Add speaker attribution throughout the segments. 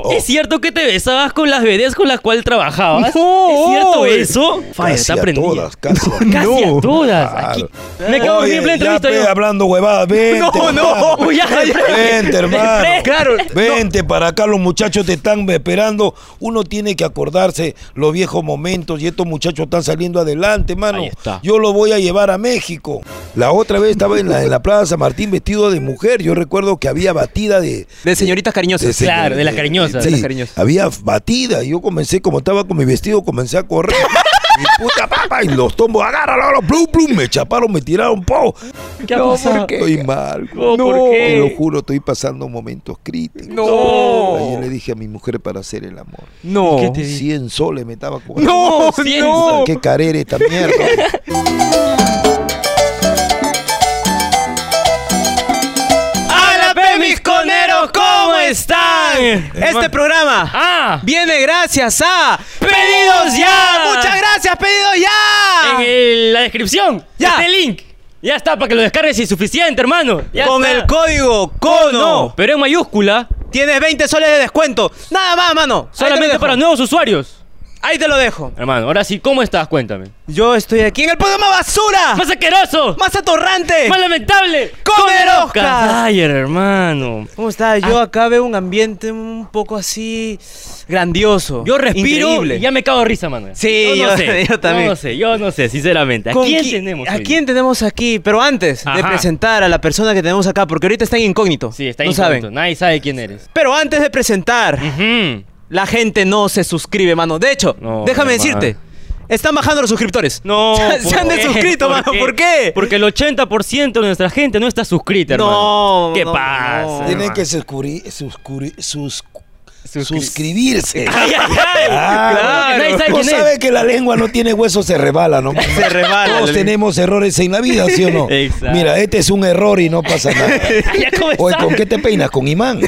Speaker 1: Oh. ¿Es cierto que te besabas con las bebés con las cuales trabajabas?
Speaker 2: No,
Speaker 1: ¿Es cierto
Speaker 2: oye.
Speaker 1: eso? Falla,
Speaker 2: Casi
Speaker 1: está
Speaker 2: a
Speaker 1: prendida.
Speaker 2: todas, casi a
Speaker 1: Casi a
Speaker 2: No.
Speaker 1: todas.
Speaker 2: Claro.
Speaker 1: Aquí. Me quedo
Speaker 2: Oye,
Speaker 1: bien la
Speaker 2: ya
Speaker 1: entrevista
Speaker 2: pe,
Speaker 1: yo.
Speaker 2: hablando huevadas, vente.
Speaker 1: No,
Speaker 2: hermano.
Speaker 1: no. Ya, de frente.
Speaker 2: Vente, hermano.
Speaker 1: frente. Claro, no.
Speaker 2: Vente para acá, los muchachos te están esperando. Uno tiene que acordarse los viejos momentos y estos muchachos están saliendo adelante, mano.
Speaker 1: Ahí está.
Speaker 2: Yo lo voy a llevar a México. La otra vez estaba en la, en la Plaza Martín vestido de mujer. Yo recuerdo que había batida de,
Speaker 3: De señoritas cariñosas.
Speaker 2: de
Speaker 1: Claro, de las cariñosas.
Speaker 2: sí,
Speaker 3: De las cariñosas.
Speaker 2: Había batida. y Yo comencé, como estaba con mi vestido, comencé a correr. y puta papa, y los tombos, agárralo, agárralo, blum, blum, me chaparon, me tiraron, po.
Speaker 1: ¿Qué ha pasado?
Speaker 2: Estoy mal.
Speaker 1: No, ¿por qué?
Speaker 2: Te lo juro, estoy pasando momentos críticos.
Speaker 3: No.
Speaker 2: Ayer le dije a mi mujer para hacer el amor.
Speaker 3: No.
Speaker 1: ¿Qué te- Sí.
Speaker 2: 100 soles me estaba cobrando.
Speaker 3: No,
Speaker 1: Cien
Speaker 3: no.
Speaker 2: Qué carera esta mierda.
Speaker 1: ¡Hola, pe, mis coneros! ¿Cómo están?
Speaker 3: Este programa
Speaker 1: ¡Ah!
Speaker 3: viene gracias a
Speaker 1: ¡Pedidos ya!
Speaker 3: Muchas gracias, pedidos
Speaker 1: En
Speaker 3: ya.
Speaker 1: el- la descripción.
Speaker 3: Ya.
Speaker 1: Este link. Ya está, para que lo descargues es suficiente, hermano. Ya
Speaker 3: Con
Speaker 1: está. Oh,
Speaker 3: el código
Speaker 1: No,
Speaker 3: CONO
Speaker 1: pero en mayúscula.
Speaker 3: tienes 20 soles de descuento. Nada más, mano. Ahí te lo
Speaker 1: Solamente
Speaker 3: dejo.
Speaker 1: para nuevos usuarios.
Speaker 3: Ahí te lo dejo.
Speaker 1: Hermano, ahora sí, ¿cómo estás? Cuéntame.
Speaker 3: Yo estoy aquí en el programa basura.
Speaker 1: ¡Más asqueroso!
Speaker 3: Más atorrante.
Speaker 1: ¡Más lamentable!
Speaker 3: Comeroscas.
Speaker 1: ¡Ay, hermano!
Speaker 3: ¿Cómo está?
Speaker 1: Ah.
Speaker 3: Yo acá veo un ambiente un poco así grandioso.
Speaker 1: Yo respiro
Speaker 3: Increíble.
Speaker 1: y ya me cago de risa, mano.
Speaker 3: Sí,
Speaker 1: yo no
Speaker 3: yo-
Speaker 1: sé.
Speaker 3: yo también.
Speaker 1: Yo no sé, yo no sé, sinceramente. ¿A
Speaker 3: ¿Con
Speaker 1: quién
Speaker 3: qui-
Speaker 1: tenemos?
Speaker 3: ¿A
Speaker 1: hoy?
Speaker 3: quién tenemos aquí? Pero antes de
Speaker 1: Ajá.
Speaker 3: presentar a la persona que tenemos acá, porque ahorita está en incógnito.
Speaker 1: Sí, está
Speaker 3: no
Speaker 1: incógnito. Mm.
Speaker 3: saben.
Speaker 1: Nadie sabe quién eres.
Speaker 3: Pero antes de presentar,
Speaker 1: Ujú.
Speaker 3: la gente no se suscribe, mano. De hecho,
Speaker 1: No,
Speaker 3: déjame
Speaker 1: hermano.
Speaker 3: decirte, están bajando los suscriptores.
Speaker 1: No.
Speaker 3: Se- se
Speaker 1: ¿por
Speaker 3: han
Speaker 1: qué?
Speaker 3: desuscrito, mano. ¿Por qué?
Speaker 1: Porque el 80% de nuestra gente no está suscrita, hermano.
Speaker 3: No,
Speaker 1: ¿Qué
Speaker 3: no,
Speaker 1: pasa?
Speaker 3: no.
Speaker 2: Tienen
Speaker 1: hermano?
Speaker 2: que suscri- suscri- sus-
Speaker 1: Suscri-
Speaker 2: suscribirse.
Speaker 1: Ay, ay, ay.
Speaker 2: Claro.
Speaker 1: Nadie sabe
Speaker 2: No
Speaker 1: quién es.
Speaker 2: sabe que la lengua no tiene hueso, se rebala, ¿no?
Speaker 3: Se rebala.
Speaker 2: Todos tenemos errores en la vida, ¿sí o no?
Speaker 1: Exacto.
Speaker 2: Mira, este es un error y no pasa nada.
Speaker 1: Ya comenzamos.
Speaker 2: Oye, ¿con qué te peinas? ¿Con imán?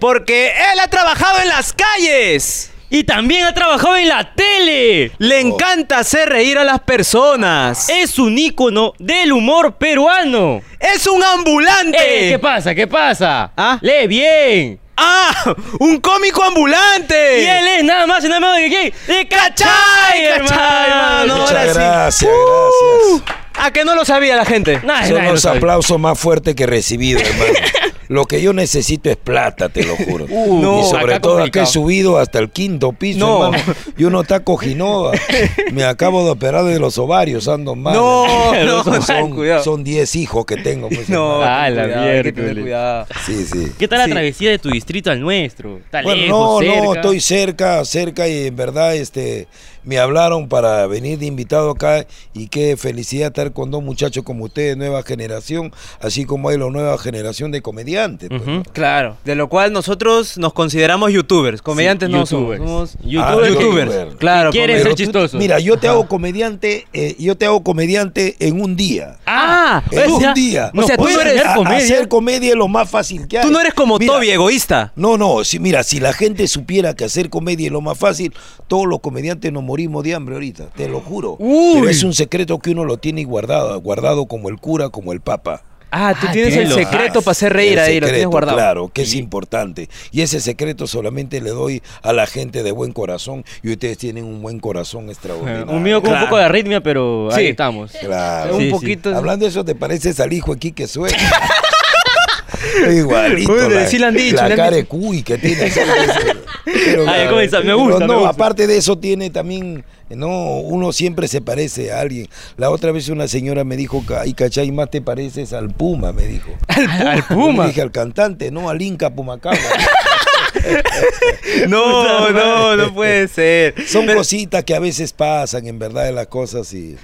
Speaker 3: Porque él ha trabajado en las calles.
Speaker 1: Y también ha trabajado en la tele.
Speaker 3: Le encanta hacer reír a las personas.
Speaker 1: Es un ícono del humor peruano.
Speaker 3: Es un ambulante.
Speaker 1: ¡Eh! ¿Qué pasa? ¿Qué pasa?
Speaker 3: ¿Ah?
Speaker 1: ¡Lee bien!
Speaker 3: ¡Ah! ¡Un cómico ambulante!
Speaker 1: Y él es nada más y nada menos que quién? ¡De Cachay,
Speaker 3: Cachay, Cachay,
Speaker 1: hermano!
Speaker 3: hermano.
Speaker 2: Muchas
Speaker 3: ahora sí.
Speaker 2: gracias,
Speaker 3: Uh,
Speaker 2: gracias.
Speaker 3: ¿A que no lo sabía la gente?
Speaker 1: Nadie,
Speaker 2: Son
Speaker 1: nadie lo
Speaker 2: los
Speaker 1: sabe.
Speaker 2: aplausos más fuertes que he recibido, hermano. Lo que yo necesito es plata, te lo juro.
Speaker 3: Uh,
Speaker 1: no,
Speaker 2: y sobre
Speaker 1: acá
Speaker 2: todo acá
Speaker 1: complicado.
Speaker 2: he subido hasta el quinto piso,
Speaker 3: No.
Speaker 2: hermano. Yo no está cojinova. Me acabo de operar de los ovarios, ando mal.
Speaker 3: No,
Speaker 2: hermano.
Speaker 3: no,
Speaker 2: son,
Speaker 3: cuidado.
Speaker 2: son 10 hijos que tengo. pues,
Speaker 3: No,
Speaker 2: hermano.
Speaker 1: Ah, la
Speaker 3: cuidado, hay que tener
Speaker 1: miércoles.
Speaker 3: cuidado.
Speaker 2: Sí, sí.
Speaker 1: ¿Qué tal la
Speaker 3: Sí.
Speaker 1: travesía de tu distrito al nuestro? ¿Está
Speaker 2: Bueno,
Speaker 1: lejos,
Speaker 2: no,
Speaker 1: cerca?
Speaker 2: no, estoy cerca, cerca y en verdad este me hablaron para venir de invitado acá y qué felicidad estar con dos muchachos como ustedes, nueva generación, así como hay la nueva generación de comediantes. pues, ¿no?
Speaker 1: Ujú.
Speaker 3: Claro, ¿Mm? de lo cual nosotros nos consideramos youtubers, comediantes no somos,
Speaker 1: youtubers.
Speaker 3: somos
Speaker 1: Youtubers.
Speaker 2: Ah,
Speaker 3: youtubers.
Speaker 2: youtuber.
Speaker 3: Claro,
Speaker 1: ¿Y quieres
Speaker 3: comedia-
Speaker 1: ser
Speaker 2: Pero tú-
Speaker 1: chistoso.
Speaker 2: Mira, yo te hago comediante, eh, yo te hago comediante en un día.
Speaker 1: Ah,
Speaker 3: Ah,
Speaker 2: En
Speaker 3: o sea,
Speaker 2: un día.
Speaker 3: o sea, tú
Speaker 2: Puedes
Speaker 3: no eres
Speaker 2: a- hacer comedia.
Speaker 1: comedia.
Speaker 2: es lo más fácil que hay.
Speaker 3: Tú no eres como
Speaker 2: Mira,
Speaker 3: Toby, egoísta.
Speaker 2: No, no, si, mira, si la gente supiera que hacer comedia es lo más fácil, todos los comediantes nos morimos de hambre ahorita, te lo juro.
Speaker 3: Uy.
Speaker 2: Pero es un secreto que uno lo tiene guardado, guardado como el cura, como el papa.
Speaker 3: Ah, tú
Speaker 1: Ah,
Speaker 3: tienes el
Speaker 1: tienes los-
Speaker 3: secreto para hacer reír
Speaker 2: El
Speaker 3: ahí, lo tienes
Speaker 2: secreto,
Speaker 3: guardado.
Speaker 2: Claro, que es importante. Y ese secreto solamente le doy a la gente de buen corazón y ustedes tienen un buen corazón extraordinario.
Speaker 1: un mío con un
Speaker 3: Claro.
Speaker 1: poco de arritmia, pero ahí
Speaker 3: Sí.
Speaker 1: estamos.
Speaker 2: Claro.
Speaker 3: Un
Speaker 1: Sí, sí.
Speaker 3: poquito.
Speaker 2: Hablando de eso, ¿te pareces al hijo aquí que suena? Igualito.
Speaker 3: Uy,
Speaker 2: la,
Speaker 3: sí le han dicho,
Speaker 2: La
Speaker 3: le han
Speaker 2: cara de
Speaker 3: dicho.
Speaker 2: cuy que tiene. Pero,
Speaker 1: Ah, ya comienza, me
Speaker 2: pero
Speaker 1: gusta,
Speaker 2: No,
Speaker 1: me gusta.
Speaker 2: aparte de eso, tiene también. No, uno siempre se parece a alguien. La otra vez una señora me dijo, ay, cachai, más te pareces al Puma, me dijo.
Speaker 1: Al
Speaker 2: Yo le
Speaker 1: Puma.
Speaker 2: dije al cantante, no al Inca Pumacaba.
Speaker 3: No, no, no puede ser.
Speaker 2: Son
Speaker 3: Pero-
Speaker 2: cositas que a veces pasan, en verdad, de las cosas y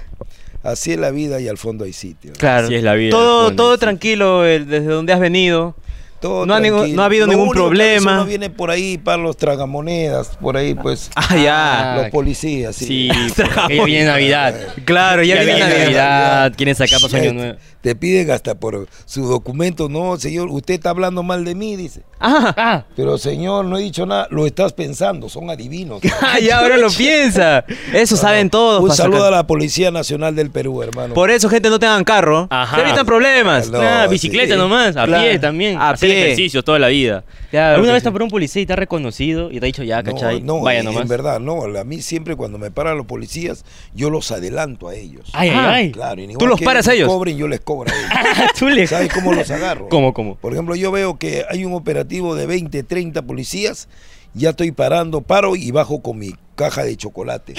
Speaker 2: así es la vida y al fondo hay sitio.
Speaker 3: Claro.
Speaker 1: Así es la vida,
Speaker 3: Todo,
Speaker 1: Juan,
Speaker 3: todo
Speaker 1: sí.
Speaker 3: tranquilo eh, desde donde has venido.
Speaker 2: Todo
Speaker 3: No ha ningún-
Speaker 2: tranquilo.
Speaker 3: no ha habido
Speaker 2: Lo
Speaker 3: ningún
Speaker 2: único que a veces
Speaker 3: problema.
Speaker 2: uno viene por ahí para los tragamonedas, por ahí pues
Speaker 3: Ah, ya.
Speaker 2: los policías.
Speaker 1: Sí,
Speaker 2: Sí.
Speaker 1: porque ya viene Navidad.
Speaker 3: Claro, ya,
Speaker 1: Ya
Speaker 3: viene
Speaker 1: viene
Speaker 3: Navidad.
Speaker 1: Navidad, quieren sacar para su año
Speaker 2: Te-
Speaker 1: nuevo.
Speaker 2: Te piden hasta por su documento, no, señor, usted está hablando mal de mí, dice.
Speaker 3: Ah,
Speaker 1: Ah,
Speaker 2: Pero señor, no he dicho nada, lo estás pensando, son adivinos.
Speaker 3: ah, ya ahora lo piensa. Eso saben todos.
Speaker 2: Un
Speaker 3: pa'
Speaker 2: saludo
Speaker 3: sacar.
Speaker 2: a la Policía Nacional del Perú, hermano.
Speaker 3: Por eso, gente, no tengan carro.
Speaker 1: Ajá.
Speaker 3: Se evitan problemas.
Speaker 2: No,
Speaker 1: nah, bicicleta
Speaker 2: sí.
Speaker 1: nomás, a
Speaker 2: Claro.
Speaker 1: pie también.
Speaker 3: A
Speaker 1: hacer hacer
Speaker 3: Sí.
Speaker 1: ejercicios toda la vida.
Speaker 3: Claro
Speaker 1: ¿Alguna
Speaker 3: que
Speaker 1: vez
Speaker 3: sí.
Speaker 1: te ha parado un policía y te ha reconocido y te ha dicho ya, cachai?
Speaker 2: No, no,
Speaker 1: Vaya
Speaker 2: en-
Speaker 1: nomás.
Speaker 2: en verdad, no. A mí siempre cuando me paran los policías, yo los adelanto a ellos.
Speaker 1: Ay, ay,
Speaker 3: Ah,
Speaker 1: ay.
Speaker 2: Claro, y igual
Speaker 3: ¿Tú los
Speaker 2: que
Speaker 3: paras a
Speaker 2: me
Speaker 3: ellos?
Speaker 2: Cobren, yo les cobro a ellos.
Speaker 1: Tú le-
Speaker 2: ¿Sabes cómo los agarro?
Speaker 1: ¿Cómo, cómo?
Speaker 2: Por ejemplo, yo veo que hay un operativo de 20, 30 policías, ya estoy parando, paro y bajo con mi caja de chocolate.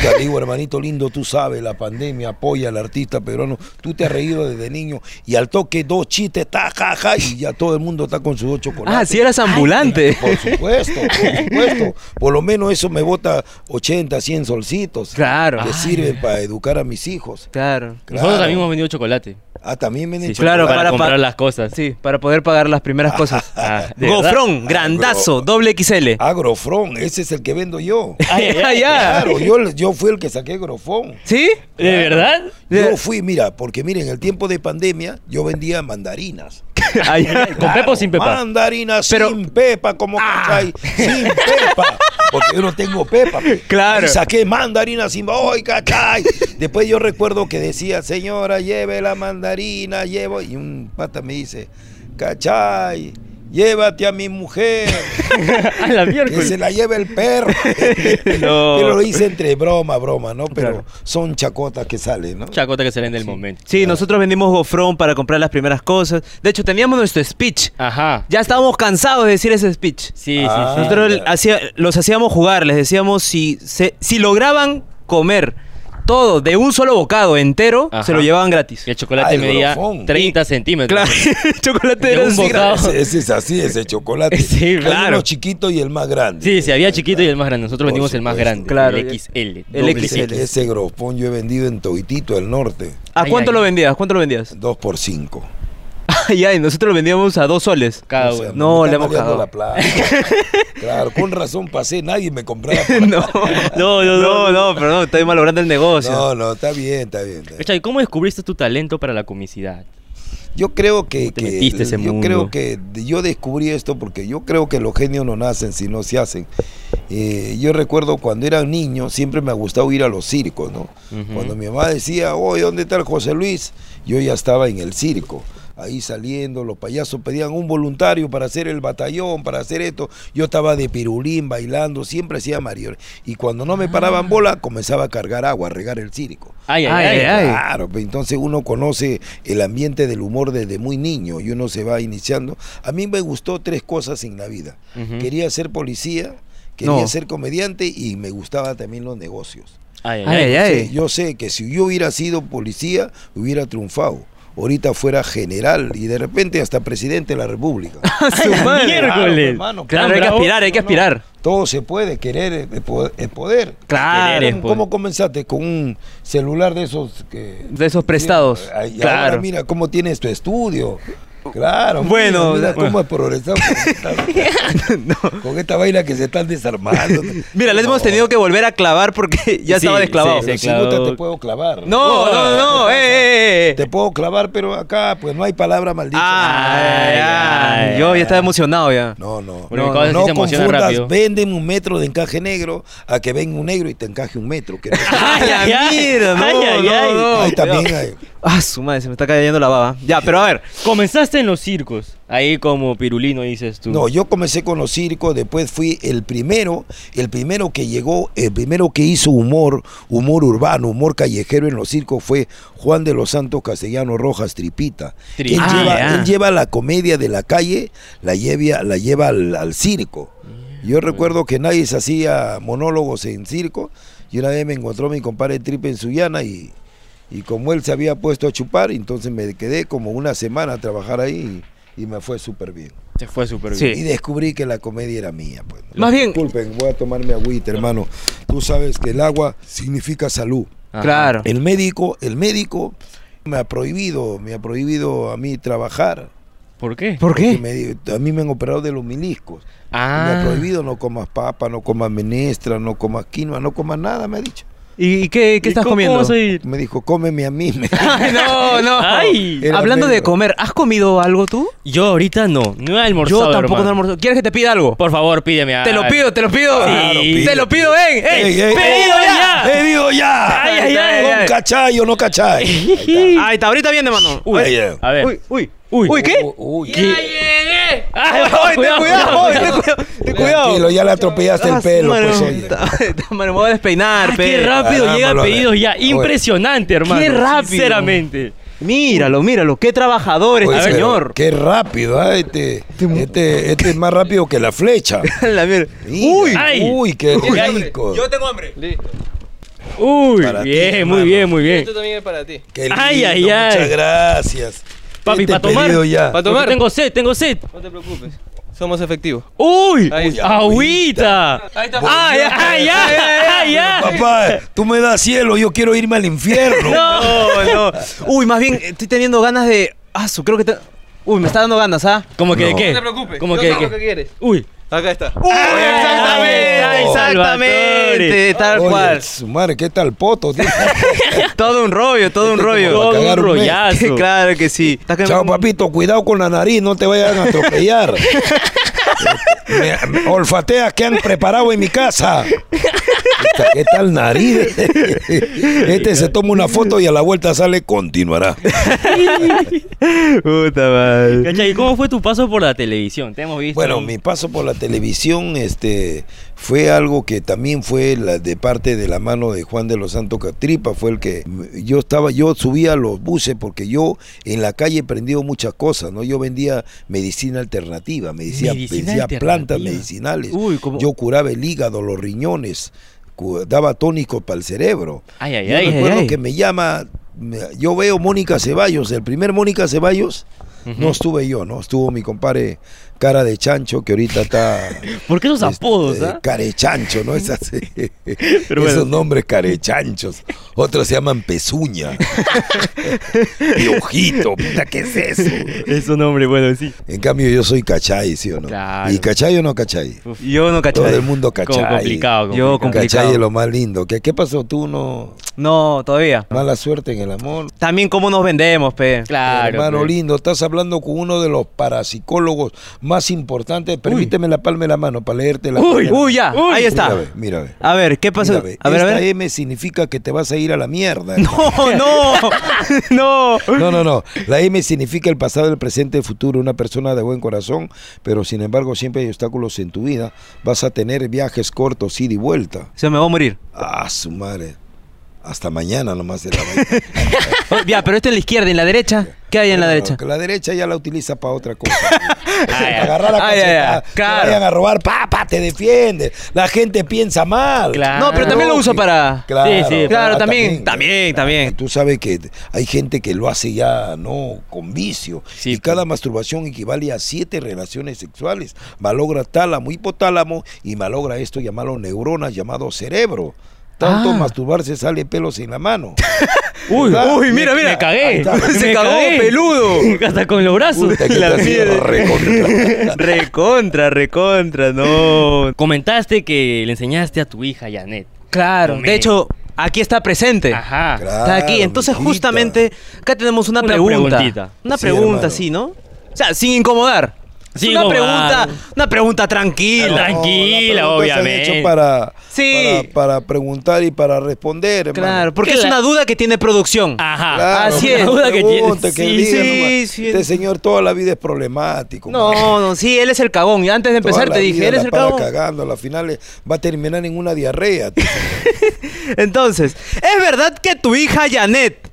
Speaker 2: Te digo, hermanito lindo, tú sabes, la pandemia apoya al artista peruano, tú te has reído desde niño y al toque dos chistes, ta, ja, ja, y ya todo el mundo está con sus dos chocolates.
Speaker 3: Ah, si eras ambulante.
Speaker 2: Por supuesto, por supuesto. Por lo menos eso me bota 80, 100 solcitos.
Speaker 3: Claro.
Speaker 2: Que sirven para educar a mis hijos.
Speaker 3: Claro.
Speaker 1: Nosotros
Speaker 2: Claro.
Speaker 1: también hemos vendido chocolate.
Speaker 2: Ah, también me han
Speaker 1: Sí,
Speaker 2: hecho
Speaker 3: claro,
Speaker 1: para,
Speaker 3: para-
Speaker 1: comprar
Speaker 3: para-
Speaker 1: las cosas.
Speaker 3: Sí, para poder pagar las primeras cosas.
Speaker 1: Ah, ¿de verdad? Ah,
Speaker 3: Gofrón, grandazo, doble XL.
Speaker 2: Agrofrón, ese es el que vendo yo.
Speaker 1: Ay, ay, ay.
Speaker 3: Ya.
Speaker 2: Claro, yo, yo fui el que saqué Grofón.
Speaker 3: ¿Sí?
Speaker 1: ¿De verdad?
Speaker 2: Yo fui, mira, porque miren, en el tiempo de pandemia yo vendía mandarinas.
Speaker 3: Ay, ay.
Speaker 1: ¿Con pepa o Oh, sin pepa? Ah.
Speaker 2: Mandarinas
Speaker 3: Pero-
Speaker 2: sin pepa, como cachai, sin pepa. Porque yo no tengo pepa. pe.
Speaker 3: Claro.
Speaker 2: Y saqué mandarinas sin ¡Ay, cachai! Después yo recuerdo que decía, señora, lleve la mandarina, llevo. Y un pata me dice, cachai, llévate a mi mujer.
Speaker 1: A la
Speaker 2: Que se
Speaker 1: miércoles.
Speaker 2: la lleve el perro.
Speaker 1: No.
Speaker 2: Pero lo hice entre broma, broma, ¿no? Pero
Speaker 3: Claro.
Speaker 2: son chacotas que salen, ¿no?
Speaker 1: Chacota que se le en el momento.
Speaker 3: Sí, nosotros vendimos gofrón para comprar las primeras cosas. De hecho, teníamos nuestro speech.
Speaker 1: Ajá.
Speaker 3: Ya estábamos cansados de decir ese speech.
Speaker 1: Sí,
Speaker 2: Ah.
Speaker 1: sí, sí.
Speaker 3: Nosotros
Speaker 2: claro.
Speaker 3: hacía- los hacíamos jugar, les decíamos si, se- si lograban comer todo de un solo bocado entero,
Speaker 1: Ajá.
Speaker 3: se lo llevaban gratis.
Speaker 1: El chocolate
Speaker 2: Ah, el
Speaker 1: medía
Speaker 2: grofón.
Speaker 1: 30 centímetros.
Speaker 3: Claro, el chocolate
Speaker 1: De
Speaker 3: era
Speaker 1: un
Speaker 3: así.
Speaker 2: Sí,
Speaker 1: bocado.
Speaker 2: Ese, ese es así, ese chocolate.
Speaker 1: Sí,
Speaker 2: Hay
Speaker 1: claro.
Speaker 2: uno chiquito y el más grande.
Speaker 1: Sí, sí, había chiquito y el más grande. Nosotros
Speaker 2: Por
Speaker 1: vendimos el más
Speaker 2: supuesto.
Speaker 1: grande.
Speaker 3: Claro.
Speaker 1: El XL.
Speaker 3: El
Speaker 1: doble
Speaker 2: Ese,
Speaker 1: X.
Speaker 2: ese grofón yo he vendido en Toitito, el norte,
Speaker 3: ¿A
Speaker 1: Ay,
Speaker 3: cuánto
Speaker 1: ay,
Speaker 3: lo
Speaker 1: ay.
Speaker 3: vendías? ¿Cuánto lo vendías?
Speaker 2: 2 por 5
Speaker 3: Ay, ay, nosotros lo vendíamos a dos soles.
Speaker 1: Cada
Speaker 2: O sea,
Speaker 1: uno.
Speaker 3: no,
Speaker 2: me
Speaker 3: le
Speaker 2: están
Speaker 3: hemos
Speaker 2: maleando
Speaker 3: cagado.
Speaker 2: la plata. claro, con razón pasé, nadie me compraba. por acá.
Speaker 3: No, no, no, no, no, pero no, estoy malogrando el negocio.
Speaker 2: No, no, está bien, está bien. está bien.
Speaker 1: Chay, ¿Cómo descubriste tu talento para la comicidad?
Speaker 2: Yo creo que,
Speaker 1: ¿Cómo te
Speaker 2: que-
Speaker 1: metiste ese
Speaker 2: yo
Speaker 1: mundo?
Speaker 2: creo que de- yo descubrí esto porque yo creo que los genios no nacen sino se hacen. Eh, yo recuerdo cuando era niño siempre me ha gustado ir a los circos, ¿no?
Speaker 1: Ujú.
Speaker 2: Cuando mi mamá decía, "Oye, ¿dónde está el José Luis?" Yo ya estaba en el circo. Ahí saliendo, los payasos pedían un voluntario para hacer el batallón, para hacer esto. Yo estaba de pirulín bailando, siempre hacía mayor. Y cuando no me paraban
Speaker 1: Ah.
Speaker 2: bola, comenzaba a cargar agua, a regar el circo.
Speaker 1: Ay, ay,
Speaker 3: Ay,
Speaker 1: ay.
Speaker 3: ay, ay.
Speaker 2: Claro, pues, entonces uno conoce el ambiente del humor desde muy niño y uno se va iniciando. A mí me gustó tres cosas en la vida.
Speaker 1: Ujú.
Speaker 2: Quería ser policía, quería
Speaker 3: No.
Speaker 2: ser comediante y me gustaba también los negocios.
Speaker 1: Ay,
Speaker 3: Ay, ay, ay.
Speaker 2: Sí, yo sé que si yo hubiera sido policía, hubiera triunfado. Ahorita fuera general y de repente hasta presidente de la República.
Speaker 3: A su madre.
Speaker 2: Claro,
Speaker 1: miércoles.
Speaker 2: hermano,
Speaker 3: Claro, hay que
Speaker 1: bravo.
Speaker 3: aspirar, hay que aspirar.
Speaker 2: Todo se puede, querer es po- es poder.
Speaker 3: Claro.
Speaker 1: Querer es
Speaker 2: ¿Cómo, cómo comenzaste? ¿Con un celular de esos que...
Speaker 3: De esos prestados.
Speaker 2: Mira, ay,
Speaker 3: Claro.
Speaker 2: ahora mira cómo tienes tu estudio. Claro. mira,
Speaker 3: Bueno,
Speaker 2: mira,
Speaker 3: bueno.
Speaker 2: cómo has progresado con esta, con esta vaina que se están desarmando.
Speaker 3: Mira, les hemos
Speaker 2: No,
Speaker 3: tenido que volver a clavar porque ya
Speaker 1: Sí,
Speaker 3: estaba
Speaker 1: sí,
Speaker 3: desclavado.
Speaker 1: Oh, se
Speaker 2: pero si gusta
Speaker 1: clavó.
Speaker 2: te puedo clavar.
Speaker 3: No, no, no, eh, eh, eh.
Speaker 2: Te puedo clavar, pero acá pues no hay palabra maldita.
Speaker 3: Ay, ay,
Speaker 1: ay,
Speaker 3: yo
Speaker 1: ay.
Speaker 3: ya estaba emocionado ya.
Speaker 2: No, no.
Speaker 1: Porque
Speaker 3: No,
Speaker 1: cosas
Speaker 2: no
Speaker 1: así se emocionan rápido.
Speaker 2: confundas, venden un metro de encaje negro a que venga un negro y te encaje un metro. que no-
Speaker 3: Ay,
Speaker 1: Ay,
Speaker 3: la
Speaker 1: ay,
Speaker 3: mierda, no,
Speaker 1: ay, ay,
Speaker 3: no,
Speaker 1: ay.
Speaker 3: no.
Speaker 2: Ahí también hay.
Speaker 3: Ah, su madre, se me está cayendo la baba. Ya, pero a ver.
Speaker 1: Comenzaste en los circos. Ahí como pirulino dices tú.
Speaker 2: No, yo comencé con los circos, después fui el primero, el primero que llegó, el primero que hizo humor, humor urbano, humor callejero en los circos fue Juan de los Santos Castellano Rojas Tripita.
Speaker 1: Tri-
Speaker 2: Él,
Speaker 1: Ah,
Speaker 2: lleva,
Speaker 3: ya.
Speaker 2: él lleva la comedia de la calle, la lleva, la lleva al, al circo. Yo recuerdo que nadie se hacía monólogos en circo y una vez me encontró mi compadre Tripe en Suyana y, y como él se había puesto a chupar, entonces me quedé como una semana a trabajar ahí y- y me fue súper bien.
Speaker 1: Te fue súper
Speaker 3: Sí.
Speaker 1: bien.
Speaker 2: Y descubrí que la comedia era mía. Pues.
Speaker 3: Más bien-
Speaker 2: Disculpen, voy a tomarme agüita, hermano. Tú sabes que el agua significa salud.
Speaker 1: Ajá.
Speaker 3: Claro.
Speaker 2: El médico, el médico me ha prohibido, me ha prohibido a mí trabajar.
Speaker 1: ¿Por qué?
Speaker 3: ¿Por
Speaker 2: Que
Speaker 3: qué?
Speaker 2: me- a mí me han operado de los miliscos. Me ha
Speaker 1: Ah.
Speaker 2: prohibido no comas papa, no comas menestra, no comas quinoa, no comas nada, me ha dicho.
Speaker 3: ¿Y y qué, qué
Speaker 1: ¿Y
Speaker 3: estás
Speaker 1: cómo-
Speaker 3: comiendo?
Speaker 1: cómo soy?
Speaker 2: Me dijo, cómeme a mí. me-
Speaker 3: Ay, no, no.
Speaker 1: Ay.
Speaker 2: Era
Speaker 3: Hablando de
Speaker 2: negro.
Speaker 3: comer, ¿has comido algo tú?
Speaker 1: Yo ahorita no. No he almorzado.
Speaker 3: Yo tampoco no
Speaker 1: hermano.
Speaker 3: almuerzo. ¿Quieres que te pida algo?
Speaker 1: Por favor, pídeme. a-
Speaker 3: Te lo pido, te lo pido.
Speaker 1: Claro,
Speaker 3: Sí.
Speaker 1: pide,
Speaker 3: te lo pido, ven. ¡Ey!
Speaker 2: Ey, ey,
Speaker 3: ¡Pedido
Speaker 1: ey,
Speaker 3: ya!
Speaker 1: ey.
Speaker 2: ¡Pedido ya!
Speaker 3: Ay, ay, ay,
Speaker 2: ¿Con
Speaker 3: ay.
Speaker 2: cachai o no cachai? Ahí está.
Speaker 3: Ahí está, ahorita viene, mano.
Speaker 2: Ahí está.
Speaker 1: Ah, A ver.
Speaker 3: Uy, uy.
Speaker 1: Uy.
Speaker 3: Uy, ¿qué?
Speaker 2: Uy,
Speaker 3: ¡Ay, ten cuidado! ¡Ten cuidado! ¡Ten
Speaker 2: Tranquilo,
Speaker 3: cuidado!
Speaker 2: ya le atropellaste el pelo,
Speaker 3: Ah,
Speaker 2: pues
Speaker 3: su
Speaker 2: oye.
Speaker 3: madre, ta- ta- madre, me voy a despeinar,
Speaker 1: Ah,
Speaker 3: pe.
Speaker 1: qué rápido
Speaker 2: Caramba,
Speaker 1: llega
Speaker 2: lo-
Speaker 1: pedidos ya. Impresionante, hermano.
Speaker 3: rápido.
Speaker 1: Sinceramente.
Speaker 3: Míralo, míralo, qué trabajador
Speaker 2: Oye,
Speaker 3: este
Speaker 2: pero
Speaker 3: señor.
Speaker 2: Qué rápido, ah, este, este, este es más rápido que la flecha.
Speaker 3: La mierda.
Speaker 2: Mira,
Speaker 3: Uy,
Speaker 1: Ay.
Speaker 2: uy, qué
Speaker 1: Uy, ay.
Speaker 2: rico.
Speaker 4: tengo hambre. Listo.
Speaker 1: Uy,
Speaker 2: Para ti,
Speaker 1: bien, muy
Speaker 2: hermano.
Speaker 1: bien, muy bien.
Speaker 4: también es para ti.
Speaker 2: Qué lindo,
Speaker 1: Ay, ay, ay.
Speaker 2: Muchas gracias.
Speaker 1: Papi,
Speaker 2: Este
Speaker 1: ¿pa' tomar?
Speaker 2: pedido ya.
Speaker 4: ¿Pa'
Speaker 1: Porque
Speaker 4: tomar?
Speaker 1: Tengo sed, tengo sed.
Speaker 4: No te preocupes. Somos efectivos.
Speaker 1: Uy,
Speaker 4: Ahí está.
Speaker 1: agüita.
Speaker 4: Ahí está. Ah,
Speaker 1: Ay, ay, ay, ay, ay.
Speaker 2: Papá, tú me das cielo, yo quiero irme al infierno.
Speaker 3: no, no. Uy, más bien, estoy teniendo ganas de. Ah, su, creo que. te- Uy, me está dando ganas, ¿ah?
Speaker 1: ¿Cómo que de
Speaker 2: No.
Speaker 1: qué?
Speaker 4: No te preocupes.
Speaker 1: ¿Cómo
Speaker 4: Yo
Speaker 1: que de
Speaker 4: sé lo que
Speaker 1: qué?
Speaker 4: quieres.
Speaker 1: Uy.
Speaker 4: Acá está.
Speaker 3: Uy, Ah,
Speaker 2: ay,
Speaker 1: Salvatore.
Speaker 3: Exactamente, tal
Speaker 2: Oye,
Speaker 3: cual.
Speaker 2: su madre, ¿qué tal poto? tío?
Speaker 3: Todo un rollo, todo un rollo.
Speaker 1: Todo
Speaker 2: Todo
Speaker 1: un
Speaker 2: cagar un mes.
Speaker 1: rollazo.
Speaker 3: claro que sí. Está que-
Speaker 2: Este Chao, papito, cuidado con la nariz, no te vayan a atropellar. Me- me olfateas que han preparado en mi casa. Esta- ¿Qué tal nariz? Este se toma una foto y a la vuelta sale, continuará.
Speaker 3: Puta madre.
Speaker 1: ¿Cachai? ¿Cómo fue tu paso por la televisión? Te hemos visto.
Speaker 2: Bueno,
Speaker 1: ahí.
Speaker 2: mi paso por la televisión este, fue algo que también fue la, de parte de la mano de Juan de los Santos Catripa, fue el que mm, yo estaba, yo subía a los buses porque yo en la calle he aprendido muchas cosas, ¿no? Yo vendía medicina alternativa, medicina,
Speaker 1: Medicina
Speaker 2: vendía plantas
Speaker 1: alternativa.
Speaker 2: medicinales,
Speaker 1: Uy, como-
Speaker 2: yo curaba el hígado, los riñones, cu- daba tónicos para el cerebro.
Speaker 1: Ay, ay,
Speaker 2: Yo
Speaker 1: ay.
Speaker 2: recuerdo
Speaker 3: ay.
Speaker 2: que me llama, me- yo veo Mónica Ceballos, el primer Mónica Ceballos, no estuve yo, ¿no? Estuvo mi compadre Cara de Chancho, que ahorita está...
Speaker 1: ¿Por qué esos
Speaker 2: este,
Speaker 1: apodos, ah?
Speaker 2: Carechancho, ¿no? Es así.
Speaker 1: Pero bueno.
Speaker 2: Esos nombres carechanchos. Otros se llaman pezuña. Piojito, puta, ¿qué es eso?
Speaker 1: Es un hombre, bueno, sí.
Speaker 2: En cambio yo soy cachay, ¿sí o no?
Speaker 1: Claro.
Speaker 2: ¿Y cachay o no cachay?
Speaker 3: Yo no
Speaker 2: Todo el
Speaker 3: cachai.
Speaker 2: mundo
Speaker 1: Como
Speaker 2: cachay.
Speaker 1: complicado. complicado.
Speaker 3: Yo compli-
Speaker 2: Cachay
Speaker 3: complicado.
Speaker 2: es lo más lindo. ¿Qué, qué pasó? ¿Tú no...?
Speaker 3: No, todavía.
Speaker 2: Mala suerte en el amor.
Speaker 3: También cómo nos vendemos, pe.
Speaker 1: Claro.
Speaker 2: Hermano
Speaker 1: pues.
Speaker 2: lindo, estás hablando con uno de los parapsicólogos más importantes. Permíteme la palma de la mano para leerte la palma de
Speaker 1: Uy,
Speaker 2: la
Speaker 3: Uy, ya,
Speaker 1: Uy.
Speaker 3: ahí
Speaker 2: mano.
Speaker 3: está.
Speaker 2: Mira, ve, mira, ve.
Speaker 3: A ver, ¿qué pasó?
Speaker 2: Mira, ve.
Speaker 3: A ver, a
Speaker 2: Esta
Speaker 3: ver.
Speaker 2: M significa que te vas a ir a la mierda.
Speaker 3: No, no, no.
Speaker 2: No, no, no. La M significa el pasado, el presente, el futuro. Una persona de buen corazón, pero sin embargo siempre hay obstáculos en tu vida. Vas a tener viajes cortos, ida y vuelta.
Speaker 3: Se me va a morir.
Speaker 2: Ah, su madre. Hasta mañana nomás se la va a ir.
Speaker 3: Oh, ya, pero esto en la izquierda, en la derecha. ¿Qué hay en la
Speaker 2: No, no,
Speaker 3: derecha?
Speaker 2: que la derecha ya la utiliza para otra cosa.
Speaker 1: Ay, ay.
Speaker 2: Agarrar la
Speaker 3: Ay, ay,
Speaker 2: cachetada,
Speaker 3: ay,
Speaker 2: te
Speaker 3: claro.
Speaker 2: vayan a robar, papá, te defiende. La gente piensa mal.
Speaker 1: Claro.
Speaker 3: No, pero también lo uso para.
Speaker 2: Claro,
Speaker 1: Sí, sí,
Speaker 2: claro,
Speaker 3: Claro, también, también, también.
Speaker 2: Tú sabes que hay gente que lo hace ya no con vicio.
Speaker 1: Sí,
Speaker 2: y
Speaker 1: pues.
Speaker 2: cada masturbación equivale a siete relaciones sexuales. Malogra tálamo, hipotálamo y malogra esto llamado neuronas, llamado cerebro. Tanto
Speaker 3: Ah.
Speaker 2: masturbarse sale pelos en la mano.
Speaker 1: Uy,
Speaker 2: ¿Verdad?
Speaker 1: uy, mira,
Speaker 2: Me-
Speaker 1: mira.
Speaker 2: Ah, me
Speaker 1: cagué.
Speaker 2: cagué.
Speaker 3: Se
Speaker 1: Me
Speaker 3: cagó,
Speaker 1: cagué.
Speaker 3: peludo.
Speaker 1: Hasta con los brazos.
Speaker 2: Puta, que
Speaker 1: La
Speaker 2: te has ido
Speaker 1: mierda.
Speaker 2: recontra.
Speaker 3: Recontra, recontra, no.
Speaker 1: Comentaste que le enseñaste a tu hija, Janet.
Speaker 3: Claro,
Speaker 1: Come.
Speaker 3: de hecho, aquí está presente.
Speaker 1: Ajá.
Speaker 2: Claro,
Speaker 3: Está aquí. Entonces,
Speaker 2: mijita.
Speaker 3: justamente, acá tenemos una,
Speaker 1: Una
Speaker 3: pregunta.
Speaker 1: preguntita.
Speaker 3: Una
Speaker 2: Sí,
Speaker 3: pregunta,
Speaker 2: hermano.
Speaker 3: sí, ¿no? O sea, sin incomodar. Es
Speaker 1: Sin
Speaker 3: una
Speaker 1: incomodar.
Speaker 3: pregunta, una pregunta tranquila.
Speaker 1: Claro. Tranquila,
Speaker 2: No, las preguntas se han
Speaker 1: obviamente.
Speaker 2: hecho para,
Speaker 3: Sí.
Speaker 2: para, para preguntar y para responder, hermano.
Speaker 3: Claro, porque
Speaker 1: Que
Speaker 3: es
Speaker 1: la-
Speaker 3: una duda que tiene producción.
Speaker 1: Ajá.
Speaker 2: Claro,
Speaker 3: así
Speaker 2: una
Speaker 3: es.
Speaker 1: duda que tiene.
Speaker 2: pregunta que
Speaker 1: Sí,
Speaker 2: diga
Speaker 3: sí,
Speaker 2: nomás.
Speaker 3: sí.
Speaker 2: Este señor toda la vida es problemático. man.
Speaker 3: No, no, sí, él es el cagón. Y antes de
Speaker 2: Toda
Speaker 3: empezar
Speaker 2: la
Speaker 3: te
Speaker 2: vida
Speaker 3: dije, él
Speaker 2: la
Speaker 3: es el
Speaker 2: para
Speaker 3: cagón.
Speaker 2: cagando, a la final eh, va a terminar en una diarrea. tío.
Speaker 3: Entonces, ¿es verdad que tu hija Janet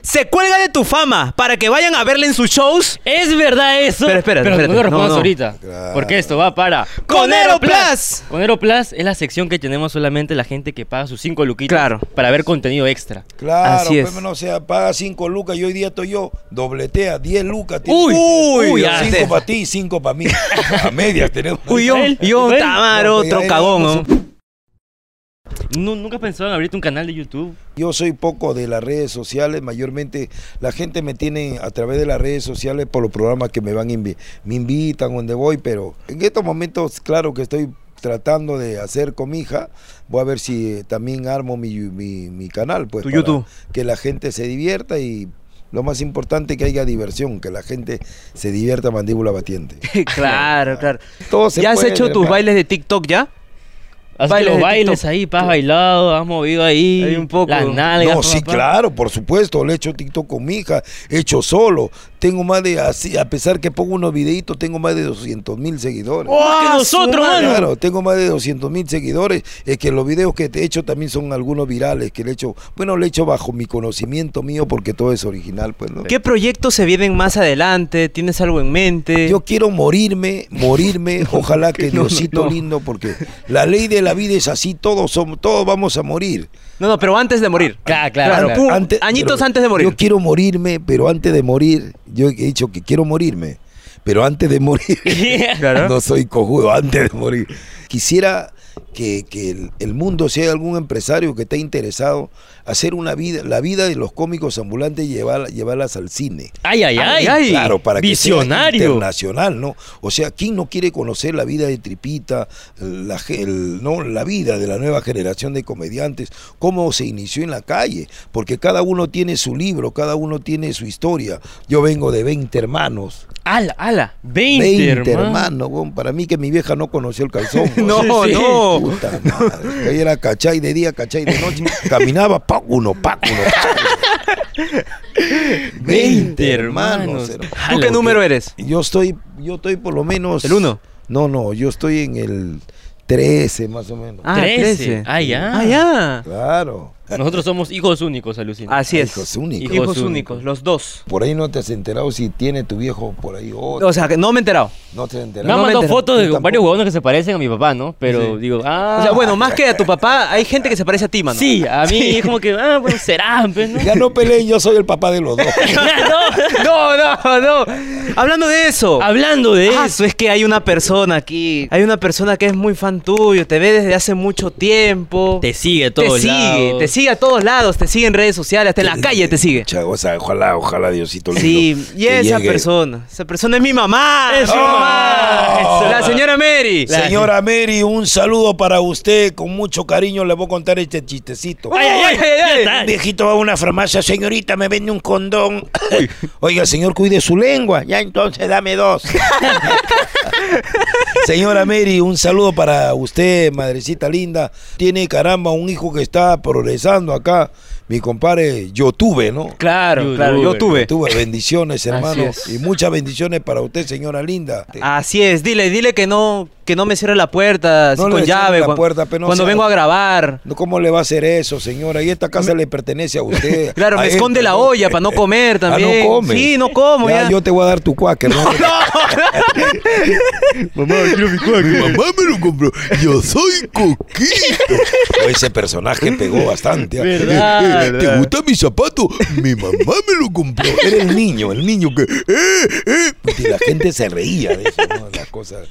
Speaker 3: se cuelga de tu fama para que vayan a verla en sus shows?
Speaker 1: ¿Es verdad eso?
Speaker 3: Pero espérate,
Speaker 1: Pero
Speaker 3: espérate.
Speaker 1: no lo respondas
Speaker 3: No, no.
Speaker 1: ahorita.
Speaker 2: Claro.
Speaker 1: Porque esto va para...
Speaker 3: ¡Conero Plus!
Speaker 1: Conero Plus es la sección que tenemos solamente la gente que paga sus 5 luquitas
Speaker 3: Claro.
Speaker 1: para ver contenido extra.
Speaker 2: Claro,
Speaker 3: Así es.
Speaker 2: pues, no, o sea, paga 5 lucas y hoy día estoy yo, dobletea 10 lucas.
Speaker 3: Uy, uy, ya sé.
Speaker 2: 5 para ti y 5 para mí. a medias tenemos.
Speaker 3: Uy, yo,
Speaker 1: Él,
Speaker 3: yo,
Speaker 1: él.
Speaker 3: tamar,
Speaker 2: No, pues,
Speaker 3: otro
Speaker 2: pero ya
Speaker 3: cagón.
Speaker 2: era,
Speaker 3: ¿no?
Speaker 1: Nu- ¿Nunca pensaron abrirte un canal de YouTube?
Speaker 2: Yo soy poco de las redes sociales, mayormente la gente me tiene a través de las redes sociales por los programas que me van invi- me invitan donde voy, pero en estos momentos claro que estoy tratando de hacer con mi hija, voy a ver si eh, también armo mi, mi- mi canal, pues
Speaker 3: Tu
Speaker 2: para
Speaker 3: YouTube.
Speaker 2: que la gente se divierta y lo más importante que haya diversión, que la gente se divierta mandíbula batiente.
Speaker 3: claro, claro.
Speaker 2: Todo se
Speaker 3: ¿Ya has
Speaker 2: puede,
Speaker 3: hecho tus
Speaker 2: hermano.
Speaker 3: bailes de TikTok ya?
Speaker 1: Has
Speaker 3: Bailes
Speaker 1: hecho los
Speaker 3: de
Speaker 1: bailes
Speaker 3: TikTok.
Speaker 1: ahí, pa, has bailado, has movido ahí.
Speaker 4: Ahí un poco.
Speaker 1: Las
Speaker 3: Ah,
Speaker 1: nalgas.
Speaker 2: No,
Speaker 1: pa,
Speaker 2: sí,
Speaker 1: pa.
Speaker 2: claro, por supuesto. Le he hecho TikTok con mi hija, he hecho solo. Tengo más de, así, a pesar que pongo unos videitos, tengo más de 200 mil seguidores.
Speaker 3: ¡Ah,
Speaker 1: Más que nosotros, mano.
Speaker 2: Claro, tengo más de 200 mil seguidores. Es que los videos que te he hecho también son algunos virales que le he hecho. Bueno, le he hecho bajo mi conocimiento mío porque todo es original, pues, ¿no?
Speaker 3: ¿Qué proyectos se vienen más adelante? ¿Tienes algo en mente?
Speaker 2: Yo quiero morirme, morirme, ojalá que
Speaker 3: no, no,
Speaker 2: Diosito
Speaker 3: no.
Speaker 2: lindo, porque la ley de la vida es así, todos somos, todos vamos a morir.
Speaker 3: No, no, pero antes de morir.
Speaker 2: Ah,
Speaker 1: Claro, claro, claro.
Speaker 3: pum, añitos
Speaker 2: pero
Speaker 3: antes de morir.
Speaker 2: Yo quiero morirme, pero antes de morir, yo he dicho que quiero morirme, pero antes de morir,
Speaker 3: Claro.
Speaker 2: no soy cojudo, antes de morir. Quisiera que, que el, el mundo, si hay algún empresario que esté interesado, hacer una vida, la vida de los cómicos ambulantes, llevarla, llevarlas al cine.
Speaker 1: Ay, ay, ay.
Speaker 3: Ay, ay.
Speaker 2: Claro, para que sea
Speaker 1: Visionario.
Speaker 2: internacional, ¿no? O sea, ¿quién no quiere conocer la vida de Tripita, la, ge- el- ¿no? la vida de la nueva generación de comediantes, cómo se inició en la calle? Porque cada uno tiene su libro, cada uno tiene su historia. Yo vengo de 20 hermanos.
Speaker 1: Ala, ala. 20,
Speaker 2: 20,
Speaker 1: hermano.
Speaker 2: hermanos, weón. Para mí que mi vieja no conoció el calzón. weón.
Speaker 3: No,
Speaker 1: Sí, sí.
Speaker 3: no.
Speaker 2: Puta madre, que ahí era cachay de día, cachay de noche. Caminaba pa' uno, pa' uno. pa' uno. 20 hermanos. hermano.
Speaker 3: ¿Tú qué número eres?
Speaker 2: Yo estoy, yo estoy por lo menos.
Speaker 3: ¿El uno?
Speaker 2: No, no, yo estoy en el 13 más o menos.
Speaker 3: Ah,
Speaker 1: Trece.
Speaker 3: 13.
Speaker 1: Ah, ya.
Speaker 3: Ah, ya.
Speaker 2: Claro.
Speaker 1: Nosotros somos hijos únicos, alucina.
Speaker 3: Así es.
Speaker 2: Ah, Hijos únicos.
Speaker 3: Hijos
Speaker 1: Hijos
Speaker 3: únicos,
Speaker 1: únicos.
Speaker 3: los dos.
Speaker 2: Por ahí no te has enterado si tiene tu viejo por ahí otro.
Speaker 3: O sea, que no me he enterado.
Speaker 2: no te has enterado.
Speaker 1: Me han
Speaker 3: No me
Speaker 1: mandado
Speaker 3: entero.
Speaker 1: fotos de
Speaker 2: Yo tampoco.
Speaker 1: varios huevones que se parecen a mi papá, ¿no? Pero digo, ah.
Speaker 3: O sea, bueno, más que a tu papá, hay gente que se parece a ti, mano.
Speaker 1: Sí, a mí es como que, ah, bueno, será, pues, ¿no?
Speaker 2: Ya no peleen, yo soy el papá de los dos.
Speaker 1: no.
Speaker 3: No, no, no. Hablando de eso.
Speaker 1: Hablando de
Speaker 3: Ah,
Speaker 1: eso.
Speaker 3: es que hay una persona aquí. Hay una persona que es muy fan tuyo, te ve desde hace mucho tiempo.
Speaker 1: Te sigue todo.
Speaker 3: Te sigue, te sigue a todos lados, te sigue en redes sociales, hasta en la calle te sigue.
Speaker 2: Cha- O sea, ojalá, ojalá Diosito lindo.
Speaker 3: Sí, y
Speaker 2: que
Speaker 3: esa
Speaker 2: llegue.
Speaker 3: persona, esa persona es mi mamá.
Speaker 1: Es su
Speaker 3: ¡Oh!
Speaker 1: mamá.
Speaker 2: Eso.
Speaker 3: La señora Mary.
Speaker 1: La-
Speaker 2: Señora Mary, un saludo para usted. Con mucho cariño le voy a contar este chistecito.
Speaker 3: Ay, ay, ay, ay, ay.
Speaker 2: Un viejito va a una farmacia, señorita, me vende un condón. Oiga, señor, cuide su lengua. Ya entonces dame dos. Señora Mary, un saludo para usted, madrecita linda. Tiene caramba un hijo que está progresando acá. Mi compadre, yo tuve, ¿no?
Speaker 3: Claro,
Speaker 1: Yo
Speaker 3: claro, yo tuve.
Speaker 2: Yo tuve bendiciones, hermano.
Speaker 3: es. Ah.
Speaker 2: Y muchas bendiciones para usted, señora linda.
Speaker 3: Así es, dile, dile que no, que no me cierre la puerta así
Speaker 2: No le
Speaker 3: con
Speaker 2: cierre
Speaker 3: llave
Speaker 2: la
Speaker 3: cuan-
Speaker 2: puerta, pero no
Speaker 3: cuando
Speaker 2: sea-
Speaker 3: vengo a grabar.
Speaker 2: No, ¿Cómo le va a hacer eso, señora? Y esta casa le pertenece a usted.
Speaker 3: Claro,
Speaker 2: A
Speaker 3: me
Speaker 2: él,
Speaker 3: esconde la
Speaker 2: ¿no?
Speaker 3: olla para no comer
Speaker 2: Ah,
Speaker 3: también.
Speaker 2: no come.
Speaker 3: Sí, no como ya.
Speaker 2: Yo te voy a dar tu cuáquer. No,
Speaker 1: Mamá, quiero mi
Speaker 2: Mi mamá me lo compró. Yo soy coquito. O ese personaje pegó bastante. ¿ah?
Speaker 1: Verdad, verdad.
Speaker 2: mi zapato? Mi mamá me lo compró. Era el niño, el niño que. "Eh, eh". Y la gente se reía de eso, ¿no? Las cosas.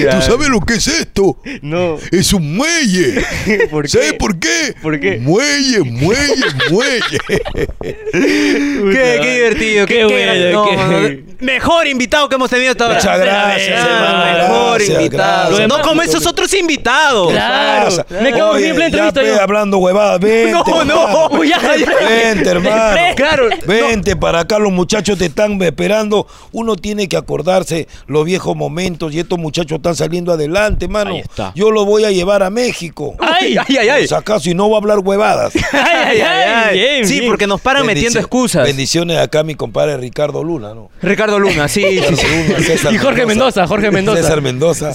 Speaker 1: Claro.
Speaker 2: lo que es esto?
Speaker 1: No,
Speaker 2: Es un muelle.
Speaker 1: ¿por qué?
Speaker 2: ¿Sabes por qué?
Speaker 1: ¿Por qué?
Speaker 2: Muelle, muelle, muelle.
Speaker 3: Qué, qué divertido, qué,
Speaker 1: Qué
Speaker 3: qué
Speaker 1: bueno,
Speaker 3: gran- no,
Speaker 1: qué-
Speaker 3: mano, Mejor invitado que hemos tenido hasta ahora.
Speaker 2: Muchas gracias,
Speaker 3: Ah,
Speaker 2: hermano,
Speaker 3: Mejor
Speaker 2: gracias,
Speaker 3: invitado.
Speaker 1: gracias.
Speaker 3: no como esos otros invitados.
Speaker 1: Claro,
Speaker 2: pasa?
Speaker 1: me quedo
Speaker 2: Oye,
Speaker 1: bien plena
Speaker 2: ya
Speaker 1: entrevista
Speaker 2: pe,
Speaker 1: yo.
Speaker 2: hablando huevadas, vente.
Speaker 3: No, no.
Speaker 2: hermano.
Speaker 1: Uy, ya, ya.
Speaker 2: Vente, hermano.
Speaker 3: Claro.
Speaker 2: Vente para acá, los muchachos te están esperando. Uno tiene que acordarse los viejos momentos y estos muchachos están saliendo adelante, mano.
Speaker 1: Ahí está.
Speaker 2: Yo lo voy a llevar a México.
Speaker 1: Ay, ay, ay,
Speaker 2: Pues acaso y no va a hablar huevadas.
Speaker 1: ay, ay, ay, bien,
Speaker 3: sí,
Speaker 1: bien.
Speaker 3: porque nos paran metiendo
Speaker 2: Bendici-
Speaker 3: excusas.
Speaker 2: Bendiciones acá a mi compadre Ricardo Luna, ¿no?
Speaker 3: Ricardo Luna, sí, sí, sí.
Speaker 2: Ricardo Luna, César
Speaker 1: Y Jorge Mendoza, Jorge Mendoza.
Speaker 2: César Mendoza.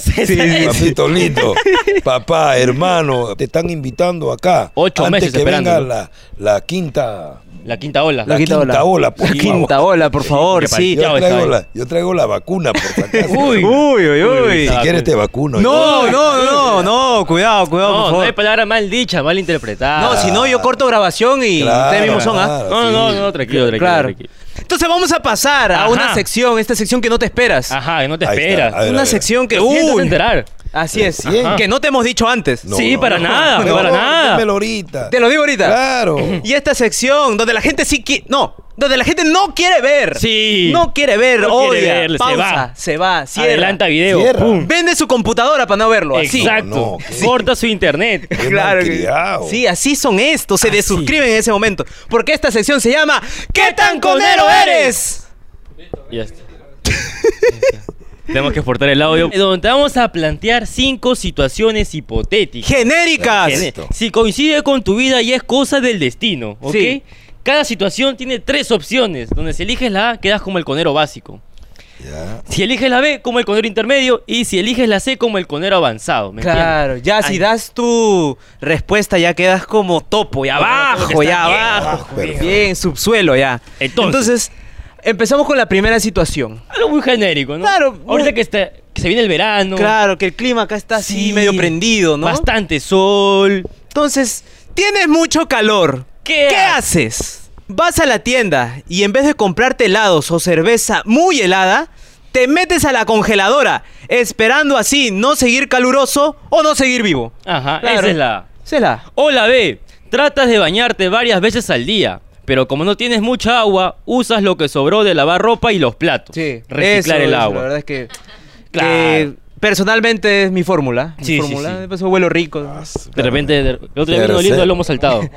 Speaker 1: César-
Speaker 2: Papito lindo. Papá, hermano, te están invitando acá.
Speaker 1: Ocho
Speaker 2: Antes
Speaker 1: meses
Speaker 2: que venga
Speaker 1: esperando.
Speaker 2: la, la quinta.
Speaker 1: La quinta ola.
Speaker 2: La quinta ola. pues, por
Speaker 3: La
Speaker 2: favor.
Speaker 3: quinta ola, por favor,
Speaker 1: que
Speaker 3: sí.
Speaker 1: Ya,
Speaker 2: Yo
Speaker 1: está
Speaker 2: traigo,
Speaker 1: bien.
Speaker 2: la, yo traigo la vacuna, por si acaso.
Speaker 1: Uy,
Speaker 3: Uy, uy, uy.
Speaker 1: Uy,
Speaker 2: Si quieres te vacuno.
Speaker 3: No, no, no, no, cuidado, cuidado, por
Speaker 1: No, no
Speaker 3: favor.
Speaker 1: hay Ah. palabra mal dicha, mal interpretada.
Speaker 3: No, si no, yo corto grabación y
Speaker 2: Claro,
Speaker 3: ustedes mismos son, ¿ah?
Speaker 2: claro,
Speaker 1: No, no,
Speaker 2: sí.
Speaker 1: no, tranquilo, tranquilo.
Speaker 3: Claro.
Speaker 1: tranquilo.
Speaker 3: Entonces vamos a pasar a
Speaker 1: Ajá.
Speaker 3: una sección, esta sección que no te esperas.
Speaker 1: Ajá, que no te
Speaker 2: Ahí está. A
Speaker 1: esperas.
Speaker 2: ver, a
Speaker 3: Una
Speaker 2: ver.
Speaker 3: sección que.
Speaker 1: Uy, te vas a
Speaker 3: ¡Uy!
Speaker 1: enterar.
Speaker 3: Así es.
Speaker 2: Recién.
Speaker 3: Que no te hemos dicho antes.
Speaker 2: No,
Speaker 1: sí,
Speaker 2: no,
Speaker 1: para
Speaker 2: no.
Speaker 1: nada,
Speaker 2: Mejor
Speaker 1: para nada.
Speaker 2: dímelo ahorita.
Speaker 3: Te lo digo ahorita.
Speaker 2: Claro.
Speaker 3: Y esta sección donde la gente sí quiere. No, donde la gente no quiere ver.
Speaker 1: Sí.
Speaker 3: No quiere ver,
Speaker 1: No
Speaker 3: odia.
Speaker 1: quiere ver, se
Speaker 3: pausa,
Speaker 1: va.
Speaker 3: se va, cierra.
Speaker 1: Adelanta video.
Speaker 2: Cierra.
Speaker 1: Pum.
Speaker 3: Vende su computadora para no verlo. Así.
Speaker 1: Exacto.
Speaker 2: No, no, sí.
Speaker 1: Corta su internet.
Speaker 2: Qué
Speaker 3: Claro que-
Speaker 2: malcriado.
Speaker 3: Sí, así son estos. Se desuscriben en ese momento. Porque esta sección se llama ¿Qué tan conero eres?
Speaker 1: Ya está. Tenemos que exportar el audio. Donde te vamos a plantear cinco situaciones hipotéticas.
Speaker 3: Genéricas.
Speaker 1: Gene- Si coincide con tu vida y es cosa del destino, ¿ok?
Speaker 3: Sí.
Speaker 1: Cada situación tiene tres opciones. Donde si eliges la A, quedas como el conero básico.
Speaker 2: Ya.
Speaker 1: Si eliges la B, como el conero intermedio. Y si eliges la C, como el conero avanzado. ¿me entiendes?
Speaker 3: Claro, ya si
Speaker 1: Ay.
Speaker 3: das tu respuesta ya quedas como topo, ya
Speaker 1: Como topo
Speaker 3: abajo,
Speaker 1: que
Speaker 3: ya
Speaker 1: está Ah, bien
Speaker 3: abajo,
Speaker 2: abajo, perfecto.
Speaker 3: bien, subsuelo ya.
Speaker 1: Entonces-
Speaker 3: Entonces, empezamos con la primera situación.
Speaker 1: Algo muy genérico, ¿no?
Speaker 3: Claro,
Speaker 1: Ahorita
Speaker 3: muy-
Speaker 1: que, está- que se viene el verano.
Speaker 3: Claro, que el clima acá está así
Speaker 1: Sí,
Speaker 3: medio prendido, ¿no?
Speaker 1: Bastante sol.
Speaker 3: Entonces, tienes mucho calor.
Speaker 1: ¿Qué ha-
Speaker 3: haces? Vas a la tienda y en vez de comprarte helados o cerveza muy helada, te metes a la congeladora, esperando así no seguir caluroso o no seguir vivo.
Speaker 1: Ajá,
Speaker 3: Claro.
Speaker 1: esa es la A.
Speaker 3: Esa es la-
Speaker 1: O la B. Tratas de bañarte varias veces al día. Pero como no tienes mucha agua, usas lo que sobró de lavar ropa y los platos. Reciclar
Speaker 3: eso,
Speaker 1: el
Speaker 3: eso,
Speaker 1: agua.
Speaker 3: La verdad es que,
Speaker 1: Claro.
Speaker 3: que personalmente es mi fórmula. Mi
Speaker 1: Sí, sí, Ah,
Speaker 3: fórmula.
Speaker 1: sí.
Speaker 3: pues, huelo rico.
Speaker 1: De repente, de- el otro día
Speaker 2: Pero
Speaker 1: vino oliendo
Speaker 2: sé.
Speaker 1: el lomo saltado.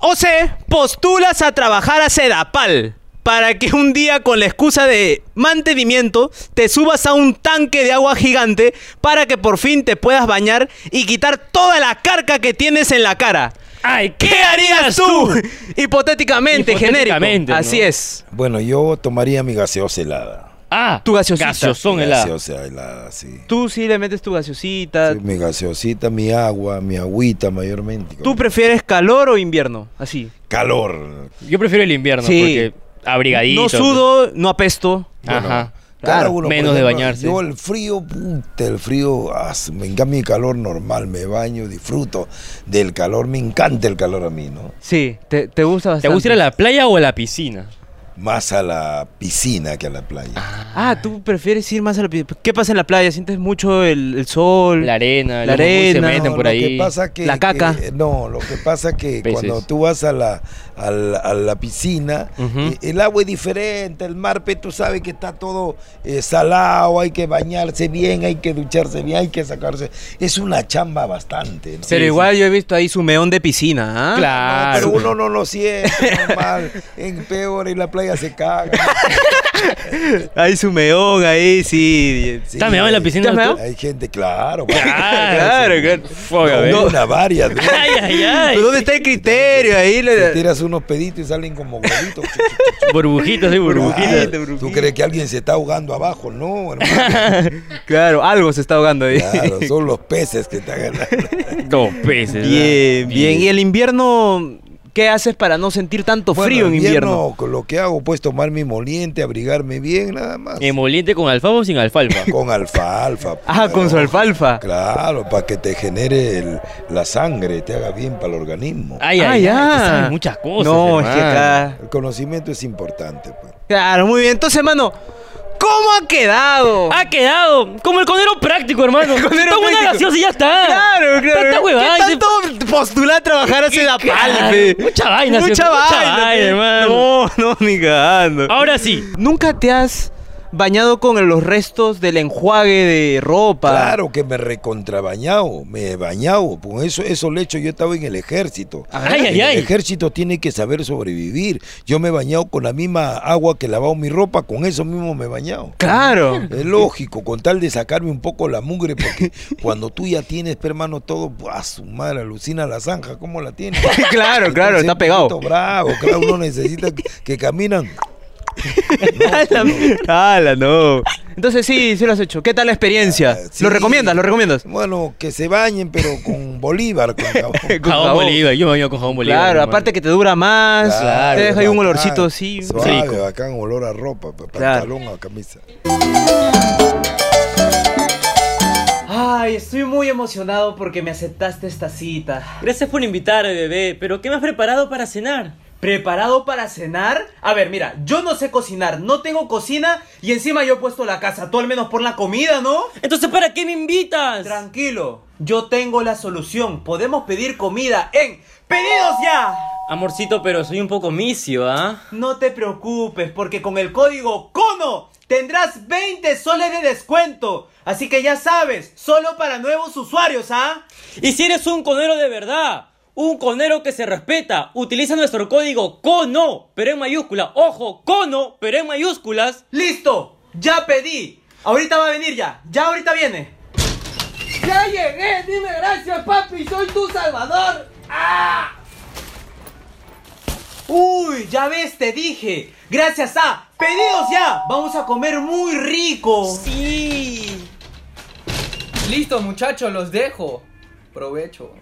Speaker 3: O C, postulas a trabajar a Sedapal para que un día con la excusa de mantenimiento te subas a un tanque de agua gigante para que por fin te puedas bañar y quitar toda la carga que tienes en la cara.
Speaker 1: ¡Ay,
Speaker 3: ¿Qué harías tú? Hipotéticamente,
Speaker 1: Hipotéticamente,
Speaker 3: genérico.
Speaker 1: ¿no?
Speaker 3: Así es.
Speaker 2: Bueno, yo tomaría mi gaseosa helada.
Speaker 1: Ah,
Speaker 3: Tu gaseosita.
Speaker 1: Gaseosón
Speaker 2: Mi
Speaker 1: helado.
Speaker 2: Gaseosa helada, sí.
Speaker 3: Tú sí le metes tu gaseosita.
Speaker 2: Sí, Mi gaseosita, mi agua, mi agüita mayormente.
Speaker 3: ¿Tú prefieres calor o invierno? Así.
Speaker 2: Calor.
Speaker 1: Yo prefiero el invierno
Speaker 3: Sí.
Speaker 1: porque abrigadito.
Speaker 3: No sudo, no apesto.
Speaker 1: Ajá.
Speaker 2: Cada
Speaker 1: Claro,
Speaker 2: uno, por
Speaker 1: menos de
Speaker 2: ejemplo,
Speaker 1: bañarse.
Speaker 2: Yo el frío, puta, el frío, ah, me encanta mi calor normal, me baño, disfruto del calor, me encanta el calor a mí, ¿no?
Speaker 3: Sí, te, te gusta
Speaker 1: ¿Te
Speaker 3: bastante.
Speaker 1: gusta ir a la playa o a la piscina?
Speaker 2: Más a la piscina que a la playa.
Speaker 3: Ah, tú prefieres ir más a la playa. ¿Qué pasa en la playa? ¿Sientes mucho el, el sol?
Speaker 1: La arena,
Speaker 3: Mm. La
Speaker 1: los mongol se
Speaker 3: arena.
Speaker 1: meten
Speaker 2: Eh, No,
Speaker 1: por
Speaker 2: lo
Speaker 1: ahí.
Speaker 2: que pasa que,
Speaker 3: La
Speaker 2: que- eh,
Speaker 3: caca.
Speaker 2: no, lo que pasa que
Speaker 1: Peces.
Speaker 2: cuando tú vas a la, a la, a la piscina,
Speaker 1: Ujú.
Speaker 2: eh, el agua es diferente, el mar, pe, tú sabes que está todo eh, salado, hay que bañarse bien, hay que ducharse bien, hay que sacarse. Es una chamba bastante. ¿no?
Speaker 3: Pero
Speaker 1: Sí,
Speaker 3: igual yo he visto ahí su meón de piscina, ¿ah?
Speaker 2: No,
Speaker 1: Claro.
Speaker 2: pero uno no lo siente normal, en peor y la playa se caga.
Speaker 3: Ahí su meón, ahí sí.
Speaker 2: Sí,
Speaker 1: ¿Estás meado en la piscina?
Speaker 3: ¿Estás meado?
Speaker 1: tú?
Speaker 2: Hay gente, claro.
Speaker 1: Claro,
Speaker 3: claro.
Speaker 1: Foga,
Speaker 2: No,
Speaker 1: ¿ves?
Speaker 2: una, varias. ¿no?
Speaker 1: Ay, ay, ay.
Speaker 3: ¿Pero dónde está el criterio ahí? Le-
Speaker 2: Te tiras unos peditos y salen como huevitos.
Speaker 1: Burbujitas de burbujitas.
Speaker 3: Burbujita,
Speaker 2: Claro. ¿Tú
Speaker 3: burbujita.
Speaker 2: crees que alguien se está ahogando abajo? No, hermano.
Speaker 3: Claro, algo se está ahogando ahí.
Speaker 2: Claro, son los peces que te agarran.
Speaker 1: Dos peces.
Speaker 3: Bien,
Speaker 1: ¿verdad?
Speaker 3: bien. ¿Y el invierno qué haces para no sentir tanto frío en invierno?
Speaker 2: con Lo que hago pues tomar mi moliente, abrigarme bien, nada más.
Speaker 1: ¿Emoliente con alfalfa o sin alfalfa?
Speaker 2: Con alfalfa.
Speaker 3: Ah, con su
Speaker 2: claro.
Speaker 3: alfalfa.
Speaker 2: Claro, para que te genere el- la sangre, te haga bien para el organismo.
Speaker 1: Ay, ay,
Speaker 3: Ah,
Speaker 1: ay.
Speaker 3: ya.
Speaker 1: que saben muchas cosas.
Speaker 3: No, es que
Speaker 1: hermano.
Speaker 3: acá.
Speaker 2: El conocimiento es importante. Pues.
Speaker 3: Claro, muy bien. Entonces, hermano, ¿cómo ha quedado?
Speaker 1: Ha quedado como el conero práctico, hermano.
Speaker 3: El conero
Speaker 1: Toma una
Speaker 3: práctico.
Speaker 1: gaseosa y ya está.
Speaker 3: Claro, claro.
Speaker 1: Tanta huevada.
Speaker 3: ¿Qué
Speaker 1: dice-
Speaker 3: tanto postular a trabajar a da
Speaker 1: Claro,
Speaker 3: palpe?
Speaker 1: mucha vaina, sí,
Speaker 3: Mucha
Speaker 1: mucha
Speaker 3: vaina,
Speaker 1: vaina, Ah.
Speaker 3: pe.
Speaker 1: hermano.
Speaker 3: No, no, ni cagando.
Speaker 1: Ahora sí.
Speaker 3: ¿Nunca te has bañado con los restos del enjuague de ropa?
Speaker 2: Claro que me recontrabañado, me he bañado. Con eso, eso le he hecho, yo estaba en el ejército.
Speaker 3: Ah,
Speaker 1: Ay,
Speaker 2: En
Speaker 1: ay,
Speaker 2: El
Speaker 1: ay.
Speaker 2: ejército tiene que saber sobrevivir. Yo me he bañado con la misma agua que he lavado mi ropa, con eso mismo me he bañado.
Speaker 3: Claro.
Speaker 2: Es lógico, con tal de sacarme un poco la mugre, porque cuando tú ya tienes, pe, hermano, todo, a su madre, alucina la zanja, ¿cómo la tienes?
Speaker 3: claro, claro,
Speaker 2: Entonces,
Speaker 3: está pegado.
Speaker 2: puto Bravo, claro, uno necesita que, que caminan.
Speaker 3: Ala, no. Entonces sí, sí lo has hecho. ¿Qué tal la experiencia?
Speaker 2: Ah, sí.
Speaker 3: ¿Lo recomiendas? ¿Lo recomiendas?
Speaker 2: Bueno, que se bañen, pero con Bolívar, con jabón.
Speaker 3: Con
Speaker 1: Jabón
Speaker 3: jabón.
Speaker 1: Bolívar. Yo me baño con jabón Bolívar.
Speaker 3: Claro,
Speaker 1: hermano.
Speaker 3: aparte que te dura más,
Speaker 2: Claro,
Speaker 3: te deja ahí un
Speaker 2: bacán,
Speaker 3: olorcito así.
Speaker 2: Suave,
Speaker 1: Rico.
Speaker 2: bacán, olor a ropa, pa-
Speaker 3: Claro.
Speaker 2: pantalón a camisa.
Speaker 3: Ay, estoy muy emocionado porque me aceptaste esta cita.
Speaker 1: Gracias por invitarme, bebé. ¿Pero qué me has preparado para cenar?
Speaker 3: ¿Preparado para cenar? A ver, mira, yo no sé cocinar, no tengo cocina y encima yo he puesto la casa. Tú al menos por la comida, ¿no?
Speaker 1: Entonces, ¿para qué me invitas?
Speaker 3: Tranquilo, yo tengo la solución. Podemos pedir comida en Pedidos Ya.
Speaker 1: Amorcito, pero soy un poco misio, ¿ah?
Speaker 3: No te preocupes porque con el código CONO tendrás 20 soles de descuento. Así que ya sabes, solo para nuevos usuarios, ¿ah?
Speaker 1: Y si eres un conero de verdad, un conero que se respeta, utiliza nuestro código CONO, pero en mayúscula. Ojo, CONO, pero en mayúsculas.
Speaker 3: ¡Listo! ¡Ya pedí! Ahorita va a venir ya. Ya ahorita viene.
Speaker 5: ¡Ya llegué! ¡Dime gracias, papi! ¡Soy tu salvador! Ah.
Speaker 3: Uy, ya ves, te dije. Gracias a Pedidos Ya. Vamos a comer muy rico.
Speaker 5: ¡Sí!
Speaker 4: Listo, muchachos, los dejo. Provecho.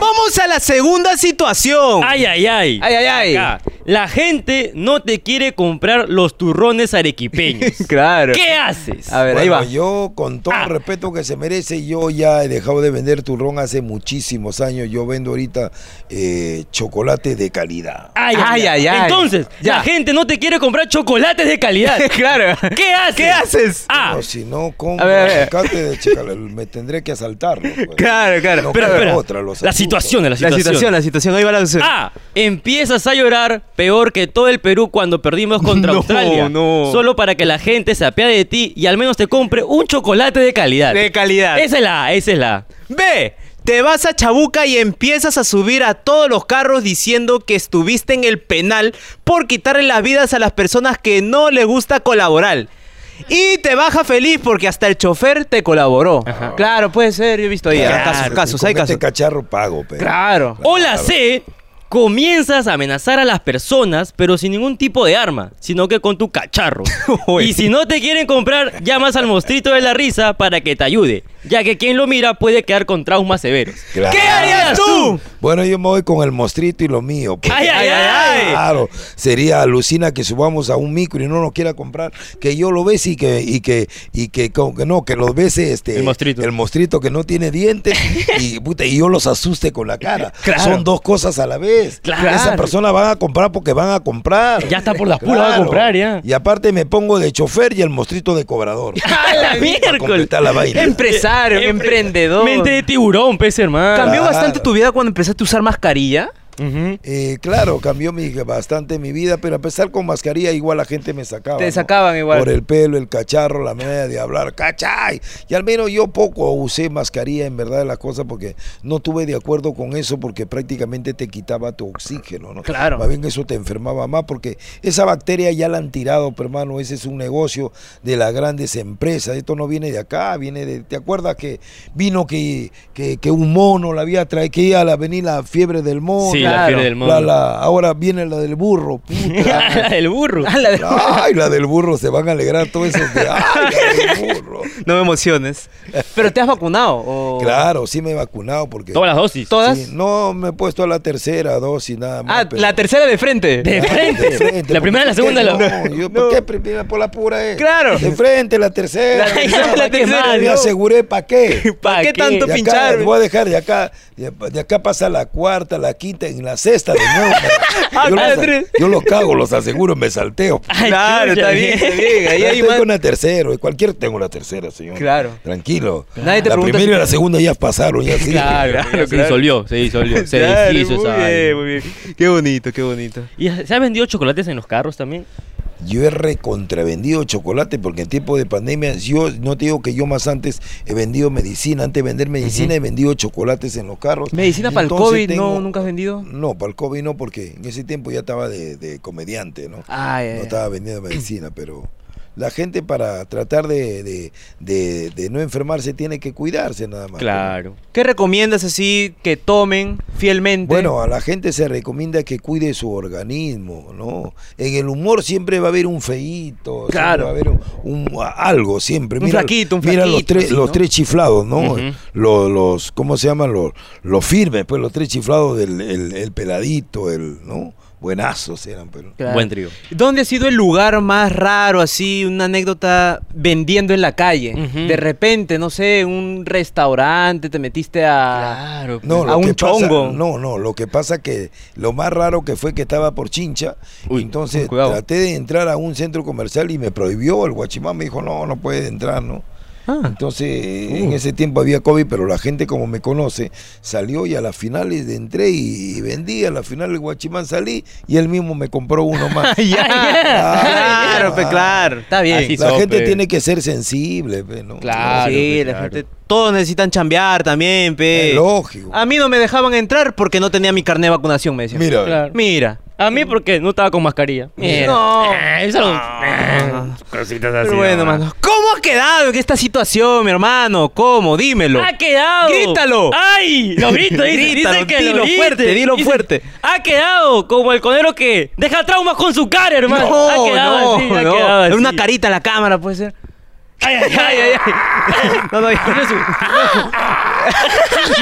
Speaker 3: Vamos a la segunda situación.
Speaker 1: Ay, ay, ay.
Speaker 3: Ay, ay, ay.
Speaker 1: Acá. La gente no te quiere comprar los turrones arequipeños.
Speaker 3: claro.
Speaker 1: ¿Qué haces?
Speaker 3: A ver, ahí
Speaker 2: Bueno,
Speaker 3: va.
Speaker 2: yo con todo
Speaker 1: Ah.
Speaker 2: el respeto que se merece, yo ya he dejado de vender turrón hace muchísimos años. Yo vendo ahorita eh, chocolate de calidad.
Speaker 1: Ay,
Speaker 3: Ay, ay, ay.
Speaker 1: Entonces,
Speaker 3: Ya.
Speaker 1: la gente no te quiere comprar chocolates de calidad.
Speaker 3: claro.
Speaker 1: ¿Qué haces?
Speaker 3: ¿Qué haces?
Speaker 1: Ah,
Speaker 2: No, si no compro
Speaker 3: A ver, a ver.
Speaker 2: chocolate de chocolate, me tendré que asaltar.
Speaker 3: Claro, claro.
Speaker 2: No
Speaker 1: pero
Speaker 2: queda
Speaker 1: espera.
Speaker 2: otra, los
Speaker 1: la
Speaker 2: asusto.
Speaker 1: situación, la
Speaker 3: La
Speaker 1: situación.
Speaker 3: situación, la situación. Ahí va la situación.
Speaker 1: A. Empiezas a llorar peor que todo el Perú cuando perdimos contra
Speaker 3: No,
Speaker 1: Australia.
Speaker 3: no.
Speaker 1: Solo para que la gente se apiade de ti y al menos te compre un chocolate de calidad.
Speaker 3: De calidad.
Speaker 1: Esa es la A, esa es la A.
Speaker 3: B. Ah, Te vas a Chabuca y empiezas a subir a todos los carros diciendo que estuviste en el penal por quitarle las vidas a las personas que no le gusta colaborar. Y te baja feliz porque hasta el chofer te colaboró. Claro, puede ser, yo he visto ahí.
Speaker 2: Claro,
Speaker 3: eh, casos,
Speaker 2: si
Speaker 3: casos,
Speaker 2: con
Speaker 3: hay
Speaker 2: este
Speaker 3: casos.
Speaker 2: cacharro pago, pero.
Speaker 3: Claro.
Speaker 1: O la C, comienzas a amenazar a las personas, pero sin ningún tipo de arma, sino que con tu cacharro.
Speaker 3: Uy.
Speaker 1: y si no te quieren comprar, llamas al mostrito de la risa para que te ayude, ya que quien lo mira puede quedar con traumas severos.
Speaker 2: Claro.
Speaker 3: ¿Qué harías tú?
Speaker 2: Bueno, yo me voy con el mostrito y lo mío. pues.
Speaker 1: ¡Ay, ay, ay!
Speaker 2: Claro, sería alucina que subamos a un micro y no nos quiera comprar, que yo lo bese y que, y que, y que, con- que no, que lo bese este
Speaker 1: El mostrito.
Speaker 2: el mostrito que no tiene dientes y, puta, y yo los asuste con la cara.
Speaker 1: Claro.
Speaker 2: Son dos cosas a la vez.
Speaker 1: Claro.
Speaker 2: Esas personas van a comprar porque van a comprar.
Speaker 1: Ya está por las puras, van a
Speaker 2: Claro.
Speaker 1: comprar ya.
Speaker 2: Y aparte me pongo de chofer y el mostrito de cobrador.
Speaker 1: ¡A la
Speaker 2: Para
Speaker 1: miércoles!
Speaker 2: completar la vaina.
Speaker 3: Empresario,
Speaker 1: Empre-
Speaker 3: emprendedor.
Speaker 1: Mente de tiburón, pez hermano.
Speaker 3: ¿Cambió
Speaker 2: Claro.
Speaker 3: bastante tu vida cuando empezaste a usar mascarilla?
Speaker 1: Ujú.
Speaker 2: Eh, claro, cambió mi, bastante mi vida, pero a pesar con mascarilla igual la gente me sacaba.
Speaker 3: Te sacaban igual.
Speaker 2: Por el pelo, el cacharro, la manera de hablar, cachay. Y al menos yo poco usé mascarilla en verdad de las cosas porque no tuve de acuerdo con eso porque prácticamente te quitaba tu oxígeno, ¿no?
Speaker 3: Claro.
Speaker 2: Más bien eso te enfermaba más porque esa bacteria ya la han tirado, pero, hermano, ese es un negocio de las grandes empresas. Esto no viene de acá, viene de... ¿Te acuerdas que vino que, que, que un mono la había traído, que iba a la- venir la fiebre del mono?
Speaker 1: Sí, la
Speaker 3: Oh, Claro.
Speaker 1: fiebre del mundo.
Speaker 2: La- la- ahora viene la del burro,
Speaker 1: La
Speaker 2: puta.
Speaker 1: del burro.
Speaker 3: A la de-
Speaker 2: Ay, la del burro, se van a alegrar todos esos de. Ay, la del burro.
Speaker 3: No me emociones. ¿Pero te has vacunado? o-
Speaker 2: Claro, sí me he vacunado porque.
Speaker 1: Todas las dosis.
Speaker 3: Oh. ¿Todas?
Speaker 2: Sí, no me he puesto a la tercera dosis nada más.
Speaker 3: Ah, la tercera de frente.
Speaker 1: De frente. La primera, la segunda,
Speaker 2: la.
Speaker 1: la...
Speaker 2: No, yo, ¿por qué primera por la pura es?
Speaker 3: Claro.
Speaker 2: De frente, la tercera.
Speaker 3: La tercera, la
Speaker 2: Ya, ¿pa' qué?
Speaker 3: tercera,
Speaker 2: Me
Speaker 3: ¿no?
Speaker 2: aseguré, ¿para qué?
Speaker 1: ¿Pa'
Speaker 3: ¿Para qué
Speaker 1: qué?
Speaker 3: tanto
Speaker 2: De acá,
Speaker 3: pinchar?
Speaker 2: voy a dejar de acá, de, de acá pasa la cuarta, la quinta, en la sexta de nuevo.
Speaker 3: Ah,
Speaker 2: yo,
Speaker 3: cada
Speaker 2: los,
Speaker 3: tres.
Speaker 2: yo los cago, los aseguro, me salteo.
Speaker 1: Ay,
Speaker 3: claro,
Speaker 1: chucha,
Speaker 3: está bien, está bien. Ahí
Speaker 2: Yo
Speaker 3: hay
Speaker 2: tengo
Speaker 3: más.
Speaker 2: una tercera, güey, cualquier tengo una tercera, señor.
Speaker 3: Claro.
Speaker 2: Tranquilo.
Speaker 3: Nadie te
Speaker 2: la
Speaker 3: pregunta
Speaker 2: primera
Speaker 3: si-
Speaker 2: y la segunda ya pasaron, ya sí.
Speaker 3: Claro, claro,
Speaker 1: Se
Speaker 3: claro.
Speaker 1: disolvió, se disolvió, se
Speaker 3: Claro,
Speaker 1: deshizo
Speaker 3: muy
Speaker 1: esa
Speaker 3: bien,
Speaker 1: vaina.
Speaker 3: muy bien. Qué bonito, qué bonito.
Speaker 1: ¿Y se han vendido chocolates en los carros también?
Speaker 2: Yo he recontravendido chocolate porque en tiempo de pandemia, yo no te digo que yo más antes he vendido medicina, antes de vender medicina he vendido chocolates en los carros.
Speaker 3: ¿Medicina para el
Speaker 2: Entonces
Speaker 3: COVID
Speaker 2: tengo-
Speaker 3: no, nunca has vendido?
Speaker 2: No, para el COVID no, porque en ese tiempo ya estaba de, de comediante, ¿no?
Speaker 3: Ay, ay,
Speaker 2: no
Speaker 3: ay.
Speaker 2: estaba vendiendo medicina, pero la gente para tratar de, de- de- de no enfermarse tiene que cuidarse nada más.
Speaker 1: Claro.
Speaker 3: ¿Qué recomiendas así que tomen fielmente?
Speaker 2: Bueno, a la gente se recomienda que cuide su organismo, ¿no? En el humor siempre va a haber un feíto, siempre
Speaker 3: Claro.
Speaker 2: va a haber un, un- a- algo siempre.
Speaker 3: Un flaquito, un
Speaker 2: Mira los
Speaker 3: flaquito,
Speaker 2: tres,
Speaker 3: así,
Speaker 2: los
Speaker 3: ¿no?
Speaker 2: tres chiflados, ¿no?
Speaker 1: Ujú.
Speaker 2: los, los- ¿cómo se llaman? Los, los firmes, pues los tres chiflados del el, el peladito, el, ¿no? Buenazos eran, pero.
Speaker 3: Claro.
Speaker 1: Buen trío.
Speaker 3: ¿Dónde ha sido el lugar más raro, así, una anécdota vendiendo en la calle?
Speaker 1: Ujú.
Speaker 3: De repente, no sé, un restaurante, te metiste a...
Speaker 2: No,
Speaker 3: A
Speaker 2: lo
Speaker 3: un
Speaker 2: que pasa-
Speaker 3: chongo.
Speaker 2: no, no, lo que pasa que lo más raro que fue que estaba por Chincha,
Speaker 1: Uy,
Speaker 2: entonces
Speaker 3: cuidado.
Speaker 2: traté de entrar a un centro comercial y me prohibió el guachimán, me dijo, no, no puede entrar, ¿no?
Speaker 3: Ah.
Speaker 2: Entonces, en ese tiempo había COVID, pero la gente como me conoce, salió y a las finales entré y vendí, a la final el guachimán salí y él mismo me compró uno más.
Speaker 3: Ya. Ah, Claro,
Speaker 2: ya.
Speaker 3: pe, claro. Está bien.
Speaker 1: Así
Speaker 2: la
Speaker 1: sope.
Speaker 2: gente tiene que ser sensible, pe, ¿no?
Speaker 1: Claro,
Speaker 3: sí,
Speaker 1: pe,
Speaker 3: la
Speaker 1: claro.
Speaker 3: gente. Todos necesitan chambear también, pe.
Speaker 2: Es lógico.
Speaker 3: A mí no me dejaban entrar porque no tenía mi carnet de vacunación, me decían.
Speaker 2: Mira,
Speaker 1: Claro.
Speaker 3: Mira.
Speaker 1: A mí porque no estaba con mascarilla. Mira.
Speaker 3: No.
Speaker 1: Ah, eso no-
Speaker 3: Ah.
Speaker 6: Cositas así.
Speaker 3: Pero bueno,
Speaker 6: nomás.
Speaker 3: mano. ¿Cómo ha quedado en esta situación, mi hermano? ¿Cómo? Dímelo.
Speaker 1: ¡Ha quedado!
Speaker 3: ¡Grítalo!
Speaker 1: ¡Ay! Lo grito, dice,
Speaker 3: Grítalo,
Speaker 1: dice que lo
Speaker 3: dilo
Speaker 1: grite.
Speaker 3: fuerte, dilo
Speaker 1: Dice,
Speaker 3: fuerte.
Speaker 1: ¡Ha quedado! Como el conero que deja traumas con su cara, hermano.
Speaker 3: No,
Speaker 1: ha quedado
Speaker 3: no,
Speaker 1: así, ha
Speaker 3: no.
Speaker 1: quedado así.
Speaker 3: Era una carita la cámara, puede ser.
Speaker 1: ¡Ay, ay, ay! ay, ay.
Speaker 3: No, no, ya.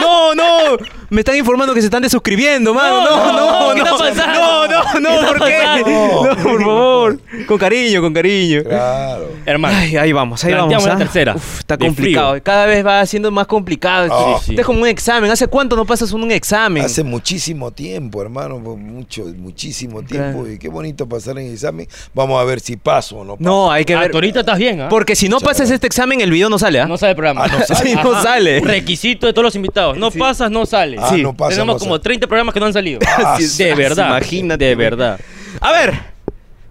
Speaker 3: no, no. Me están informando que se están desuscribiendo, mano. No, no, no.
Speaker 1: ¿qué está pasando?
Speaker 3: No, no, no,
Speaker 1: ¿Qué está
Speaker 3: ¿por qué?
Speaker 1: pasando?
Speaker 3: No, por favor. Con cariño, con cariño.
Speaker 2: claro.
Speaker 1: Hermano.
Speaker 3: Ay, ahí vamos, ahí
Speaker 1: Planteamos
Speaker 3: vamos.
Speaker 1: la
Speaker 3: ¿ah?
Speaker 1: tercera.
Speaker 3: Uf, está
Speaker 1: De
Speaker 3: complicado.
Speaker 1: frío.
Speaker 3: Cada vez va siendo más complicado.
Speaker 2: Ah.
Speaker 3: Esto
Speaker 1: Sí, sí.
Speaker 3: es como un examen. ¿Hace cuánto no pasas un examen?
Speaker 2: Hace muchísimo tiempo, hermano, mucho, muchísimo tiempo.
Speaker 3: Claro.
Speaker 2: Y qué bonito pasar en el examen. Vamos a ver si paso o no paso.
Speaker 3: No, hay que ver.
Speaker 1: Hasta ahorita estás bien, ¿ah?
Speaker 3: Porque si no pasas este examen, el video no sale, ¿ah?
Speaker 1: No sale el programa.
Speaker 2: Ah, no sale.
Speaker 3: Sí, no
Speaker 1: Ajá.
Speaker 3: sale.
Speaker 1: Requisito de todos los invitados. No pasas, no sale.
Speaker 2: Ah, no pasa,
Speaker 1: Tenemos
Speaker 2: no
Speaker 1: como
Speaker 2: sale.
Speaker 1: 30 programas que no han salido.
Speaker 2: Ah, sí,
Speaker 1: de verdad.
Speaker 3: imagínate,
Speaker 1: De
Speaker 3: güey.
Speaker 1: verdad.
Speaker 3: A ver.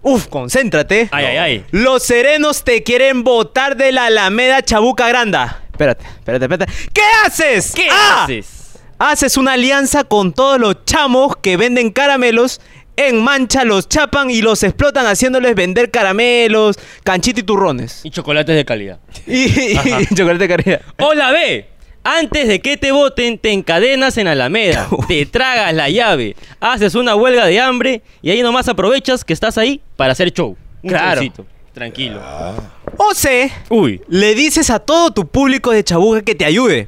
Speaker 3: Uf, concéntrate.
Speaker 1: Ay, ay, ay.
Speaker 3: Los serenos te quieren botar de la Alameda Chabuca Granda. Espérate, espérate, espérate. ¿Qué haces?
Speaker 1: ¿Qué
Speaker 3: A.
Speaker 1: haces?
Speaker 3: Haces una alianza con todos los chamos que venden caramelos. En mancha los chapan y los explotan haciéndoles vender caramelos, canchita y turrones.
Speaker 1: Y chocolates de calidad.
Speaker 3: Y, y- y chocolate carrera.
Speaker 1: Hola B. Antes de que te voten, te encadenas en Alameda, te tragas la llave, haces una huelga de hambre y ahí nomás aprovechas que estás ahí para hacer show. Un
Speaker 3: Claro.
Speaker 1: showcito. Tranquilo.
Speaker 3: O C.
Speaker 1: Uy.
Speaker 3: Le dices a todo tu público de Chabuca que te ayude.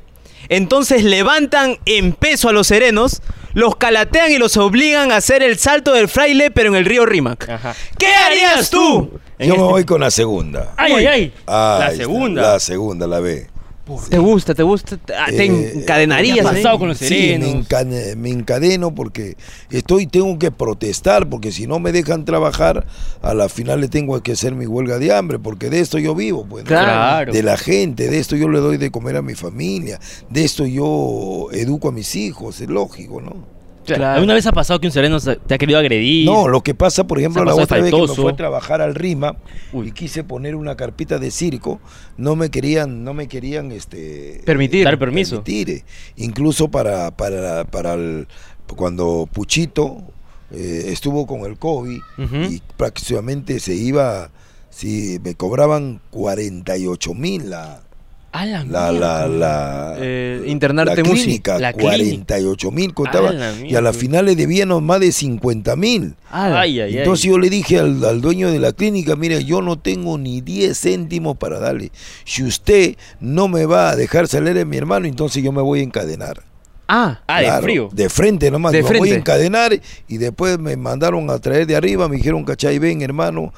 Speaker 3: Entonces levantan en peso a los serenos, los calatean y los obligan a hacer el salto del fraile, pero en el río Rímac.
Speaker 1: Ajá.
Speaker 3: ¿Qué harías tú?
Speaker 1: En
Speaker 2: Yo me
Speaker 1: este-
Speaker 2: voy con la segunda.
Speaker 1: Ay, ay, ay.
Speaker 2: Ah, ahí
Speaker 1: la
Speaker 2: está,
Speaker 1: segunda.
Speaker 2: La segunda, la B.
Speaker 3: ¿Te gusta, te gusta? Te, ah, te
Speaker 2: Eh,
Speaker 1: ¿Qué
Speaker 3: encadenarías.
Speaker 1: ha
Speaker 3: ¿eh?
Speaker 1: pasado con los
Speaker 2: Sí,
Speaker 1: serenos?
Speaker 2: me, encane- me encadeno porque estoy, tengo que protestar, porque si no me dejan trabajar, a la final le tengo que hacer mi huelga de hambre, porque de esto yo vivo, pues. ¿no?
Speaker 1: Claro.
Speaker 2: De la gente, de esto yo le doy de comer a mi familia, de esto yo educo a mis hijos, es lógico, ¿no?
Speaker 1: Claro.
Speaker 3: Claro.
Speaker 1: ¿Alguna vez ha pasado que un sereno se- te ha querido agredir?
Speaker 2: No, lo que pasa, por ejemplo,
Speaker 1: Se
Speaker 2: la
Speaker 1: pasó
Speaker 2: otra vez que me
Speaker 1: faltoso.
Speaker 2: fue a trabajar al Rima
Speaker 1: Uy.
Speaker 2: y quise poner una carpita de circo, no me querían, no me querían este
Speaker 3: Permitir.
Speaker 1: Dar permiso.
Speaker 2: permitir. eh. Incluso para, para, para el- cuando Puchito eh, estuvo con el COVID
Speaker 1: Ujú.
Speaker 2: y prácticamente se iba, si me cobraban 48 mil la,
Speaker 1: A la,
Speaker 2: la, la, la-
Speaker 3: Eh, internarte
Speaker 2: la
Speaker 3: en UCI.
Speaker 2: clínica,
Speaker 1: La clínica.
Speaker 2: 48 mil contaba,
Speaker 1: A la
Speaker 2: y a
Speaker 1: mierda.
Speaker 2: la final le debían más de 50 mil.
Speaker 3: Ah,
Speaker 1: Ay, ay, ay.
Speaker 2: Entonces yo le dije al, al dueño de la clínica, mire, yo no tengo ni 10 céntimos para darle. Si usted no me va a dejar salir a mi hermano, entonces yo me voy a encadenar.
Speaker 3: ah.
Speaker 1: Ah, de
Speaker 2: Claro,
Speaker 1: frío.
Speaker 2: De frente nomás,
Speaker 3: De
Speaker 2: me voy
Speaker 3: frente.
Speaker 2: a encadenar y después me mandaron a traer de arriba, me dijeron, cachai, ven hermano,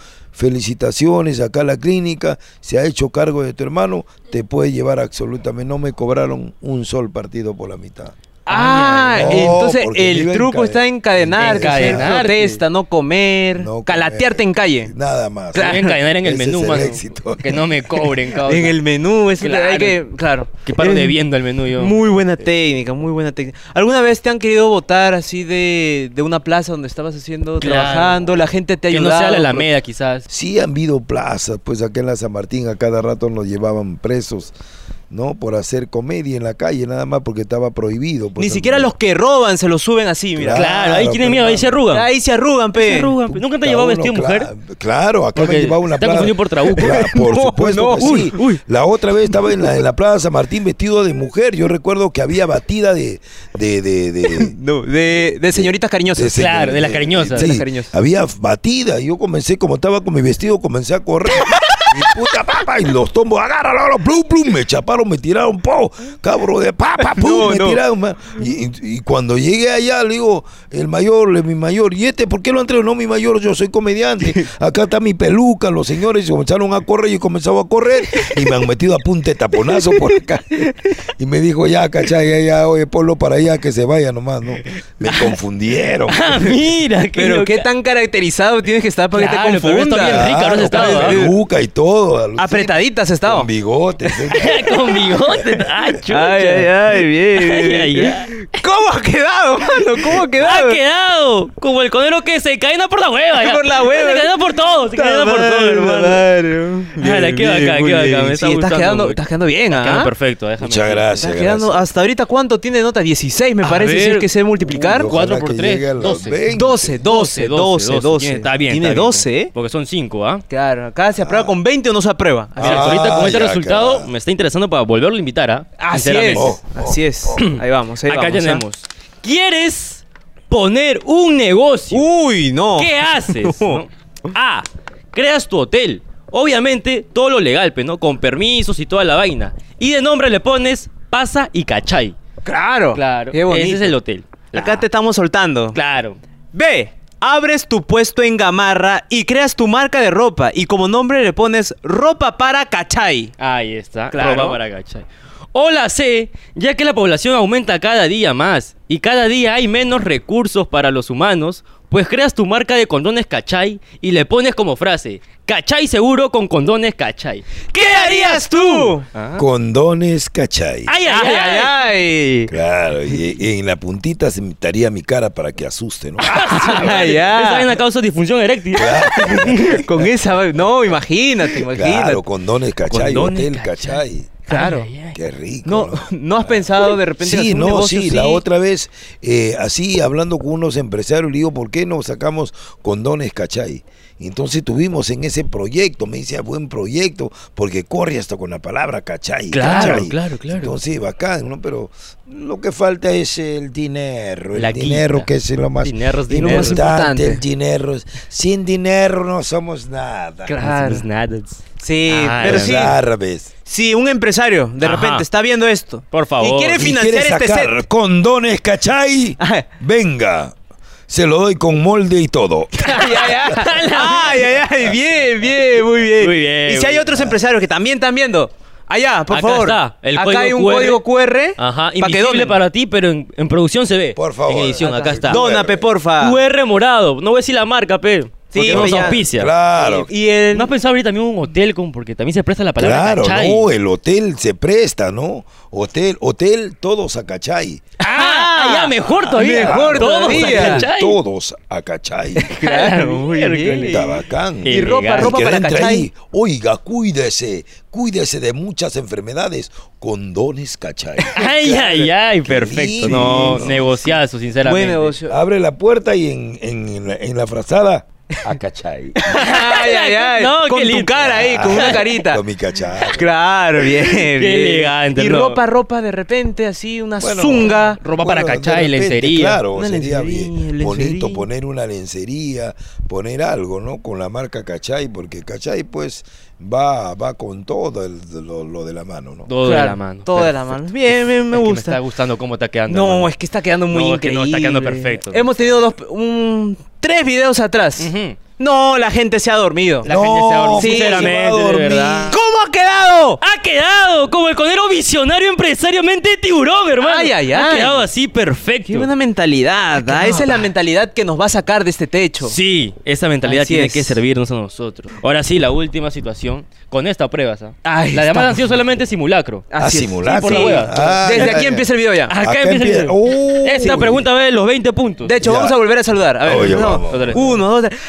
Speaker 2: felicitaciones, acá la clínica se ha hecho cargo de tu hermano, te puede llevar absolutamente, no me cobraron un sol partido por la mitad.
Speaker 3: Ah,
Speaker 2: No,
Speaker 3: entonces
Speaker 2: porque me
Speaker 3: el
Speaker 2: iba a
Speaker 3: truco
Speaker 2: encaden-
Speaker 3: está en encadenar,
Speaker 1: Encadenarte.
Speaker 3: protesta, no comer,
Speaker 2: No
Speaker 3: calatearte
Speaker 2: comer,
Speaker 3: en calle.
Speaker 2: Nada más.
Speaker 1: Se deben caer en el
Speaker 2: Ese
Speaker 1: menú,
Speaker 2: es el
Speaker 1: mano.
Speaker 2: éxito.
Speaker 1: Que no me cobren, cabrón.
Speaker 3: En el menú, es
Speaker 1: Claro.
Speaker 3: hay que, claro.
Speaker 1: Que paro
Speaker 3: Es-
Speaker 1: debiendo el menú yo.
Speaker 3: Muy
Speaker 1: eh,
Speaker 3: buena técnica, muy buena técnica. ¿Alguna vez te han querido votar así de, de una plaza donde estabas haciendo,
Speaker 1: Claro.
Speaker 3: trabajando, la gente te ha
Speaker 1: que no
Speaker 3: ayudado?
Speaker 1: sea la Alameda, quizás.
Speaker 2: Sí han habido plazas, pues acá en la San Martín a cada rato nos llevaban presos, ¿no? Por hacer comedia en la calle, nada más porque estaba prohibido. pues,
Speaker 3: Ni
Speaker 2: al-
Speaker 3: siquiera los que roban se los suben así, mira.
Speaker 2: Claro,
Speaker 1: Claro, ahí tienen
Speaker 2: pero
Speaker 1: miedo, ahí
Speaker 2: no.
Speaker 1: se arrugan.
Speaker 3: Ahí se arrugan, pe.
Speaker 1: se arrugan. pe. ¿Nunca te ha llevado
Speaker 2: Puta,
Speaker 1: vestido
Speaker 2: uno,
Speaker 1: mujer?
Speaker 2: cla- Claro, acá
Speaker 1: Porque
Speaker 2: me llevaba una
Speaker 1: está confundido por trabuco.
Speaker 2: Claro, por
Speaker 3: pues. No,
Speaker 2: supuesto
Speaker 3: no,
Speaker 2: que
Speaker 3: uy,
Speaker 2: sí.
Speaker 3: uy.
Speaker 2: La otra vez estaba en la, en la Plaza San Martín vestido de mujer. Yo recuerdo que había batida de... de, de, de
Speaker 3: No, de, de señoritas
Speaker 2: de
Speaker 3: cariñosas.
Speaker 1: Claro, de las cariñosas.
Speaker 2: eh, sí,
Speaker 3: De las cariñosas.
Speaker 2: Había batida. y Yo comencé, como estaba con mi vestido, comencé a correr. Y puta papa, y los tombos, agárralo, agárralo, plum, plum, me chaparon, me tiraron, po, cabro de papa, pum,
Speaker 3: No,
Speaker 2: me
Speaker 3: no.
Speaker 2: tiraron. man. Y, y- y cuando llegué allá, le digo, el mayor, le- mi mayor, ¿y este por qué lo han traído? No, mi mayor, yo soy comediante. Acá está mi peluca, los señores comenzaron a correr, yo comenzaba a correr y me han metido a punta de taponazo por acá. Y me dijo, ya, cachai, ya, ya, oye, ponlo para allá, que se vaya nomás, ¿no? Me confundieron.
Speaker 1: Ah, mira, qué
Speaker 3: Pero
Speaker 1: loca.
Speaker 3: qué tan caracterizado tienes que estar para que
Speaker 1: Claro,
Speaker 3: te
Speaker 1: pero esto
Speaker 3: confunda.
Speaker 1: bien rico, ahora se está-
Speaker 2: Claro,
Speaker 1: estaba,
Speaker 2: con
Speaker 1: ¿eh?
Speaker 2: peluca y todo. alucina.
Speaker 3: Apretaditas estaba.
Speaker 2: Con bigotes. ¿eh?
Speaker 1: Con bigote. Ah, chucha.
Speaker 3: Ay, ay, ay, bien, bien, bien.
Speaker 1: Ay, ay.
Speaker 3: ¿Cómo ha quedado, mano? ¿Cómo ha
Speaker 1: Ha
Speaker 3: quedado?
Speaker 1: quedado como el conero que se caena por la hueva. ya.
Speaker 3: Por la hueva.
Speaker 1: Se caena por todo. Se caena por todo, hermano. Ala, qué bacán, qué bacán, me está
Speaker 3: Sí, estás
Speaker 1: gustando,
Speaker 3: quedando,
Speaker 1: güey.
Speaker 3: estás quedando bien, ¿ah?
Speaker 1: Queda perfecto, déjame.
Speaker 2: Muchas
Speaker 1: decirte.
Speaker 2: gracias.
Speaker 3: Estás quedando
Speaker 2: gracias.
Speaker 3: hasta ahorita cuánto tiene nota 16, me
Speaker 1: A
Speaker 3: parece, si es
Speaker 1: ver.
Speaker 3: que sé multiplicar.
Speaker 2: Uy, ojo.
Speaker 1: Cuatro
Speaker 2: Ojalá
Speaker 1: por
Speaker 2: que
Speaker 1: tres,
Speaker 2: llegue a los
Speaker 1: 12.
Speaker 2: 20.
Speaker 3: 12, 12, 12, 12.
Speaker 1: Está bien.
Speaker 3: Tiene
Speaker 1: está bien.
Speaker 3: 12, ¿eh?
Speaker 1: Porque son 5, ¿ah?
Speaker 3: Claro, acá se aprueba con 20 o no se aprueba. Así,
Speaker 1: Mira, ahorita con
Speaker 2: Ah,
Speaker 1: este
Speaker 2: ya,
Speaker 1: resultado
Speaker 2: carajo.
Speaker 1: me está interesando para volverlo a invitar, ¿ah?
Speaker 3: así es,
Speaker 1: Sinceramente.
Speaker 2: Oh, oh,
Speaker 3: así es. Ahí vamos, ahí
Speaker 1: Acá
Speaker 3: vamos. ¿ah?
Speaker 1: tenemos. ¿Quieres poner un negocio?
Speaker 3: Uy, no.
Speaker 1: ¿Qué haces?
Speaker 3: No.
Speaker 1: ¿no? A. Creas tu hotel. Obviamente, todo lo legal, pues, ¿no? Con permisos y toda la vaina. Y de nombre le pones Pasa y Cachay.
Speaker 3: Claro. Oh. Qué bonito.
Speaker 1: Ese es el hotel.
Speaker 3: Acá te estamos soltando.
Speaker 1: Claro.
Speaker 3: B. Abres tu puesto en Gamarra y creas tu marca de ropa y como nombre le pones ropa para cachay.
Speaker 1: Ahí está.
Speaker 3: Claro.
Speaker 1: Ropa para Cachay. O la C, ya que la población aumenta cada día más y cada día hay menos recursos para los humanos, pues creas tu marca de condones Cachay y le pones como frase, Cachay seguro con condones Cachay.
Speaker 3: ¿Qué harías tú?
Speaker 1: Ah.
Speaker 2: Condones, cachay.
Speaker 1: Ay, ay, ay, ay.
Speaker 3: ay.
Speaker 2: Claro, y, y en la puntita se me estaría mi cara para que asuste, ¿no?
Speaker 3: Ay,
Speaker 1: Esa vaina
Speaker 3: ay.
Speaker 1: causa disfunción eréctil.
Speaker 3: Con esa. va- No, imagínate, imagínate.
Speaker 2: Claro, condones, cachay,
Speaker 1: Condones,
Speaker 2: hotel,
Speaker 1: cachay.
Speaker 2: cachay.
Speaker 3: Claro.
Speaker 1: Ay, ay, ay.
Speaker 2: Qué rico.
Speaker 3: No,
Speaker 2: ¿no?
Speaker 3: no has pensado de repente. en
Speaker 2: Sí,
Speaker 3: hacer un
Speaker 2: no,
Speaker 3: negocio
Speaker 2: sí,
Speaker 3: así?
Speaker 2: la otra vez, eh, así hablando con unos empresarios, le digo, ¿por qué no sacamos condones, cachay? Y Entonces tuvimos en ese proyecto, me dice, "Ah, buen proyecto, porque corre hasta con la palabra cachay.
Speaker 1: Claro,
Speaker 2: cachay".
Speaker 1: claro, claro.
Speaker 2: Entonces, bacán, ¿no? Pero lo que falta es el dinero, el
Speaker 1: La
Speaker 2: dinero
Speaker 1: guita.
Speaker 2: que es lo más,
Speaker 1: Dinero es
Speaker 2: y lo
Speaker 1: dinero.
Speaker 2: más
Speaker 1: Es
Speaker 2: importante,
Speaker 3: importante.
Speaker 2: el dinero. es- Sin dinero no somos nada.
Speaker 3: Claro.
Speaker 1: nada.
Speaker 3: Sí,
Speaker 1: Ah,
Speaker 3: pero
Speaker 1: es
Speaker 3: sí.
Speaker 2: Árabes.
Speaker 3: Si un empresario de
Speaker 1: Ajá.
Speaker 3: repente está viendo esto.
Speaker 1: Por favor.
Speaker 3: Y quiere
Speaker 2: Si
Speaker 3: financiar
Speaker 2: quieres
Speaker 3: este
Speaker 2: sacar
Speaker 3: set.
Speaker 2: condones, cachay,
Speaker 3: Ay,
Speaker 2: venga, se lo doy con molde y todo.
Speaker 3: ay, ay. Ay, ay, ay. Bien, bien, muy bien.
Speaker 1: Muy bien,
Speaker 3: Y si
Speaker 1: muy
Speaker 3: hay
Speaker 1: bien.
Speaker 3: otros empresarios que también están viendo. Allá, por
Speaker 1: Acá
Speaker 3: favor.
Speaker 1: está, el
Speaker 3: acá
Speaker 1: código
Speaker 3: hay un
Speaker 1: QR.
Speaker 3: código QR.
Speaker 1: Ajá,
Speaker 3: pa' que
Speaker 1: invisible
Speaker 3: donen.
Speaker 1: para ti, pero en, en producción se ve.
Speaker 2: Por favor.
Speaker 1: En edición, acá está.
Speaker 2: Don-
Speaker 3: Dónape, porfa.
Speaker 1: QR morado. No voy a decir la marca, pero. Porque
Speaker 3: Sí,
Speaker 1: no
Speaker 3: pues
Speaker 1: nos
Speaker 3: ya.
Speaker 1: auspicia.
Speaker 2: Claro,
Speaker 3: Y el.
Speaker 1: ¿No has pensado abrir también un hotel? Como porque también se presta la Eh, palabra
Speaker 2: claro,
Speaker 1: cachay?
Speaker 2: no, el hotel se presta, ¿no? Hotel, hotel, todos a cachay.
Speaker 1: Ah, ya, mejor todavía.
Speaker 3: Mejor
Speaker 1: Todos
Speaker 3: todavía.
Speaker 1: a cachay.
Speaker 2: Todos a cachay.
Speaker 3: Claro, muy bien.
Speaker 2: Está bacán.
Speaker 1: Y ropa,
Speaker 2: Elegante.
Speaker 3: ropa
Speaker 2: Que
Speaker 3: para
Speaker 2: entre
Speaker 3: cachay.
Speaker 2: ahí, Oiga, cuídese, cuídese de muchas enfermedades. Condones cachay.
Speaker 1: Ay, ay, ay, perfecto.
Speaker 2: lindo.
Speaker 1: No, negociazo, sinceramente.
Speaker 3: Buen negocio.
Speaker 2: Abre la puerta y en, en- en la, en la frazada, a cachay. Ah.
Speaker 3: Ay, ay, ay.
Speaker 1: No,
Speaker 3: con
Speaker 1: qué
Speaker 3: tu
Speaker 1: lindo.
Speaker 3: cara ahí, con una carita.
Speaker 2: Con mi cachay.
Speaker 3: Claro, bien. bien.
Speaker 1: elegante,
Speaker 3: Y
Speaker 1: no.
Speaker 3: ropa, ropa de repente, así, una
Speaker 2: Bueno,
Speaker 3: zunga.
Speaker 1: Ropa para
Speaker 2: Bueno, de
Speaker 1: cachay,
Speaker 2: repente,
Speaker 1: lencería.
Speaker 2: Claro,
Speaker 3: Una
Speaker 2: sería
Speaker 3: lencería,
Speaker 2: bien
Speaker 3: lencería.
Speaker 2: bonito poner una lencería, poner algo, ¿no? Con la marca cachay, porque cachay, pues, va, va con todo el- lo, lo de la mano, ¿no?
Speaker 1: Todo de
Speaker 3: Claro,
Speaker 1: la mano.
Speaker 3: Todo de la mano. Bien, bien, me
Speaker 1: Es que me
Speaker 3: gusta.
Speaker 1: está gustando cómo está quedando.
Speaker 3: no,
Speaker 1: hermano.
Speaker 3: es que está quedando muy
Speaker 1: No, es que
Speaker 3: increíble.
Speaker 1: no, está quedando perfecto.
Speaker 3: Hemos tenido dos, un- tres videos atrás.
Speaker 1: Ujú.
Speaker 3: No, la gente se ha dormido.
Speaker 1: La gente se va a dormir.
Speaker 2: pues,
Speaker 3: sí,
Speaker 2: se
Speaker 1: sinceramente,
Speaker 2: va a
Speaker 1: de
Speaker 2: dormir.
Speaker 1: verdad.
Speaker 3: ¿Cómo ha quedado?
Speaker 1: Ha quedado como el conero visionario empresariamente de tiburón, hermano.
Speaker 3: Ay, ay,
Speaker 1: Ha
Speaker 3: ay.
Speaker 1: quedado así perfecto.
Speaker 3: Qué buena mentalidad. ¿ah? Esa es la mentalidad que nos va a sacar de este techo.
Speaker 1: Sí, esa mentalidad
Speaker 3: Así
Speaker 1: tiene
Speaker 3: es.
Speaker 1: que servirnos a nosotros. Ahora sí, la última situación. Con esta prueba, ¿sabes? Las
Speaker 3: Ahí estamos.
Speaker 1: demás han sido solamente simulacro.
Speaker 3: Ah, Así es.
Speaker 2: simulacro.
Speaker 1: Sí, por la
Speaker 2: Ah,
Speaker 1: hueva.
Speaker 2: ah,
Speaker 3: Desde
Speaker 2: ya,
Speaker 3: aquí
Speaker 2: ya.
Speaker 3: empieza el video ya.
Speaker 1: Acá
Speaker 2: Acá
Speaker 1: empieza el-
Speaker 2: empieza- ¡Oh!
Speaker 1: Esta pregunta va de los 20 puntos.
Speaker 3: De hecho,
Speaker 2: Ya.
Speaker 3: vamos a volver a saludar. A ver,
Speaker 2: Oye,
Speaker 3: uno,
Speaker 2: vamos.
Speaker 1: Otra vez.
Speaker 3: uno, dos, tres.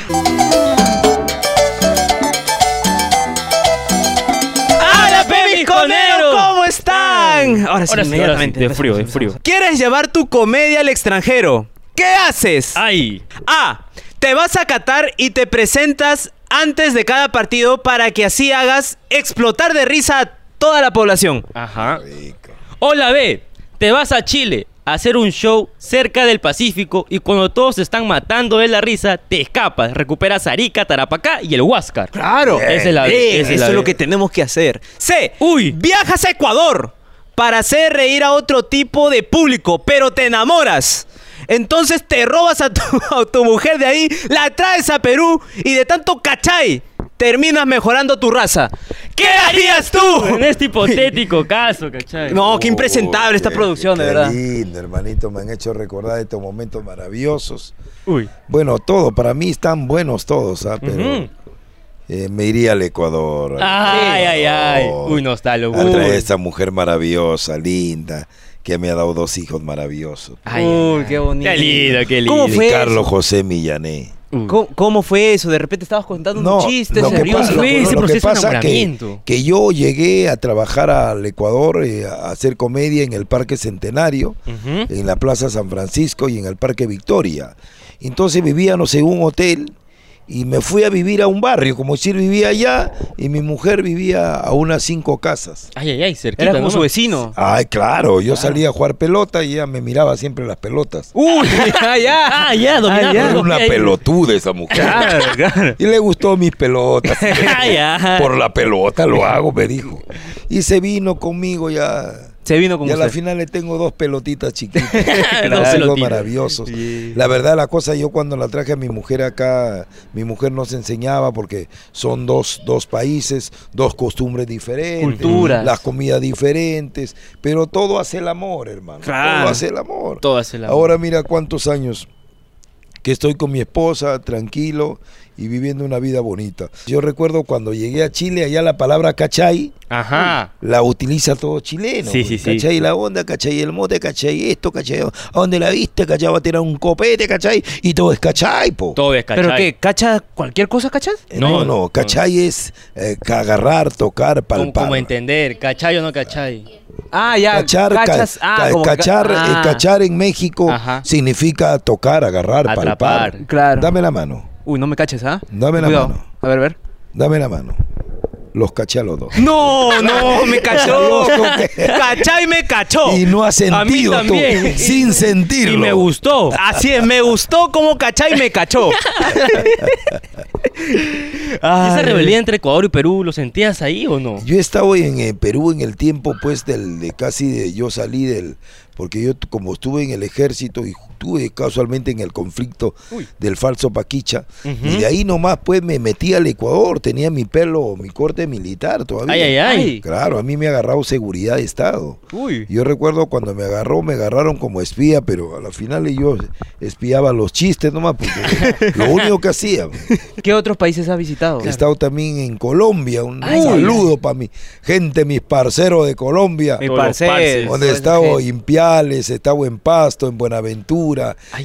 Speaker 3: ¡Hola,
Speaker 1: mis coneros!
Speaker 3: ¿Cómo están? Ahora sí,
Speaker 1: Ahora sí,
Speaker 3: inmediatamente.
Speaker 1: ahora sí, de frío, de frío.
Speaker 3: ¿Quieres llevar tu comedia al extranjero? ¿Qué haces?
Speaker 1: Ay,
Speaker 3: A. Te vas a Qatar y te presentas antes de cada partido para que así hagas explotar de risa a toda la población.
Speaker 1: ajá.
Speaker 2: Rico.
Speaker 1: Hola B, te vas a Chile a hacer un show cerca del Pacífico y cuando todos se están matando de la risa, te escapas, recuperas Arica, Tarapacá y el Huáscar.
Speaker 3: Claro.
Speaker 1: Esa es la B, esa es
Speaker 3: eso
Speaker 1: la
Speaker 3: es
Speaker 1: B.
Speaker 3: lo que tenemos que hacer. C.
Speaker 1: Uy.
Speaker 3: Viajas a Ecuador para hacer reír a otro tipo de público, pero te enamoras. Entonces te robas a tu, a tu mujer de ahí, la traes a Perú y de tanto cachay terminas mejorando tu raza. ¿Qué harías tú?
Speaker 1: En este hipotético caso, ¿cachai?
Speaker 3: No, qué impresentable esta
Speaker 2: Uy,
Speaker 3: producción, de
Speaker 2: qué
Speaker 3: verdad.
Speaker 2: lindo, hermanito. Me han hecho recordar estos momentos maravillosos.
Speaker 1: Uy.
Speaker 2: Bueno, todo, para mí están buenos todos, ¿ah? Pero
Speaker 1: Ujú.
Speaker 2: eh, me iría al Ecuador.
Speaker 1: Ay, ay, ay.
Speaker 3: Oh.
Speaker 1: Uy, no está lo
Speaker 2: A traer a
Speaker 1: uy.
Speaker 2: esta mujer maravillosa, linda, que me ha dado dos hijos maravillosos.
Speaker 1: Ay,
Speaker 3: Uy,
Speaker 1: ay,
Speaker 3: qué bonito.
Speaker 1: Qué lindo, qué lindo.
Speaker 3: Ah, ¿Cómo
Speaker 2: Y
Speaker 3: fue
Speaker 2: Carlos José Millané.
Speaker 1: Uy.
Speaker 3: ¿Cómo, cómo fue eso? De repente estabas contando un chiste,
Speaker 2: lo que
Speaker 1: nervioso,
Speaker 2: pasa-
Speaker 1: ¿no?
Speaker 2: lo-
Speaker 1: Ese
Speaker 2: lo que
Speaker 1: proceso de
Speaker 2: pasa que,
Speaker 1: enamoramiento.
Speaker 2: que yo llegué a trabajar al Ecuador, eh, a hacer comedia en el Parque Centenario,
Speaker 1: Ujú.
Speaker 2: en la Plaza San Francisco y en el Parque Victoria. Entonces vivíamos en un hotel y me fui a vivir a un barrio, como decir, vivía allá y mi mujer vivía a unas cinco casas.
Speaker 1: Ay, ay, ay, cerquita.
Speaker 3: Era como su
Speaker 1: nomás.
Speaker 3: vecino.
Speaker 2: Ay, claro, yo salía a jugar pelota y ella me miraba siempre las pelotas.
Speaker 3: Uy, ya, ya.
Speaker 1: Ah, ya, dominaba.
Speaker 3: Ah, ya.
Speaker 2: Era
Speaker 1: todo.
Speaker 2: una
Speaker 1: Ay,
Speaker 2: pelotuda esa mujer.
Speaker 3: Claro, claro.
Speaker 2: Y le gustó mis pelotas.
Speaker 1: Ay, ay.
Speaker 2: Por la pelota lo hago, me dijo. Y se vino conmigo ya.
Speaker 3: Se vino con
Speaker 2: Y a la
Speaker 3: usted.
Speaker 2: final le tengo dos pelotitas chiquitas. dos
Speaker 1: Claro.
Speaker 2: hijos maravillosos. La verdad, la cosa, yo cuando la traje a mi mujer acá, mi mujer nos enseñaba porque son dos, dos países, dos costumbres diferentes.
Speaker 3: Culturas.
Speaker 2: Las comidas diferentes. Pero todo hace el amor, hermano.
Speaker 3: Claro.
Speaker 2: Todo hace el amor.
Speaker 1: Todo hace la.
Speaker 2: Ahora mira cuántos años que estoy con mi esposa, tranquilo y viviendo una vida bonita. Yo recuerdo cuando llegué a Chile, allá la palabra cachay
Speaker 1: Ajá.
Speaker 2: la utiliza todo chileno.
Speaker 1: Sí,
Speaker 2: pues.
Speaker 1: sí, sí.
Speaker 2: Cachay la onda, cachay el mote, cachay esto, cachay a dónde la viste, cachay va a tirar un copete, cachay y todo es cachay, po.
Speaker 1: Todo es cachai.
Speaker 3: ¿Pero qué? ¿Cacha cualquier cosa, cachas?
Speaker 2: Eh, No,
Speaker 1: No,
Speaker 2: no,
Speaker 1: no.
Speaker 2: cachay es eh, ca- agarrar, tocar,
Speaker 1: ¿Cómo,
Speaker 2: palpar.
Speaker 1: cómo entender? ¿Cachai o no cachai?
Speaker 3: Ah, ya.
Speaker 2: Cachar, ca-
Speaker 3: cachas. ah,
Speaker 2: ca-
Speaker 3: como ca-
Speaker 2: cachar, eh,
Speaker 3: ah.
Speaker 2: cachar en México
Speaker 1: Ajá.
Speaker 2: significa tocar, agarrar,
Speaker 1: Atrapar.
Speaker 2: palpar.
Speaker 3: Claro.
Speaker 2: Dame la mano.
Speaker 3: Uy, no me caches, ¿ah?
Speaker 2: Dame la
Speaker 3: Cuidado.
Speaker 2: mano.
Speaker 3: A ver, a ver.
Speaker 2: Dame la mano. Los caché a los dos.
Speaker 3: No, no, me cachó. Cachá y me cachó.
Speaker 2: Y no has
Speaker 3: A mí
Speaker 2: sentido tú.
Speaker 3: también.
Speaker 2: Sin sentirlo.
Speaker 1: Y me gustó.
Speaker 3: Así es, me gustó como cachá y me cachó.
Speaker 1: ¿Y esa
Speaker 3: Ay.
Speaker 1: rebelión entre Ecuador y Perú lo sentías ahí o no?
Speaker 2: Yo estaba en eh, Perú en el tiempo, pues, del, de casi de, yo salí del, porque yo t- como estuve en el ejército y ju- estuve casualmente en el conflicto del falso Paquicha, y de ahí nomás, pues, me metí al Ecuador, tenía mi pelo, mi corte militar todavía.
Speaker 1: Ay, ay, ay.
Speaker 2: Claro, a mí me ha agarrado seguridad de Estado.
Speaker 3: Uy.
Speaker 2: Yo recuerdo cuando me agarró, me agarraron como espía, pero a la final yo espiaba los chistes nomás, porque lo único que hacía.
Speaker 3: ¿Qué otros países has visitado?
Speaker 2: He estado también en Colombia, un
Speaker 1: Ay,
Speaker 2: saludo para mi gente, mis parceros de Colombia.
Speaker 3: Mi
Speaker 1: Todos los
Speaker 3: parcel.
Speaker 1: parcels.
Speaker 2: Donde
Speaker 3: Toda
Speaker 2: he
Speaker 3: esa
Speaker 2: estado
Speaker 3: gente.
Speaker 2: en Piales, he estado en Pasto, en Buenaventura,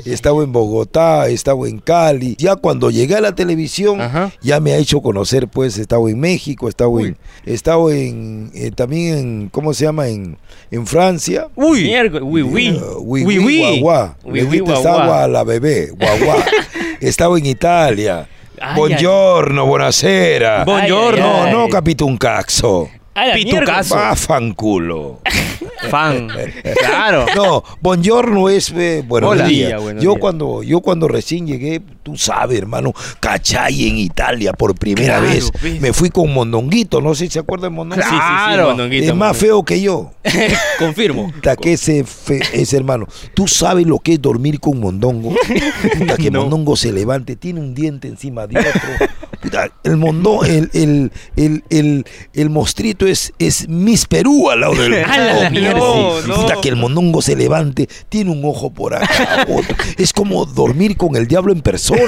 Speaker 2: he estado en Bogotá, he estado en Cali. Ya cuando llegué a la televisión,
Speaker 1: Ajá.
Speaker 2: ya me ha hecho conocer, pues, he estado en México, he estado en, he estado en, eh, también en, ¿cómo se llama? En, en Francia.
Speaker 1: Uy. Mierda, uy, uy.
Speaker 2: Uh, Uy,
Speaker 3: Uy,
Speaker 2: uy,
Speaker 3: uy.
Speaker 2: guaguá.
Speaker 1: Uy,
Speaker 2: Le
Speaker 1: uy,
Speaker 2: gritas
Speaker 1: guaguá.
Speaker 2: agua a la bebé, guaguá. Estaba en Italia.
Speaker 1: Ay,
Speaker 2: Buongiorno, buonasera.
Speaker 1: Buongiorno.
Speaker 2: No,
Speaker 1: Ay.
Speaker 2: no, capito un caxo.
Speaker 1: A la mierda.
Speaker 3: Pitucazo.
Speaker 2: Va, fanculo.
Speaker 3: Fan. Claro.
Speaker 2: No, buongiorno es eh, buenos
Speaker 1: Hola.
Speaker 2: días.
Speaker 1: Día, buenos
Speaker 2: yo
Speaker 1: días.
Speaker 2: cuando yo cuando recién llegué, tú sabes, hermano, cachay en Italia por primera
Speaker 3: Claro,
Speaker 2: vez.
Speaker 3: pues.
Speaker 2: Me fui con Mondonguito, no sé si se acuerdan de Mondonguito.
Speaker 1: Sí, sí, sí,
Speaker 3: Claro.
Speaker 1: mondonguito,
Speaker 2: es más
Speaker 1: mondonguito.
Speaker 2: feo que yo.
Speaker 1: Confirmo.
Speaker 2: Puta, que ese, fe- ese hermano. ¿Tú sabes lo que es dormir con Mondongo? Puta, que Mondongo se levante, tiene un diente encima de otro. Puta, el Mondongo, el, el, el, el, el mostrito es, es Miss Perú al lado del
Speaker 1: ¡Hala,
Speaker 2: Mondongo,
Speaker 1: no,
Speaker 2: mierda.
Speaker 3: no!
Speaker 2: Puta, que el Mondongo se levante, tiene un ojo por acá, otro. Es como dormir con el diablo en persona.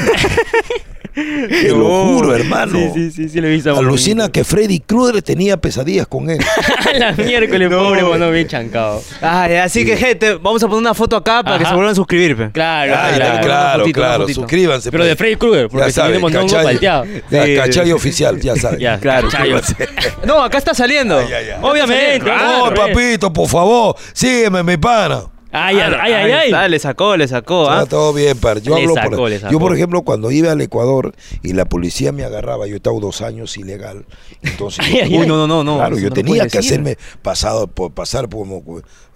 Speaker 2: Te lo juro, hermano.
Speaker 1: Sí, sí, sí, sí, le he visto. a
Speaker 2: Alucina que Freddy Krueger tenía pesadillas con él.
Speaker 1: A la miércoles, pobre mono bien chancado.
Speaker 3: Ay, así que, gente, vamos a poner una foto acá para que
Speaker 1: Ajá.
Speaker 3: se vuelvan a suscribir. pe.
Speaker 1: Claro,
Speaker 2: Ay,
Speaker 1: claro.
Speaker 2: claro,
Speaker 3: fotito, una
Speaker 2: claro,
Speaker 3: fotito.
Speaker 2: suscríbanse.
Speaker 1: Pero
Speaker 2: pues.
Speaker 1: de Freddy Krueger, porque
Speaker 2: Ya
Speaker 1: si tiene
Speaker 2: saben,
Speaker 1: mondongo
Speaker 2: cachay,
Speaker 1: palteado.
Speaker 2: ya,
Speaker 3: Sí.
Speaker 2: cachay oficial, ya saben.
Speaker 1: Ya,
Speaker 3: Claro.
Speaker 1: chayo.
Speaker 3: No, acá está saliendo.
Speaker 2: ya, ya.
Speaker 1: Obviamente,
Speaker 3: Claro.
Speaker 2: Oh, papito, por favor, sígueme, mi pana.
Speaker 1: Ay, ay, ay,
Speaker 3: Ahí
Speaker 1: ay.
Speaker 3: está, le sacó, le sacó, ¿ah?
Speaker 2: Está todo bien, par. Yo,
Speaker 1: Le
Speaker 2: hablo
Speaker 1: sacó,
Speaker 2: por,
Speaker 1: le sacó.
Speaker 2: yo, por ejemplo, cuando iba al Ecuador y la policía me agarraba, yo estaba dos años ilegal. Entonces,
Speaker 1: Ay, ay,
Speaker 3: Uy, no, no, no, no.
Speaker 2: claro,
Speaker 3: eso
Speaker 2: yo
Speaker 3: no lo
Speaker 2: tenía
Speaker 3: puedes
Speaker 2: que
Speaker 3: decir.
Speaker 2: hacerme pasado, por, pasar por- como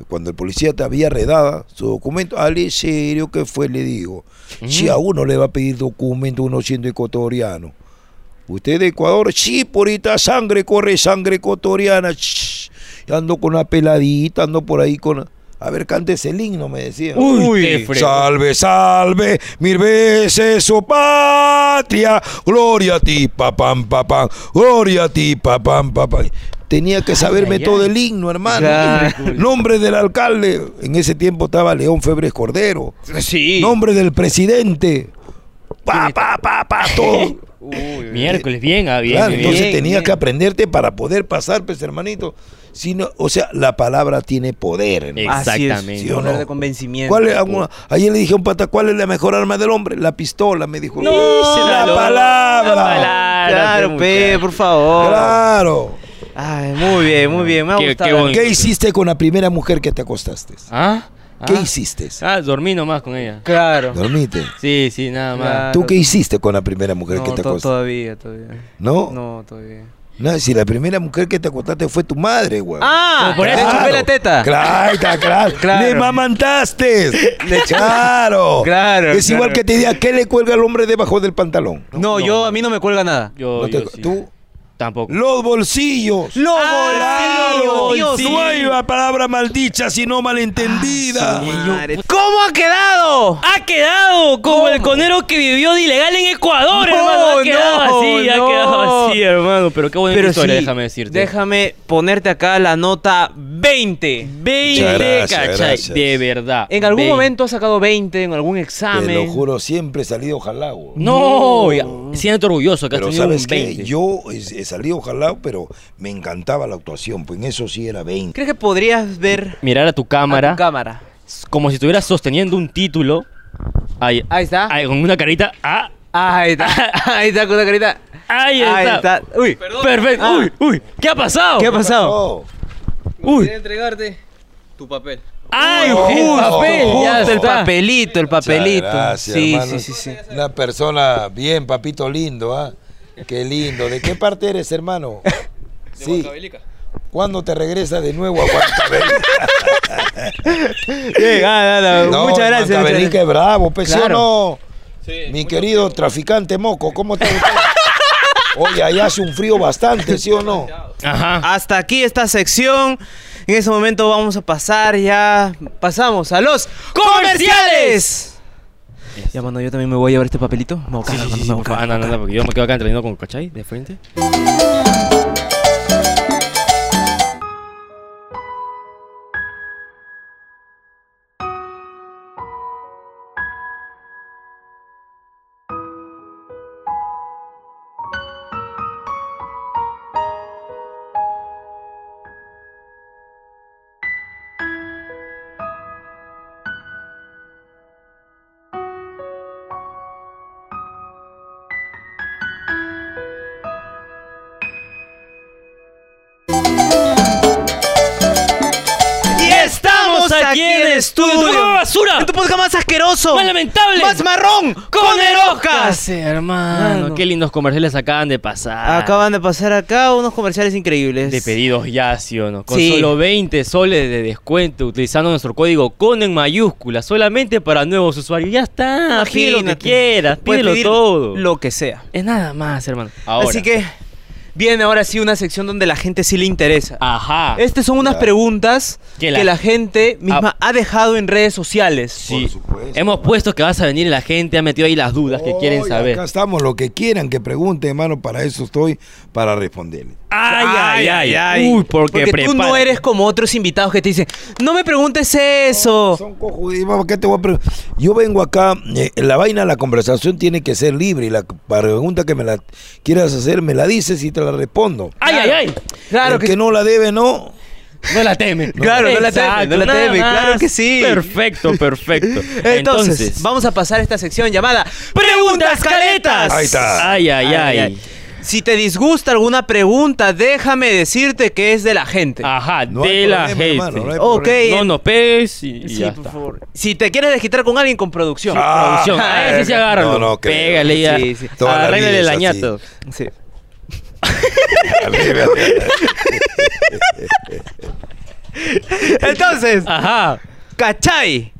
Speaker 2: cuando el policía te había redada su documento. Ale, serio que fue, le digo. Si a uno le va a pedir documento, uno siendo ecuatoriano. Usted de Ecuador, sí, por ahí está sangre, corre sangre ecuatoriana. Shh. Y Ando con una peladita, ando por ahí con. A ver, cántese el himno, me decía.
Speaker 1: Uy,
Speaker 3: Uy,
Speaker 1: qué fregón.
Speaker 2: Salve, salve, mil veces su patria. Gloria a ti, papam, papam. Gloria a ti, papam, papam. Tenía que saberme
Speaker 1: ay,
Speaker 2: todo
Speaker 1: ay.
Speaker 2: el himno, hermano.
Speaker 3: Claro.
Speaker 2: Nombre del alcalde. En ese tiempo estaba León Febres Cordero.
Speaker 3: Sí.
Speaker 2: Nombre del presidente. Pa, pa, pa, pa, todo.
Speaker 1: Miércoles, bien, ah, bien.
Speaker 2: Claro,
Speaker 1: bien,
Speaker 2: entonces
Speaker 1: bien,
Speaker 2: tenías
Speaker 1: bien.
Speaker 2: que aprenderte para poder pasar, pues, hermanito. Si no- o sea, la palabra tiene poder. hermano.
Speaker 1: Exacto.
Speaker 3: Así es,
Speaker 1: Exactamente.
Speaker 2: ¿Sí o
Speaker 3: poder
Speaker 2: no?
Speaker 3: de convencimiento.
Speaker 2: ¿Cuál es alguna- Ayer le dije a un pata, ¿cuál es la mejor arma del hombre? La pistola, me dijo.
Speaker 1: No,
Speaker 2: la,
Speaker 1: la
Speaker 2: palabra.
Speaker 1: la palabra.
Speaker 3: Claro, pe,
Speaker 1: muchacho.
Speaker 3: por favor.
Speaker 2: Claro.
Speaker 3: Ay, muy bien, muy bien. Me ha
Speaker 1: Qué-
Speaker 3: gustado.
Speaker 1: qué bonito.
Speaker 2: ¿Qué hiciste con la primera mujer que te acostaste?
Speaker 1: ¿Ah? ah.
Speaker 2: ¿Qué hiciste?
Speaker 1: Ah, dormí nomás con ella.
Speaker 3: Claro.
Speaker 2: Dormite.
Speaker 1: Sí, sí, nada más.
Speaker 3: Claro.
Speaker 2: ¿Tú qué hiciste con la primera mujer
Speaker 3: No,
Speaker 2: que te
Speaker 3: to-
Speaker 2: acostaste?
Speaker 3: todavía, todavía.
Speaker 2: ¿No? no.
Speaker 3: No, todavía.
Speaker 2: si la primera mujer que te acostaste fue tu madre, güey.
Speaker 3: Ah,
Speaker 1: Como por
Speaker 3: le
Speaker 1: eso.
Speaker 3: chupé la teta.
Speaker 2: Claro, claro, claro.
Speaker 3: Claro.
Speaker 2: Le mamantaste. Claro.
Speaker 3: Claro,
Speaker 2: Es igual
Speaker 3: claro.
Speaker 2: que te diga, ¿qué le cuelga al hombre debajo del pantalón?
Speaker 3: No, yo a mí no me cuelga nada.
Speaker 1: Yo,
Speaker 2: No te-
Speaker 1: yo Oh, sí.
Speaker 2: Tú,
Speaker 1: Tampoco.
Speaker 2: los bolsillos. Ah,
Speaker 3: ¡Lo
Speaker 2: Claro.
Speaker 3: Dios
Speaker 1: sí.
Speaker 2: Nueva palabra maldicha, sino
Speaker 3: Ah,
Speaker 2: malentendida.
Speaker 3: madre. ¿Cómo ha quedado?
Speaker 1: Ha quedado como el conero que vivió de ilegal en Ecuador,
Speaker 3: No,
Speaker 1: hermano. Ha quedado
Speaker 3: no,
Speaker 1: así, ha
Speaker 3: no.
Speaker 1: quedado así, hermano. Pero qué buena historia,
Speaker 3: sí,
Speaker 1: déjame decirte.
Speaker 3: Déjame ponerte acá la nota 20.
Speaker 1: 20,
Speaker 2: Muchas gracias,
Speaker 1: cachai.
Speaker 2: gracias.
Speaker 1: De verdad.
Speaker 3: En algún
Speaker 1: 20.
Speaker 3: momento has sacado 20 en algún
Speaker 2: Te
Speaker 3: examen.
Speaker 2: lo juro, siempre he salido jalado.
Speaker 1: No, ya, siento orgulloso que has
Speaker 2: Pero
Speaker 1: tenido
Speaker 2: sabes
Speaker 1: un
Speaker 2: que
Speaker 1: 20.
Speaker 2: yo es- he salido jalado, pero me encantaba la actuación, pues en eso sí era 20.
Speaker 3: ¿Crees que podrías ver
Speaker 1: Mirar a tu cámara
Speaker 3: a tu cámara?
Speaker 1: como si estuvieras sosteniendo un título. Ahí,
Speaker 3: Ahí está.
Speaker 1: ahí, con una carita. Ah,
Speaker 3: Ahí está. Ahí está con la carita.
Speaker 1: ahí está.
Speaker 3: Uy.
Speaker 1: Perfecto.
Speaker 3: Ah.
Speaker 1: Uy, uy. ¿Qué ha pasado?
Speaker 3: ¿Qué ha pasado?
Speaker 2: Oh,
Speaker 1: Uy.
Speaker 4: Quería entregarte tu papel.
Speaker 1: ¡Ay,
Speaker 2: Oh,
Speaker 1: justo!
Speaker 2: papel,
Speaker 1: ya
Speaker 3: Justo el
Speaker 1: está.
Speaker 3: papelito, el papelito.
Speaker 2: muchas gracias,
Speaker 3: sí,
Speaker 2: hermano.
Speaker 3: sí, sí, sí.
Speaker 2: Una persona bien, papito lindo, ¿ah? Qué lindo. ¿De qué parte eres, hermano?
Speaker 4: De
Speaker 2: Sí.
Speaker 4: Huancavelica.
Speaker 2: ¿Cuándo te regresas de nuevo a Huancavelica?
Speaker 3: Bien, ah, no, no,
Speaker 2: No,
Speaker 3: muchas gracias. muchas
Speaker 2: Huancavelica es bravo, pues ¿sí o
Speaker 3: Claro.
Speaker 2: no?
Speaker 4: Sí,
Speaker 2: Mi
Speaker 4: mucho
Speaker 2: querido
Speaker 4: tiempo.
Speaker 2: traficante moco, ¿cómo te gusta? Oye, allá hace un frío bastante, ¿sí o no?
Speaker 1: Ajá.
Speaker 3: Hasta aquí esta sección. En este momento vamos a pasar ya. Pasamos a los comerciales. Ya, mano, yo también me voy a llevar este papelito. Me voy a
Speaker 1: Sí,
Speaker 3: cagar,
Speaker 1: sí, sí,
Speaker 3: me
Speaker 1: sí,
Speaker 3: voy a
Speaker 1: por favor.
Speaker 3: cagar.
Speaker 1: Anda, anda, anda, porque yo me quedo acá entrenando con Cachai de frente.
Speaker 3: Y estamos aquí en
Speaker 1: ¡Toma
Speaker 3: estudio.
Speaker 1: basura!
Speaker 3: En tu podcast más asqueroso.
Speaker 1: ¡Más lamentable!
Speaker 3: Más marrón. Con
Speaker 1: Casi,
Speaker 3: erojas.
Speaker 1: hermano.
Speaker 3: Mano.
Speaker 1: Qué lindos comerciales acaban de pasar.
Speaker 3: Acaban de pasar acá unos comerciales increíbles.
Speaker 1: de pedidos ya, sí o no. Con
Speaker 3: Sí.
Speaker 1: solo 20 soles de descuento utilizando nuestro código CON en mayúscula, solamente para nuevos usuarios. Ya está, pide lo que
Speaker 3: Imagínate.
Speaker 1: quieras,
Speaker 3: Puedes
Speaker 1: pídelo
Speaker 3: pedir
Speaker 1: todo.
Speaker 3: Lo que sea.
Speaker 1: Es nada más, hermano. Ahora.
Speaker 3: Así que viene ahora sí una sección donde la gente sí le interesa.
Speaker 1: Ajá.
Speaker 3: Estas son unas
Speaker 2: Ya.
Speaker 3: preguntas
Speaker 1: Ah. Que
Speaker 3: que
Speaker 1: la-
Speaker 3: la, gente misma ha dejado en redes sociales.
Speaker 1: Sí.
Speaker 2: supuesto.
Speaker 1: Hemos puesto que vas a venir y la gente ha metido ahí las dudas que quieren
Speaker 2: Oye,
Speaker 1: saber.
Speaker 2: Acá estamos, lo que quieran que pregunten, hermano, para eso estoy, para responderle.
Speaker 1: Ay, ay, ay, Uy, porque,
Speaker 3: tú no
Speaker 1: prepárate.
Speaker 3: eres como otros invitados que te dicen, no me preguntes eso.
Speaker 2: Son cojudidos, mamá, ¿qué te voy a preguntar? Yo vengo acá, eh, la vaina, la conversación tiene que ser libre y la pregunta que me la quieras hacer, me la dices y te la respondo.
Speaker 1: Ay, ay, ay.
Speaker 3: Claro
Speaker 2: El
Speaker 3: que,
Speaker 2: que no la debe, no.
Speaker 1: No la teme.
Speaker 3: Claro, no la teme,
Speaker 1: Exacto,
Speaker 3: no la
Speaker 1: nada
Speaker 3: teme,
Speaker 1: más.
Speaker 3: claro que sí.
Speaker 1: Perfecto, perfecto.
Speaker 3: Entonces, vamos a pasar a esta sección llamada Preguntas Caretas.
Speaker 2: Ahí está.
Speaker 1: Ay, ay, ay.
Speaker 3: Ay, ay. Si te disgusta alguna pregunta, déjame decirte que es de la gente.
Speaker 1: Ajá,
Speaker 2: No hay
Speaker 1: de la
Speaker 2: problema,
Speaker 1: gente.
Speaker 2: hermano, no hay
Speaker 3: Ok.
Speaker 2: problema.
Speaker 1: No nos pegues y, y
Speaker 3: Sí,
Speaker 1: ya
Speaker 3: por
Speaker 1: está.
Speaker 3: favor. Si te quieres desquitar con alguien con producción.
Speaker 2: Ah,
Speaker 1: Producción. A ese sí agárralo.
Speaker 2: no, no, creo.
Speaker 1: Pégale ya.
Speaker 3: Sí, sí.
Speaker 2: Toda la
Speaker 1: Arréglale
Speaker 2: vida
Speaker 1: el
Speaker 2: es así.
Speaker 1: añato.
Speaker 3: Sí. Entonces,
Speaker 1: Ajá.
Speaker 3: ¿cachai?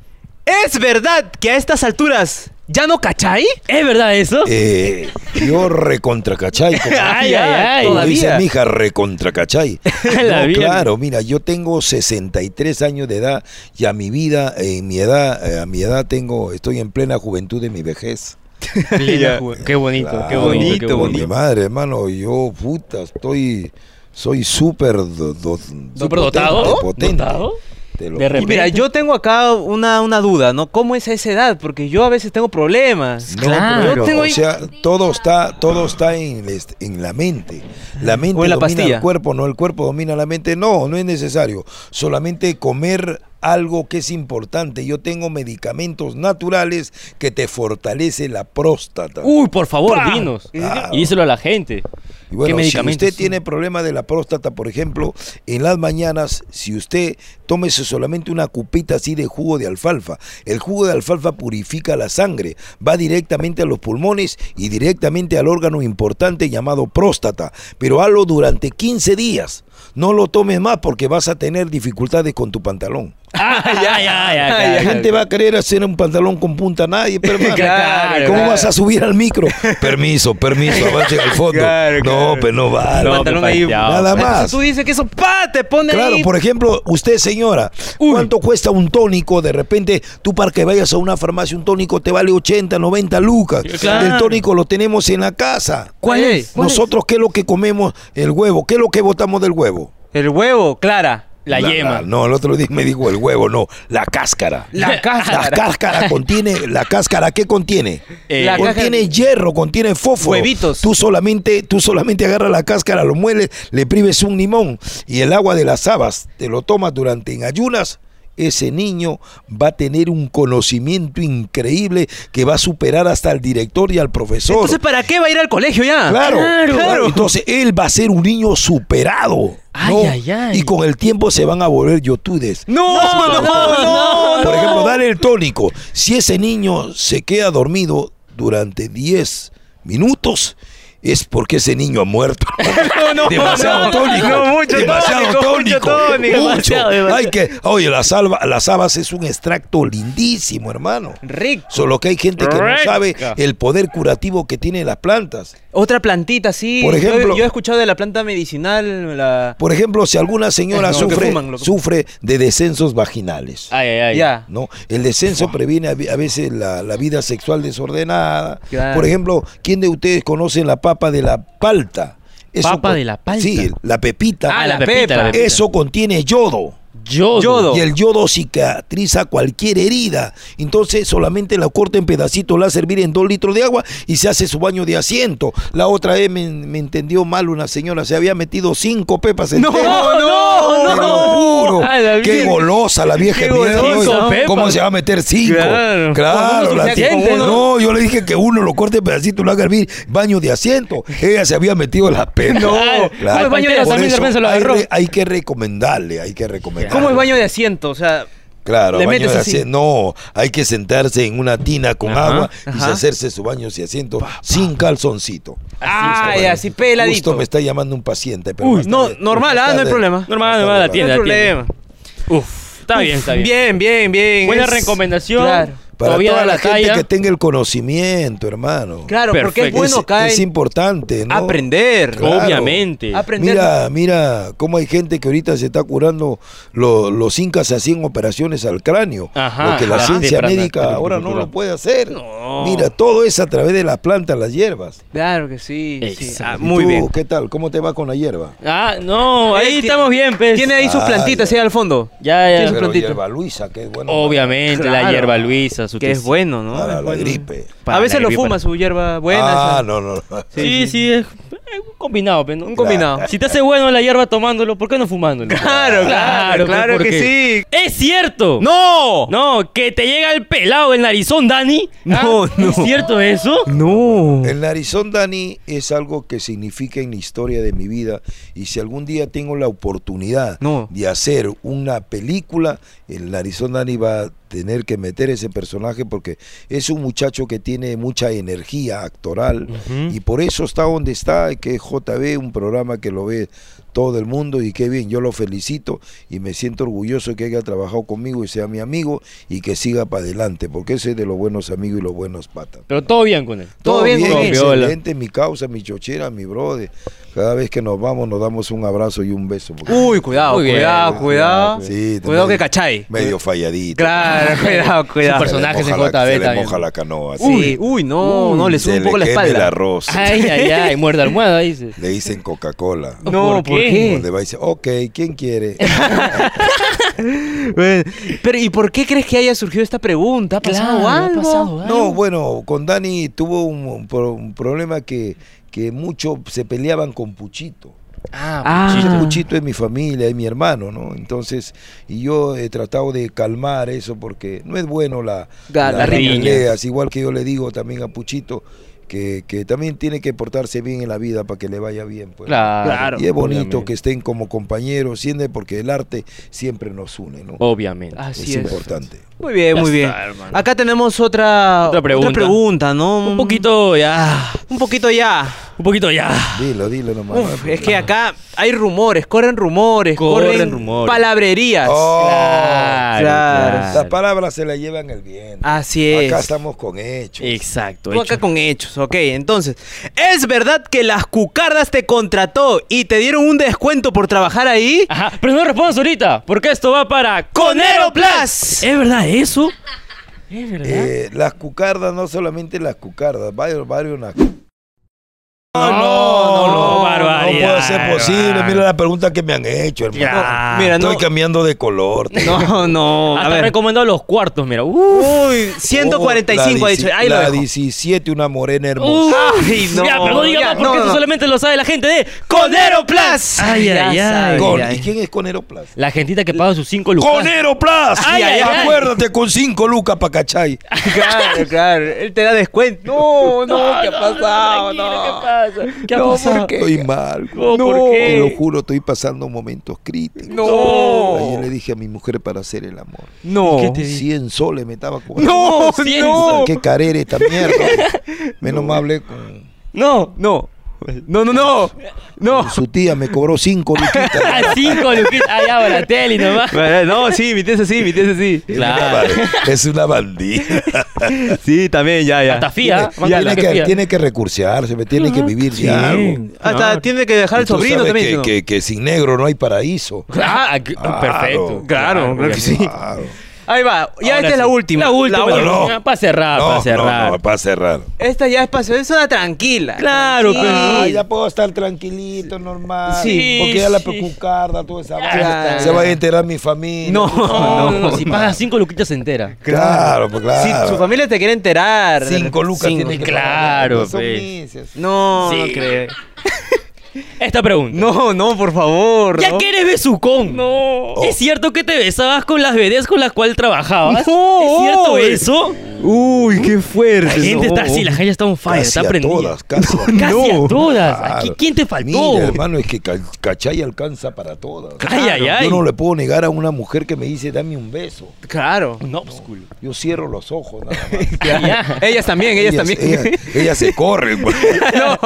Speaker 3: ¿Es verdad que a estas alturas ya no cachai?
Speaker 1: ¿Es verdad eso?
Speaker 2: Eh, yo recontra cachai. como-
Speaker 1: Ay, ay, ay.
Speaker 2: como dice
Speaker 3: todavía.
Speaker 2: mi hija, recontra cachai.
Speaker 1: La
Speaker 2: No,
Speaker 1: vida.
Speaker 2: claro, mira, yo tengo 63 años de edad y a mi vida, en mi edad, eh, a mi edad tengo, estoy en plena juventud de mi vejez.
Speaker 1: Plena ju- Qué bonito, qué
Speaker 2: Claro,
Speaker 1: bonito, qué
Speaker 2: por Mi
Speaker 1: bonito.
Speaker 2: madre, hermano, yo, puta, estoy, soy súper do- do-
Speaker 1: ¿Superdotado?
Speaker 2: potente, potente.
Speaker 1: ¿Dotado?
Speaker 2: Te lo
Speaker 1: De
Speaker 3: Y
Speaker 1: repente.
Speaker 3: mira, yo tengo acá una, una duda, ¿no? ¿Cómo es esa edad? Porque yo a veces tengo problemas.
Speaker 2: No,
Speaker 1: Claro.
Speaker 2: pero,
Speaker 3: Yo tengo
Speaker 2: o
Speaker 3: ahí-
Speaker 2: sea, todo está, todo está en, les- en la mente. La mente
Speaker 3: O en la
Speaker 2: domina
Speaker 3: pastilla.
Speaker 2: el cuerpo, no el cuerpo domina la mente. No, no es necesario. Solamente comer algo que es importante. Yo tengo medicamentos naturales que te fortalece la próstata.
Speaker 1: Uy, por favor,
Speaker 2: ¡Pam!
Speaker 1: dinos.
Speaker 2: Claro.
Speaker 1: Y díselo a la gente.
Speaker 2: Y bueno,
Speaker 1: ¿Qué
Speaker 2: si
Speaker 1: medicamentos?
Speaker 2: usted tiene problema de la próstata, por ejemplo, en las mañanas, si usted tómese solamente una cupita así de jugo de alfalfa, el jugo de alfalfa purifica la sangre, va directamente a los pulmones y directamente al órgano importante llamado próstata, pero hazlo durante 15 días. No lo tomes más porque vas a tener dificultades con tu pantalón.
Speaker 1: Ay, ay, ay, ay,
Speaker 2: La
Speaker 1: ay.
Speaker 2: gente va a querer hacer un pantalón con punta nadie, pero hermano,
Speaker 1: Claro,
Speaker 2: ¿cómo
Speaker 1: claro.
Speaker 2: vas a subir al micro? permiso, permiso, avance al fondo.
Speaker 3: Claro, claro.
Speaker 2: No, pero no vale.
Speaker 1: No,
Speaker 3: Pantalón
Speaker 1: pe,
Speaker 3: ahí,
Speaker 1: pateado,
Speaker 2: nada
Speaker 1: pe.
Speaker 2: más.
Speaker 3: Tú dices que eso pa te pone
Speaker 2: Claro,
Speaker 3: ahí.
Speaker 2: por ejemplo, usted señora, ¿cuánto cuesta un tónico? De repente, tú para que vayas a una farmacia, un tónico te vale 80, 90 lucas.
Speaker 1: claro.
Speaker 2: El tónico lo tenemos en la casa. ¿Eh?
Speaker 3: ¿Cuál
Speaker 1: Ey,
Speaker 3: es?
Speaker 2: Nosotros, ¿qué es lo que comemos? El huevo. ¿Qué es lo que botamos del huevo?
Speaker 3: El huevo, Clara.
Speaker 1: La yema.
Speaker 2: no, el otro día me dijo el huevo, no, la cáscara.
Speaker 3: La cáscara.
Speaker 2: La cáscara contiene, la cáscara, ¿qué contiene?
Speaker 1: Eh,
Speaker 3: La caja-
Speaker 2: contiene hierro, contiene fósforo.
Speaker 3: Huevitos.
Speaker 2: Tú solamente, tú solamente agarras la cáscara, lo mueles, le prives un limón y el agua de las habas te lo tomas durante en ayunas. Ese niño va a tener un conocimiento increíble que va a superar hasta al director y al profesor.
Speaker 3: Entonces, ¿para qué va a ir al colegio ya?
Speaker 2: Claro,
Speaker 3: claro.
Speaker 2: claro. Entonces él va a ser un niño superado.
Speaker 1: Ay,
Speaker 2: ¿no?
Speaker 1: ay, ay.
Speaker 2: Y con el tiempo se van a volver yotudes.
Speaker 3: No, no, no, no.
Speaker 2: Por ejemplo, dale el tónico. Si ese niño se queda dormido durante 10 minutos, es porque ese niño ha muerto.
Speaker 3: no,
Speaker 2: demasiado
Speaker 3: no.
Speaker 2: tónico.
Speaker 3: No, mucho
Speaker 2: demasiado
Speaker 3: tónico, mucho
Speaker 2: tónico.
Speaker 3: tónico.
Speaker 2: mucho.
Speaker 3: Demasiado, demasiado.
Speaker 2: Hay que, oye, las, alba- las habas es un extracto lindísimo, hermano.
Speaker 3: Rico.
Speaker 2: Solo que hay gente que no
Speaker 1: Rica.
Speaker 2: sabe el poder curativo que tienen las plantas.
Speaker 3: Otra plantita, sí.
Speaker 2: Por
Speaker 3: Yo-
Speaker 2: ejemplo-
Speaker 3: yo, he escuchado de la planta medicinal, la...
Speaker 2: Por ejemplo, si alguna señora
Speaker 3: No, lo que
Speaker 2: sufre,
Speaker 3: fuman, lo que-
Speaker 2: sufre de descensos vaginales.
Speaker 1: Ay, ay, ay.
Speaker 3: Ya.
Speaker 2: ¿no? El descenso previene a, vi- a veces la, la vida sexual desordenada.
Speaker 3: Claro.
Speaker 2: Por ejemplo, ¿quién de ustedes conoce la papa de la palta?
Speaker 1: Papa
Speaker 2: con-
Speaker 1: de la palta.
Speaker 2: Sí, la pepita.
Speaker 1: Ah, la
Speaker 3: la
Speaker 1: pepita,
Speaker 3: pepa.
Speaker 1: la pepita.
Speaker 2: Eso contiene yodo.
Speaker 1: Yodo.
Speaker 3: Yodo.
Speaker 2: Y el yodo cicatriza cualquier herida. Entonces solamente la corta en pedacitos, la servir en dos litros de agua y se hace su baño de asiento. La otra vez me, me entendió mal una señora, se había metido cinco pepas en
Speaker 3: ¡Oh, no,
Speaker 2: te lo ¡Oh, juro.
Speaker 1: Ah, la
Speaker 2: qué
Speaker 1: virgen.
Speaker 2: golosa la vieja
Speaker 3: Qué
Speaker 2: mierda,
Speaker 3: golosa,
Speaker 2: oye.
Speaker 1: ¿no?
Speaker 2: ¿Cómo
Speaker 1: Pepa.
Speaker 2: se va a meter cinco?
Speaker 3: Claro.
Speaker 2: Claro,
Speaker 3: Con uno
Speaker 2: la tía-
Speaker 3: suficiente, ¿no?
Speaker 2: No, yo le dije que uno lo corte en pedacito y lo haga hervir. Baño de asiento. Ella se había metido la pena.
Speaker 3: No. ¿Cómo el baño de
Speaker 2: Por
Speaker 1: San
Speaker 2: eso
Speaker 1: Miguel se lo
Speaker 2: hay,
Speaker 1: agarró?
Speaker 2: re- hay que recomendarle, hay que recomendarle.
Speaker 3: ¿Cómo el baño de asiento? O sea,
Speaker 2: Claro,
Speaker 3: Le
Speaker 2: baño
Speaker 3: metes
Speaker 2: de
Speaker 3: así.
Speaker 2: asiento. No, hay que sentarse en una tina con
Speaker 1: Ajá,
Speaker 2: agua
Speaker 3: ajá.
Speaker 2: y hacerse su baño de asiento sin calzoncito.
Speaker 3: ay,
Speaker 2: Bueno,
Speaker 3: así peladito.
Speaker 2: Justo me está llamando un paciente. Pero
Speaker 3: Uy,
Speaker 2: más
Speaker 3: no,
Speaker 2: tarde-
Speaker 3: normal,
Speaker 2: más
Speaker 3: ah, no hay
Speaker 2: tarde-
Speaker 3: problema.
Speaker 1: Normal,
Speaker 2: más
Speaker 1: normal,
Speaker 2: tarde
Speaker 1: la tienda.
Speaker 3: no hay problema.
Speaker 1: Uf, está bien, está bien.
Speaker 3: Bien, bien, bien.
Speaker 1: Buena
Speaker 3: Es-
Speaker 1: recomendación.
Speaker 3: Claro.
Speaker 2: Para
Speaker 1: Todavía
Speaker 2: toda
Speaker 1: da
Speaker 2: la,
Speaker 1: la
Speaker 2: gente
Speaker 1: talla.
Speaker 2: que tenga el conocimiento, hermano.
Speaker 3: Claro, porque es
Speaker 1: Perfecto.
Speaker 3: bueno
Speaker 2: es,
Speaker 3: acá
Speaker 2: es
Speaker 3: en-
Speaker 2: importante, ¿no?
Speaker 3: aprender.
Speaker 2: Claro.
Speaker 1: Obviamente.
Speaker 3: Aprender.
Speaker 2: Mira, mira cómo hay gente que ahorita se está curando. lo- los incas hacían operaciones al cráneo.
Speaker 1: Ajá,
Speaker 2: lo que la
Speaker 1: ajá.
Speaker 2: ciencia
Speaker 1: De planta-
Speaker 2: médica ahora no lo puede hacer.
Speaker 1: No.
Speaker 2: Mira, todo es a través de las plantas, las hierbas.
Speaker 3: Claro que sí. sí.
Speaker 1: Exacto.
Speaker 3: Ah,
Speaker 2: ¿Y
Speaker 3: muy
Speaker 2: tú,
Speaker 3: bien.
Speaker 2: ¿Qué tal? ¿Cómo te va con la hierba?
Speaker 1: Ah, no, ahí
Speaker 3: Eh, ti-
Speaker 1: estamos bien, pues.
Speaker 3: Tiene ahí sus
Speaker 2: Ah,
Speaker 3: plantitas
Speaker 2: ya.
Speaker 3: ahí al fondo.
Speaker 1: Ya, ya.
Speaker 3: Tiene su
Speaker 2: Pero
Speaker 3: plantita.
Speaker 2: hierba Luisa, que es bueno.
Speaker 1: Obviamente, la
Speaker 3: Claro.
Speaker 1: hierba Luisa, su
Speaker 3: Que es
Speaker 1: tec-
Speaker 3: bueno, ¿no?
Speaker 2: Para
Speaker 3: Es
Speaker 2: la
Speaker 3: bueno.
Speaker 2: gripe.
Speaker 1: Para
Speaker 3: a veces
Speaker 1: la
Speaker 3: lo
Speaker 1: gripe,
Speaker 3: fuma
Speaker 1: para-
Speaker 3: su hierba buena.
Speaker 2: ah,
Speaker 3: esa.
Speaker 2: no, no. no.
Speaker 1: Sí, sí, es es un combinado, pues, ¿no?
Speaker 3: Un combinado.
Speaker 1: Si te hace bueno la hierba tomándolo, ¿por qué no fumándolo?
Speaker 3: Claro, claro,
Speaker 1: pues,
Speaker 3: claro que
Speaker 1: porque-
Speaker 3: sí.
Speaker 1: ¡Es cierto!
Speaker 3: ¡No!
Speaker 1: No, que te llega el pelado el narizón, Dani. Ah,
Speaker 3: No, no.
Speaker 1: ¿Es cierto eso?
Speaker 3: No.
Speaker 2: El narizón Dani es algo que significa en la historia de mi vida y si algún día tengo la oportunidad
Speaker 3: No.
Speaker 2: de hacer una película, el narizón Dani va a tener que meter ese personaje porque es un muchacho que tiene mucha energía actoral y por eso está donde está, que es JB, un programa que lo ve todo el mundo y qué bien, yo lo felicito y me siento orgulloso que haya trabajado conmigo y sea mi amigo y que siga para adelante porque ese es de los buenos amigos y los buenos patas.
Speaker 1: Pero todo bien con él.
Speaker 3: Todo bien,
Speaker 1: con él.
Speaker 2: excelente, mi causa, mi chochera, mi brother. Cada vez que nos vamos nos damos un abrazo y un beso. porque-
Speaker 3: Uy, cuidado,
Speaker 1: Muy bien,
Speaker 3: cuidado,
Speaker 1: cuidado,
Speaker 3: cuidado.
Speaker 2: Sí,
Speaker 3: cuidado que
Speaker 2: también.
Speaker 3: cachai.
Speaker 2: Medio falladito.
Speaker 3: Claro, cuidado, cuidado.
Speaker 2: Se le
Speaker 1: personaje
Speaker 2: moja
Speaker 1: en
Speaker 2: la-
Speaker 1: JB
Speaker 2: se le
Speaker 1: también.
Speaker 2: moja la canoa.
Speaker 3: Uy,
Speaker 2: sí.
Speaker 3: uy, no,
Speaker 2: Uy,
Speaker 3: no, le sube
Speaker 2: se
Speaker 3: un poco la
Speaker 2: quema
Speaker 3: espalda.
Speaker 2: el arroz.
Speaker 1: Ay, ay, ay, muerde almohada, dice.
Speaker 2: Le dicen Coca-Cola.
Speaker 3: No, ¿por qué? qué?
Speaker 2: Donde va y dice, ok, ¿quién quiere?
Speaker 3: Bueno, Pero, ¿y por qué crees que haya surgido esta pregunta? ¿Ha pasado
Speaker 6: Claro, ha
Speaker 3: algo?
Speaker 6: pasado algo.
Speaker 2: No, bueno, con Dani tuvo un, un pro- un problema que, que muchos se peleaban con Puchito.
Speaker 6: Ah.
Speaker 2: Puchito, Puchito es mi familia, es mi hermano, ¿no? Entonces, y yo he tratado de calmar eso porque no es bueno la,
Speaker 3: Da- las
Speaker 2: la- las
Speaker 3: riñas.
Speaker 2: peleas. Igual que yo le digo también a Puchito que, que también tiene que portarse bien en la vida para que le vaya bien. Pues.
Speaker 1: Claro.
Speaker 3: Claro.
Speaker 2: y es bonito
Speaker 1: obviamente.
Speaker 2: que estén como compañeros, siempre porque el arte siempre nos une, ¿no?
Speaker 1: Obviamente.
Speaker 3: Oh, Así
Speaker 2: es
Speaker 3: es.
Speaker 2: importante.
Speaker 3: Muy bien,
Speaker 1: Ya
Speaker 3: muy bien.
Speaker 1: está, hermano.
Speaker 3: Acá tenemos otra,
Speaker 1: Otra pregunta.
Speaker 3: pregunta, ¿no?
Speaker 1: Un poquito ya.
Speaker 3: Un poquito ya.
Speaker 1: Un poquito ya.
Speaker 2: Dilo, dilo nomás.
Speaker 3: Uf,
Speaker 2: ¿no?
Speaker 3: es que acá hay rumores, corren rumores, corren,
Speaker 1: Corren rumores.
Speaker 3: palabrerías.
Speaker 2: Oh,
Speaker 3: claro.
Speaker 2: Las palabras se las llevan el bien.
Speaker 3: Así es.
Speaker 2: Acá estamos con hechos.
Speaker 1: Exacto.
Speaker 3: Tú acá
Speaker 1: hecho.
Speaker 3: con hechos, ok. Entonces, ¿es verdad que las cucardas te contrató y te dieron un descuento por trabajar ahí?
Speaker 1: Ajá, pero no respondas ahorita, porque esto va para Conero Plus. ¿Es verdad eso? ¿Es verdad?
Speaker 2: Eh, las cucardas, no solamente las cucardas, varios, varios na-
Speaker 1: no, no, no, barbaridad.
Speaker 2: Oh,
Speaker 1: Ah.
Speaker 2: No puede ser posible. Mira la pregunta que me han hecho, hermano.
Speaker 1: Ya.
Speaker 3: Ah, Mira, no.
Speaker 2: Estoy cambiando de color. te-
Speaker 3: No, no. A
Speaker 1: Hasta
Speaker 3: ver.
Speaker 1: recomendado los cuartos, mira. Uf.
Speaker 3: Uy,
Speaker 2: Oh,
Speaker 3: 145
Speaker 2: la
Speaker 3: ha dicho.
Speaker 2: dieci-
Speaker 3: Ahí lo
Speaker 2: La
Speaker 3: dejo.
Speaker 2: 17, una morena hermosa.
Speaker 1: Uf.
Speaker 3: Ay, no.
Speaker 1: Ya, pero no digas
Speaker 3: Ya,
Speaker 1: más, porque
Speaker 3: no,
Speaker 1: eso
Speaker 3: no.
Speaker 1: solamente lo sabe la gente de Conero Plus. Ay,
Speaker 3: Ya
Speaker 1: ay, ay.
Speaker 3: sabe.
Speaker 2: Con-
Speaker 3: ay.
Speaker 2: ¿Y quién es Conero Plus?
Speaker 1: La gentita que paga sus cinco lucas.
Speaker 2: ¡Conero Plus!
Speaker 1: Ay, ay, ay.
Speaker 2: Acuérdate con cinco lucas para cachay.
Speaker 3: Claro, claro. Él te da descuento. No, no, ¿qué ha pasado?
Speaker 1: tranquilo, ¿Qué
Speaker 3: No.
Speaker 1: pasa? ¿Qué ha
Speaker 3: No,
Speaker 1: pasado?
Speaker 3: porque-
Speaker 2: Estoy mal.
Speaker 1: No, ¿por
Speaker 2: Te
Speaker 1: qué?
Speaker 2: lo juro, estoy pasando momentos críticos.
Speaker 3: No.
Speaker 2: Ayer le dije a mi mujer para hacer el amor.
Speaker 3: No.
Speaker 2: 100 soles me estaba cobrando.
Speaker 3: No,
Speaker 1: Cien.
Speaker 3: no.
Speaker 2: ¿Qué carera esta mierda? Menos mal hablé con...
Speaker 3: No, no. No, no, no. No.
Speaker 2: Su tía me cobró cinco
Speaker 1: Ah,
Speaker 2: luquitas.
Speaker 1: cinco luquitas. Ay, ya, la tele nomás.
Speaker 3: No, sí, mi tía es así, mi tía es así.
Speaker 2: Es una
Speaker 1: Claro.
Speaker 2: ba- Es una bandida.
Speaker 3: Sí, también, ya, ya.
Speaker 1: Hasta fía.
Speaker 3: Ya, ya,
Speaker 2: tiene,
Speaker 1: Mantiene
Speaker 2: que,
Speaker 1: fía.
Speaker 2: tiene que recursearse, me tiene que vivir de algo.
Speaker 3: Hasta Ah, tiene que dejar
Speaker 2: Y
Speaker 3: el
Speaker 2: tú
Speaker 3: sobrino
Speaker 2: sabes
Speaker 3: también.
Speaker 2: que,
Speaker 3: ¿no?
Speaker 2: que- que sin negro no hay paraíso.
Speaker 1: Ah, que-
Speaker 2: Claro.
Speaker 1: perfecto.
Speaker 3: Claro, claro que sí.
Speaker 2: Claro.
Speaker 3: Ahí va.
Speaker 1: Ahora
Speaker 3: Ya esta es
Speaker 1: sí.
Speaker 3: la última.
Speaker 1: La última.
Speaker 2: última. No, no.
Speaker 1: Ah, Para cerrar,
Speaker 2: No,
Speaker 1: para cerrar.
Speaker 2: no, no, para cerrar.
Speaker 3: Esta ya es paseo. Es una tranquila.
Speaker 1: Claro,
Speaker 3: Tranquila.
Speaker 2: Ah, ya puedo estar tranquilito, normal.
Speaker 1: Sí,
Speaker 2: porque ya la
Speaker 1: sí.
Speaker 2: pecucarda, toda esa vaina.
Speaker 3: Claro.
Speaker 2: Se va a enterar mi familia.
Speaker 3: No.
Speaker 1: No, no,
Speaker 3: No,
Speaker 1: no, si pagas cinco luquitas se entera.
Speaker 2: Claro, pues claro.
Speaker 3: Si su familia te quiere enterar.
Speaker 2: Cinco lucas
Speaker 3: Cinco.
Speaker 2: tiene que
Speaker 1: claro,
Speaker 2: pagar. Son
Speaker 1: pues.
Speaker 2: misas.
Speaker 3: No,
Speaker 1: Sí.
Speaker 3: no creo.
Speaker 1: Esta pregunta.
Speaker 3: No, no, por favor.
Speaker 1: ¿Ya
Speaker 3: no.
Speaker 1: que eres besucón? No. ¿Es cierto que te besabas con las bebés con las cuales trabajabas?
Speaker 3: No. Pues
Speaker 1: ¿Es cierto eso?
Speaker 3: Uy, qué fuerte.
Speaker 1: La gente está así, la gente está on fire,
Speaker 2: Casi
Speaker 1: está
Speaker 2: a
Speaker 1: prendida.
Speaker 2: todas, casi. a
Speaker 1: Casi
Speaker 3: No.
Speaker 1: a todas.
Speaker 2: Claro.
Speaker 1: Aquí, ¿Quién te faltó?
Speaker 2: Mira, hermano, es que ca- Cachay alcanza para todas.
Speaker 1: Ay, ay, ay.
Speaker 2: Yo no le puedo negar a una mujer que me dice, dame un beso.
Speaker 3: Claro.
Speaker 1: No, pues, culo.
Speaker 2: Yo cierro los ojos, nada más.
Speaker 1: Ya.
Speaker 3: Ellas también, ellas, también.
Speaker 2: ellas- ellas se corren. pues.
Speaker 3: no.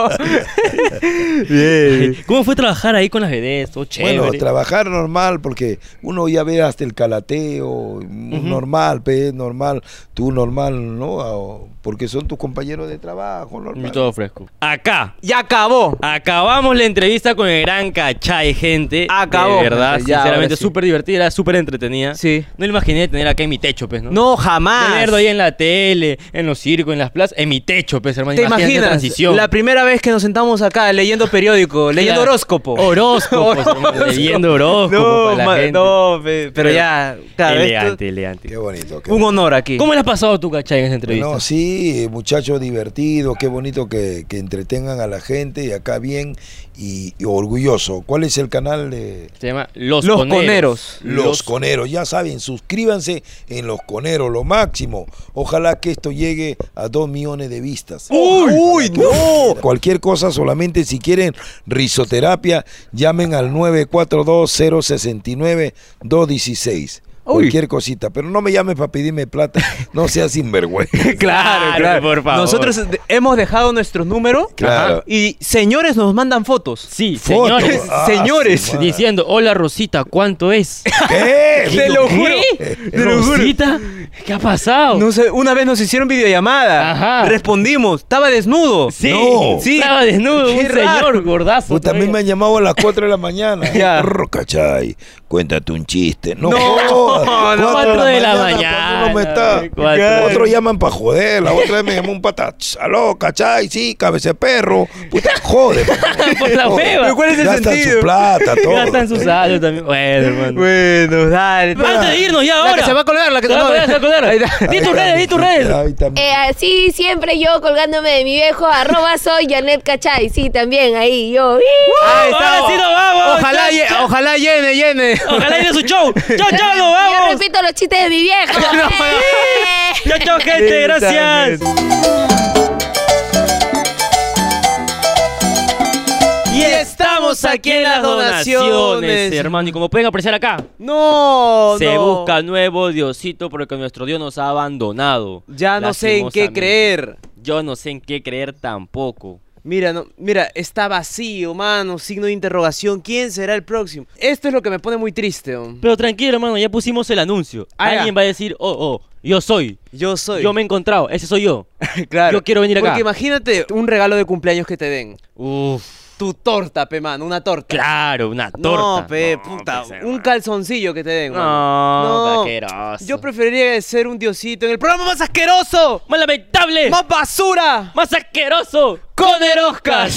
Speaker 3: Bien.
Speaker 1: ¿Cómo fue trabajar ahí con las bebés? Todo chévere.
Speaker 2: Bueno, trabajar normal, porque uno ya ve hasta el calateo, normal, pe, normal, tú normal, ¿no? Ah, Porque son tus compañeros de trabajo,
Speaker 1: Y
Speaker 2: normal.
Speaker 1: todo fresco. Acá.
Speaker 3: Ya acabó.
Speaker 1: Acabamos la entrevista con el gran Cachay, gente.
Speaker 3: Acabó,
Speaker 1: De verdad,
Speaker 3: gente, ya,
Speaker 1: sinceramente,
Speaker 3: ahora sí.
Speaker 1: súper divertida, súper entretenida.
Speaker 3: Sí.
Speaker 1: No lo imaginé tener acá en mi techo, pues, ¿no?
Speaker 3: No, jamás.
Speaker 1: Tenerlo ahí en la tele, en los circos, en las plazas, en mi techo, pues, hermano.
Speaker 3: ¿Te
Speaker 1: Imagínate la
Speaker 3: imaginas?
Speaker 1: transición.
Speaker 3: La primera vez que nos sentamos acá leyendo periódico, leyendo
Speaker 1: Claro.
Speaker 3: horóscopo.
Speaker 1: Horóscopos, hermano, leyendo horóscopos
Speaker 3: No,
Speaker 1: para la
Speaker 3: ma-
Speaker 1: gente.
Speaker 3: no, pe- pero ya, claro, esto-
Speaker 1: elegante, elegante.
Speaker 2: Qué bonito. qué
Speaker 3: un honor aquí.
Speaker 1: ¿Cómo le has pasado tú, Cachay, en esa entrevista?
Speaker 2: No, sí, muchachos divertidos, qué bonito que, que entretengan a la gente y acá bien y, y orgulloso. ¿Cuál es el canal de
Speaker 1: Se llama Los,
Speaker 3: Los
Speaker 1: Coneros.
Speaker 3: Coneros.
Speaker 2: Los, Coneros? Ya saben, suscríbanse en Los Coneros, lo máximo. Ojalá que esto llegue a dos millones de vistas.
Speaker 3: ¡Uy! ¡Uy, no!
Speaker 2: Cualquier cosa, solamente si quieren risoterapia, llamen al 942-069-216.
Speaker 3: Uy.
Speaker 2: Cualquier cosita, pero no me llames para pedirme plata, no seas sinvergüenza.
Speaker 3: Claro,
Speaker 1: Claro,
Speaker 3: claro.
Speaker 1: por favor.
Speaker 3: Nosotros de- hemos dejado nuestros números
Speaker 2: Claro.
Speaker 3: Ajá. y señores nos mandan fotos.
Speaker 1: Sí,
Speaker 2: Fotos.
Speaker 1: señores.
Speaker 2: Ah,
Speaker 3: Señores.
Speaker 2: su madre.
Speaker 1: Diciendo, hola Rosita, ¿cuánto es?
Speaker 2: ¿Qué?
Speaker 3: Te lo
Speaker 1: ¿Qué?
Speaker 3: juro. Te lo juro.
Speaker 1: ¿Rosita? ¿Qué ha pasado?
Speaker 3: No sé, una vez nos hicieron videollamada.
Speaker 1: Ajá.
Speaker 3: Respondimos. Estaba desnudo.
Speaker 1: Sí,
Speaker 2: No.
Speaker 1: sí. Estaba desnudo,
Speaker 3: Qué
Speaker 1: un
Speaker 3: raro.
Speaker 1: señor gordazo.
Speaker 2: Pues también me
Speaker 1: todavía.
Speaker 2: han llamado a las 4 de la mañana.
Speaker 3: Ya.
Speaker 2: Rrr, Cachay, cuéntate un chiste. No,
Speaker 3: No. no,
Speaker 2: Cuatro
Speaker 1: cuatro de la
Speaker 2: pues, uno me
Speaker 1: mañana,
Speaker 2: está.
Speaker 1: güey, cuatro.
Speaker 2: Otros llaman para joder. La otra vez me llamó un pata. "Ch, Aló, cachai, sí, cabece perro. Puta, jode.
Speaker 1: Por la hueva.
Speaker 3: Pero ¿cuál es el
Speaker 2: Gastan
Speaker 3: sentido?
Speaker 2: su plata, todo.
Speaker 1: Gastan sus años también. Bueno, hermano.
Speaker 3: Bueno, dale.
Speaker 1: Antes de irnos ya
Speaker 3: La
Speaker 1: ahora.
Speaker 3: que se va a colgar, la que
Speaker 1: Se va a colgar, se va a colgar.
Speaker 3: Ahí está.
Speaker 1: Di
Speaker 2: Ahí
Speaker 1: tus
Speaker 2: está
Speaker 1: redes,
Speaker 2: mi
Speaker 1: di tus
Speaker 2: gente,
Speaker 1: redes.
Speaker 2: ahí está mi-
Speaker 6: Eh, así siempre yo colgándome de mi viejo, arroba soy Janet Cachay. Sí, también ahí yo.
Speaker 3: Ahí está.
Speaker 1: Ahora sí nos vamos.
Speaker 3: Ojalá,
Speaker 1: Chao,
Speaker 3: lle-
Speaker 1: chao.
Speaker 3: ojalá llene, llene.
Speaker 1: Ojalá ir a su show. Chao, chao, nos
Speaker 6: Yo
Speaker 1: vamos.
Speaker 6: repito los chistes de mi viejo.
Speaker 3: No,
Speaker 6: Eh.
Speaker 1: Chao, chao, gente. Gracias.
Speaker 3: Y estamos aquí en las donaciones.
Speaker 1: hermano. Y como pueden apreciar acá,
Speaker 3: No,
Speaker 1: se
Speaker 3: no.
Speaker 1: busca nuevo Diosito porque nuestro Dios nos ha abandonado.
Speaker 3: Ya no sé en qué
Speaker 1: Lastimosamente.
Speaker 3: creer.
Speaker 1: Yo no sé en qué creer tampoco.
Speaker 3: Mira, no, mira, está vacío, mano, signo de interrogación. ¿Quién será el próximo? Esto es lo que me pone muy triste. hom.
Speaker 1: Pero tranquilo, hermano, ya pusimos el anuncio.
Speaker 3: Ah, ya.
Speaker 1: Alguien va a decir, oh, oh, yo soy.
Speaker 3: Yo soy.
Speaker 1: Yo me he encontrado, ese soy yo.
Speaker 3: claro.
Speaker 1: yo quiero venir acá.
Speaker 3: Porque imagínate un regalo de cumpleaños que te den.
Speaker 1: Uf,
Speaker 3: Tu torta, pe, mano, una torta.
Speaker 1: claro, una torta.
Speaker 3: No, pe, puta,
Speaker 1: pues,
Speaker 3: un
Speaker 1: hermano.
Speaker 3: calzoncillo que te den.
Speaker 1: No,
Speaker 3: mano.
Speaker 1: vaqueroso.
Speaker 3: Yo preferiría ser un diosito en el programa más asqueroso,
Speaker 1: ¡Más lamentable!
Speaker 3: más basura,
Speaker 1: ¡Más asqueroso!
Speaker 3: con el Oscar.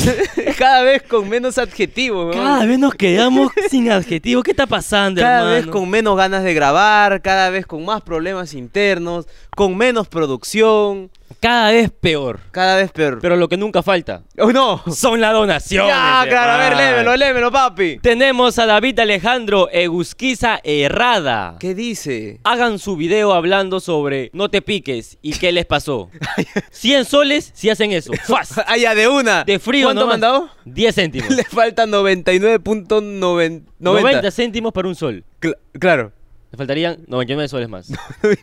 Speaker 3: Cada vez con menos adjetivos. weón.
Speaker 1: Cada vez nos quedamos sin adjetivo. ¿Qué está pasando,
Speaker 3: Cada
Speaker 1: hermano?
Speaker 3: vez con menos ganas de grabar, cada vez con más problemas internos, con menos producción,
Speaker 1: Cada vez peor.
Speaker 3: cada vez peor.
Speaker 1: Pero lo que nunca falta
Speaker 3: ¡Oh, no!
Speaker 1: son las donaciones.
Speaker 3: Ya, claro, a ver,
Speaker 1: hermano.
Speaker 3: lémelo, lémelo, papi.
Speaker 1: Tenemos a David Alejandro Egusquiza Herrada.
Speaker 3: ¿Qué dice?
Speaker 1: Hagan su video hablando sobre no te piques y qué les pasó. 100 soles si hacen eso. ¡Faz!
Speaker 3: Ah, ya, de una.
Speaker 1: De frío,
Speaker 3: ¿Cuánto ha
Speaker 1: nomás.
Speaker 3: mandado?
Speaker 1: 10 céntimos.
Speaker 3: Le faltan 99.90.
Speaker 1: 90 céntimos para un sol.
Speaker 3: Cla- claro.
Speaker 1: Le faltarían 99 soles más.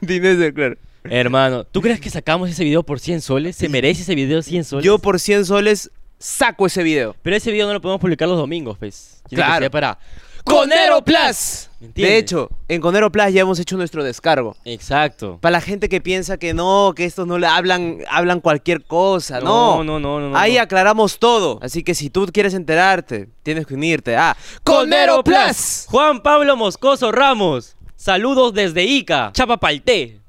Speaker 3: 99, claro.
Speaker 1: Hermano, ¿tú crees que sacamos ese video por 100 soles? ¿Se merece ese video 100 soles?
Speaker 3: Yo por 100 soles saco ese video.
Speaker 1: Pero ese video no lo podemos publicar los domingos, pues. Tiene que
Speaker 3: Claro.
Speaker 1: ser para...
Speaker 3: ¡Conero Plus!
Speaker 1: ¿Me entiendes?
Speaker 3: De hecho, en Conero Plus ya hemos hecho nuestro descargo.
Speaker 1: Exacto.
Speaker 3: Para la gente que piensa que no, que estos no le hablan, hablan cualquier cosa, no.
Speaker 1: No, no, no, no, no,
Speaker 3: Ahí
Speaker 1: no.
Speaker 3: aclaramos todo. Así que si tú quieres enterarte, tienes que unirte a Conero Plus.
Speaker 1: Juan Pablo Moscoso Ramos. Saludos desde Ica. Chapa palté.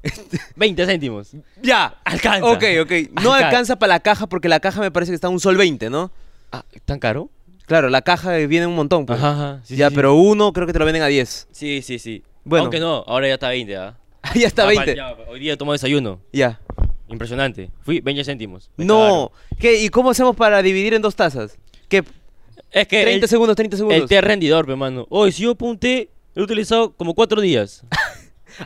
Speaker 1: 20 céntimos.
Speaker 3: Ya,
Speaker 1: Alcanza.
Speaker 3: Ok, ok. No
Speaker 1: Alcanza.
Speaker 3: alcanza para la caja porque la caja me parece que está a un sol 20, ¿no?
Speaker 1: Ah, ¿Tan caro?
Speaker 3: Claro, la caja viene un montón. pues.
Speaker 1: Ajá, ajá, sí,
Speaker 3: ya,
Speaker 1: sí, sí.
Speaker 3: pero uno creo que te lo venden a 10.
Speaker 1: Sí, sí, sí.
Speaker 3: Bueno.
Speaker 1: Aunque no, ahora ya está 20, ¿ah?
Speaker 3: Ahí está
Speaker 1: Ah, pa-
Speaker 3: 20.
Speaker 1: ya, hoy día tomo desayuno.
Speaker 3: Ya.
Speaker 1: Impresionante. Fui 20 céntimos. Me
Speaker 3: No. ¿Qué? ¿Y cómo hacemos para dividir en dos tazas? ¿Qué?
Speaker 1: cagaron. Es que
Speaker 3: 30
Speaker 1: el,
Speaker 3: segundos, 30
Speaker 1: el
Speaker 3: segundos.
Speaker 1: té es rendidor, pe, mano. Hoy, si yo apunté, lo he utilizado como 4 días.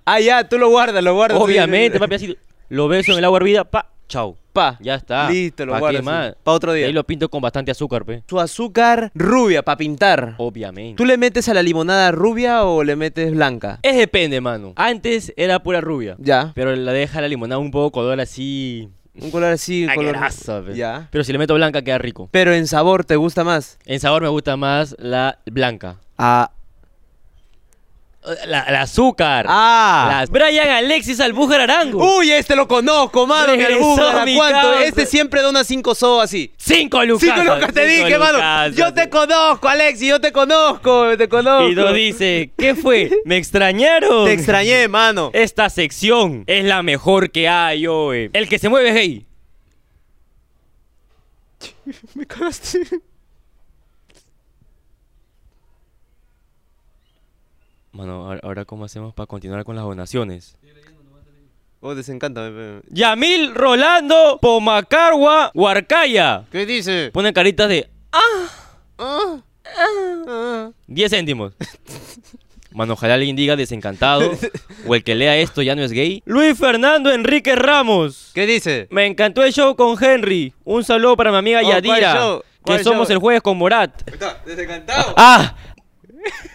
Speaker 3: Ah, ya, tú lo guardas, lo guardas.
Speaker 1: Obviamente, papi, así. Lo beso en el agua hervida, pa, chao.
Speaker 3: Pa.
Speaker 1: Ya está.
Speaker 3: Listo, lo
Speaker 1: ¿Pa' qué
Speaker 3: guardas.
Speaker 1: más?
Speaker 3: Para otro
Speaker 1: Y
Speaker 3: día.
Speaker 1: ahí lo pinto con bastante azúcar, pe.
Speaker 3: Tu azúcar rubia para pintar.
Speaker 1: Oh, Obviamente.
Speaker 3: ¿Tú le metes a la limonada rubia o le metes blanca?
Speaker 1: Es depende, mano. Antes era pura rubia.
Speaker 3: Ya.
Speaker 1: Pero la deja la limonada un poco color así.
Speaker 3: Un color así, un color.
Speaker 1: aguerazo, Ah, pe.
Speaker 3: Ah, Ya.
Speaker 1: Pero si le meto blanca queda rico.
Speaker 3: Pero en sabor, ¿te gusta más?
Speaker 1: En sabor me gusta más la blanca.
Speaker 3: Ah.
Speaker 1: La, la azúcar.
Speaker 3: Ah.
Speaker 1: Las- Brian Alexis Albújar Arango.
Speaker 3: Uy, este lo conozco, mano. mi
Speaker 1: Regresó,
Speaker 3: albúgara,
Speaker 1: mi
Speaker 3: ¿Cuánto?
Speaker 1: causa.
Speaker 3: Este siempre dona 5 so así.
Speaker 1: Cinco lucas.
Speaker 3: Cinco lucas te dije, mano. Yo te conozco, Alexi, yo te conozco, te conozco.
Speaker 1: Y lo dice, ¿qué fue? ¿Me extrañaron?
Speaker 3: Te extrañé, mano.
Speaker 1: Esta sección es la mejor que hay, oe. El que se mueve es gay.
Speaker 3: Me cagaste.
Speaker 1: Mano, ahora- ahora cómo hacemos para continuar con las donaciones.
Speaker 3: Oh, desencántame. pe.
Speaker 1: Yamil Rolando Pomacarwa Huarcaya.
Speaker 3: ¿Qué dice?
Speaker 1: Ponen caritas de
Speaker 3: Ah, ah.
Speaker 1: 10 céntimos. Mano, ojalá alguien diga desencantado o el que lea esto ya no es gay. Luis Fernando Enrique Ramos.
Speaker 3: ¿Qué dice?
Speaker 1: Me encantó el show con Henry. Un saludo para mi amiga
Speaker 3: Oh, ¿cuál
Speaker 1: Yadira.
Speaker 3: show?
Speaker 1: Que
Speaker 3: ¿Cuál
Speaker 1: somos
Speaker 3: show?
Speaker 1: el jueves con Morat.
Speaker 4: está, desencantado.
Speaker 1: ¡Ah!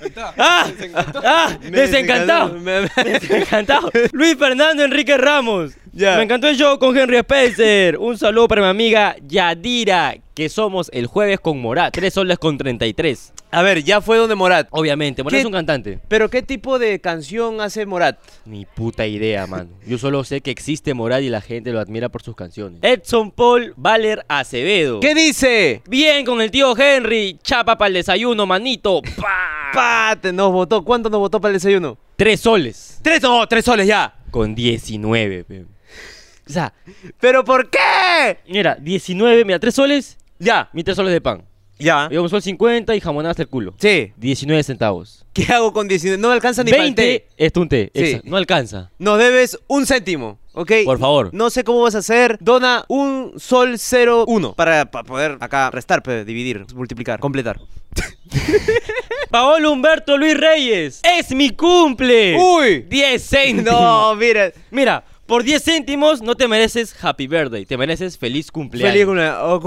Speaker 4: Ahí está.
Speaker 1: ¡Ah!
Speaker 4: Desencantado.
Speaker 1: ¡Ah! ¡Desencantado!
Speaker 3: Me- me-
Speaker 1: Encantado. Luis Fernando Enrique Ramos.
Speaker 3: Ya.
Speaker 1: Me encantó el show con Henry Spencer. Un saludo para mi amiga Yadira, que somos el jueves con Morat. Tres soles con 33.
Speaker 3: A ver, ya fue donde Morat.
Speaker 1: Obviamente, Morat
Speaker 3: ¿Qué?
Speaker 1: es un cantante.
Speaker 3: Pero ¿qué tipo de canción hace Morat?
Speaker 1: Ni puta idea, mano. Yo solo sé que existe Morat y la gente lo admira por sus canciones. Edson Paul Valer Acevedo.
Speaker 3: ¿Qué dice?
Speaker 1: Bien con el tío Henry. Chapa para el desayuno, manito. Pa.
Speaker 3: Pate, nos votó. ¿Cuánto nos votó para el desayuno?
Speaker 1: Tres soles
Speaker 3: Tres, no, tres soles ya.
Speaker 1: con 19. pe. O sea,
Speaker 3: ¿Pero por qué?
Speaker 1: mira, 19, mira, tres soles,
Speaker 3: Ya,
Speaker 1: mis tres soles de pan.
Speaker 3: ya.
Speaker 1: Yo un sol 50 y jamonada hasta el culo.
Speaker 3: Sí.
Speaker 1: 19 centavos.
Speaker 3: ¿Qué hago con 19? No me alcanza ni para el
Speaker 1: 20
Speaker 3: té.
Speaker 1: es un té.
Speaker 3: Sí.
Speaker 1: exacto. No alcanza.
Speaker 3: Nos debes un céntimo, ¿ok?
Speaker 1: Por favor.
Speaker 3: No sé cómo vas a hacer. Dona un sol cero uno para, para poder acá restar, pe, dividir, multiplicar, completar.
Speaker 1: Paolo Humberto Luis Reyes. ¡Es mi cumple!
Speaker 3: ¡Uy!
Speaker 1: 10 céntimos.
Speaker 3: No, mira.
Speaker 1: Mira, por 10 céntimos no te mereces happy birthday, te mereces feliz cumpleaños.
Speaker 3: Feliz cumpleaños. Oh,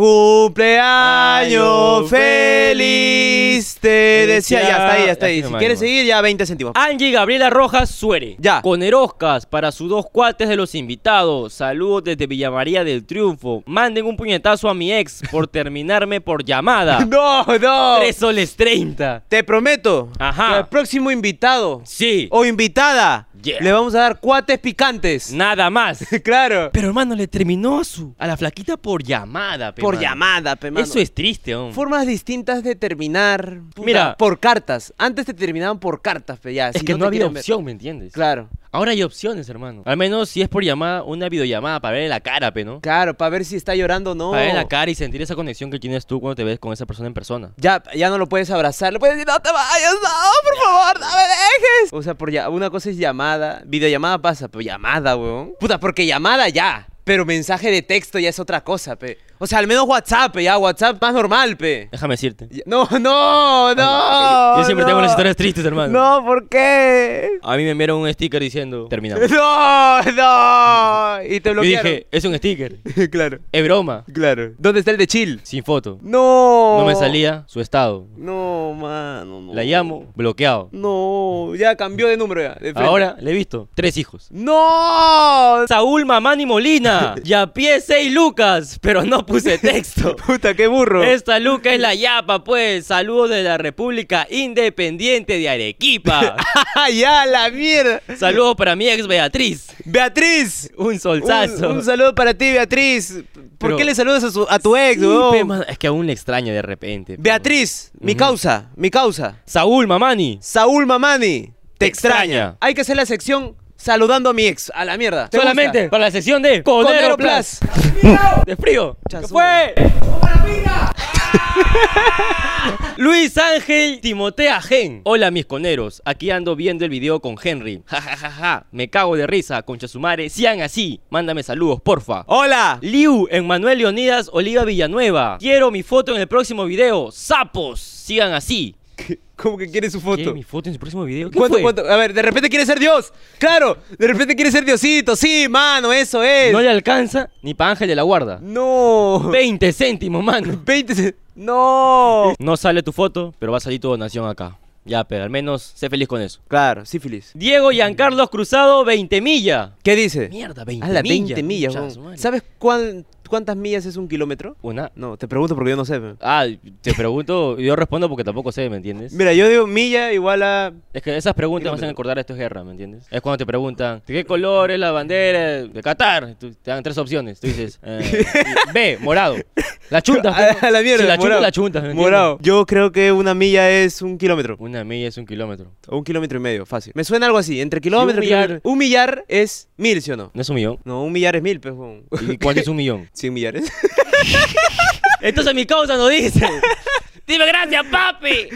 Speaker 3: cumpleaños
Speaker 1: Año
Speaker 3: feliz.
Speaker 1: feliz.
Speaker 3: Te decía, ya está ahí, ya está
Speaker 1: Así
Speaker 3: ahí. Si
Speaker 1: nomás,
Speaker 3: quieres
Speaker 1: nomás.
Speaker 3: seguir, ya 20 céntimos.
Speaker 1: Angie Gabriela Rojas Suere.
Speaker 3: Ya.
Speaker 1: Con Eroscas para sus dos cuates de los invitados. Saludos desde Villa María del Triunfo. Manden un puñetazo a mi ex por terminarme por llamada.
Speaker 3: No, no.
Speaker 1: 3 soles 30.
Speaker 3: Te prometo
Speaker 1: Ajá.
Speaker 3: que al próximo invitado
Speaker 1: Sí.
Speaker 3: o invitada
Speaker 1: Yeah.
Speaker 3: le vamos a dar cuates picantes.
Speaker 1: Nada más.
Speaker 3: claro.
Speaker 1: Pero hermano, le terminó a su a la flaquita por llamada, pe,
Speaker 3: Por
Speaker 1: mano.
Speaker 3: llamada, pe, mano.
Speaker 1: Eso es triste, hombre.
Speaker 3: Formas distintas de terminar. puta,
Speaker 1: Mira.
Speaker 3: Por cartas. Antes te terminaban por cartas, pe, ya.
Speaker 1: Es
Speaker 3: si
Speaker 1: que no,
Speaker 3: te
Speaker 1: había
Speaker 3: quieren ver.
Speaker 1: opción, ¿me entiendes?
Speaker 3: Claro.
Speaker 1: Ahora hay opciones, hermano. Al menos si es por llamada, una videollamada para verle la cara, pe, ¿no?
Speaker 3: Claro, para ver si está llorando o no.
Speaker 1: Para verle la cara y sentir esa conexión que tienes tú cuando te ves con esa persona en persona.
Speaker 3: Ya, ya no lo puedes abrazar, le puedes decir, no te vayas, no, por favor, no me dejes. O sea, por ya, una cosa es llamada, videollamada pasa, pero llamada, weón. Puta, porque llamada ya, pero mensaje de texto ya es otra cosa, pe. O sea, al menos WhatsApp, pe, ya, WhatsApp más normal, pe.
Speaker 1: Déjame decirte.
Speaker 3: Ya- No, no, no.
Speaker 1: Yo siempre
Speaker 3: no.
Speaker 1: tengo las historias tristes, hermano.
Speaker 3: No, ¿por qué?
Speaker 1: A mí me enviaron un sticker diciendo, terminamos.
Speaker 3: No, no. Y te
Speaker 1: Yo
Speaker 3: bloquearon.
Speaker 1: dije, es un sticker.
Speaker 3: claro,
Speaker 1: Es broma.
Speaker 3: claro. ¿Dónde está el de chill?
Speaker 1: Sin foto.
Speaker 3: No.
Speaker 1: No me salía su estado.
Speaker 3: No, mano, no.
Speaker 1: La llamo, bloqueado.
Speaker 3: No, ya cambió de número ya. de frente.
Speaker 1: Ahora le he visto tres hijos.
Speaker 3: ¡No!
Speaker 1: Saúl Mamani Molina. Ya pie seis lucas, pero no puse texto.
Speaker 3: Puta, qué burro.
Speaker 1: Esta Luca es la yapa, pues. Saludos de la República Independiente de Arequipa.
Speaker 3: ¡Ah, ya, la mierda!
Speaker 1: Saludos para mi ex Beatriz.
Speaker 3: ¡Beatriz!
Speaker 1: Un
Speaker 3: Un,
Speaker 1: solzazo.
Speaker 3: un saludo para ti, Beatriz. ¿Por
Speaker 1: Pero-
Speaker 3: qué le saludas a, su- a tu ex,
Speaker 1: Sí,
Speaker 3: huevón?
Speaker 1: pe, mano, es que aún le extraño de repente. pe.
Speaker 3: Beatriz, mi
Speaker 1: Ujú.
Speaker 3: causa, mi causa.
Speaker 1: Saúl Mamani.
Speaker 3: Saúl Mamani, te,
Speaker 1: Te
Speaker 3: extraña.
Speaker 1: extraña.
Speaker 3: Hay que hacer la sección saludando a mi ex, a la mierda. ¿Te
Speaker 1: Solamente
Speaker 3: gusta?
Speaker 1: para la sección de Conero
Speaker 3: Conero Plus.
Speaker 1: Plus. De frío.
Speaker 3: Chazú.
Speaker 1: ¿Qué fue? Luis Ángel Timotea Gen. Hola mis coneros, aquí ando viendo el video con Henry. Ja ja ja ja, me cago de risa, concha su madre. Sean así, mándame saludos, porfa. Oh,
Speaker 3: Hola.
Speaker 1: Liu, Manuel Leonidas, Oliva Villanueva. Quiero mi foto en el próximo video. Sapos, sigan así.
Speaker 3: ¿Cómo que quiere su
Speaker 1: ¿Quiere
Speaker 3: foto?
Speaker 1: mi foto en su próximo video? ¿Qué
Speaker 3: ¿Cuánto,
Speaker 1: fue?
Speaker 3: cuánto? A ver, de repente quiere ser Dios. Claro, de repente quiere ser Diosito. Sí, mano, eso es.
Speaker 1: No le alcanza ni para Ángel de la Guarda.
Speaker 3: No.
Speaker 1: 20 céntimos, mano.
Speaker 3: 20 se- No.
Speaker 1: No sale tu foto, pero va a salir tu donación acá. Ya, pero al menos sé feliz con eso.
Speaker 3: Claro, sífilis.
Speaker 1: Diego Giancarlos Cruzado, 20 millas.
Speaker 3: ¿Qué dice?
Speaker 1: Mierda, 20
Speaker 3: A la
Speaker 1: millas.
Speaker 3: 20 millas,
Speaker 1: Concha
Speaker 3: weón.
Speaker 1: su madre.
Speaker 3: ¿Sabes cuán- cuántas millas es un kilómetro?
Speaker 1: Una.
Speaker 3: No, te pregunto porque yo no sé. weón.
Speaker 1: Ah, te pregunto, yo respondo porque tampoco sé, ¿me entiendes?
Speaker 3: Mira, yo digo milla igual a.
Speaker 1: Es que esas preguntas me hacen acordar esto es guerra, ¿me entiendes? Es cuando te preguntan, ¿de qué color es la bandera de Qatar? Y tú- te dan tres opciones. Tú dices, eh, B, morado. La chunta.
Speaker 3: A, a la mierda.
Speaker 1: Si la chunta,
Speaker 3: morado.
Speaker 1: la chunta. ¿me entiendes?
Speaker 3: Morado. Yo creo que una milla es un kilómetro.
Speaker 1: Una milla es un kilómetro.
Speaker 3: O un kilómetro y medio, fácil. Me suena algo así, entre kilómetro
Speaker 1: un
Speaker 3: y
Speaker 1: millar-
Speaker 3: kilómetro. Un millar es mil, ¿sí o no?
Speaker 1: ¿No es un millón?
Speaker 3: No, un millar es mil, pues. weón.
Speaker 1: ¿Y cuánto es un millón?
Speaker 3: ¿Cien millares?
Speaker 1: Entonces mi causa nos dice. Dime gracias, papi.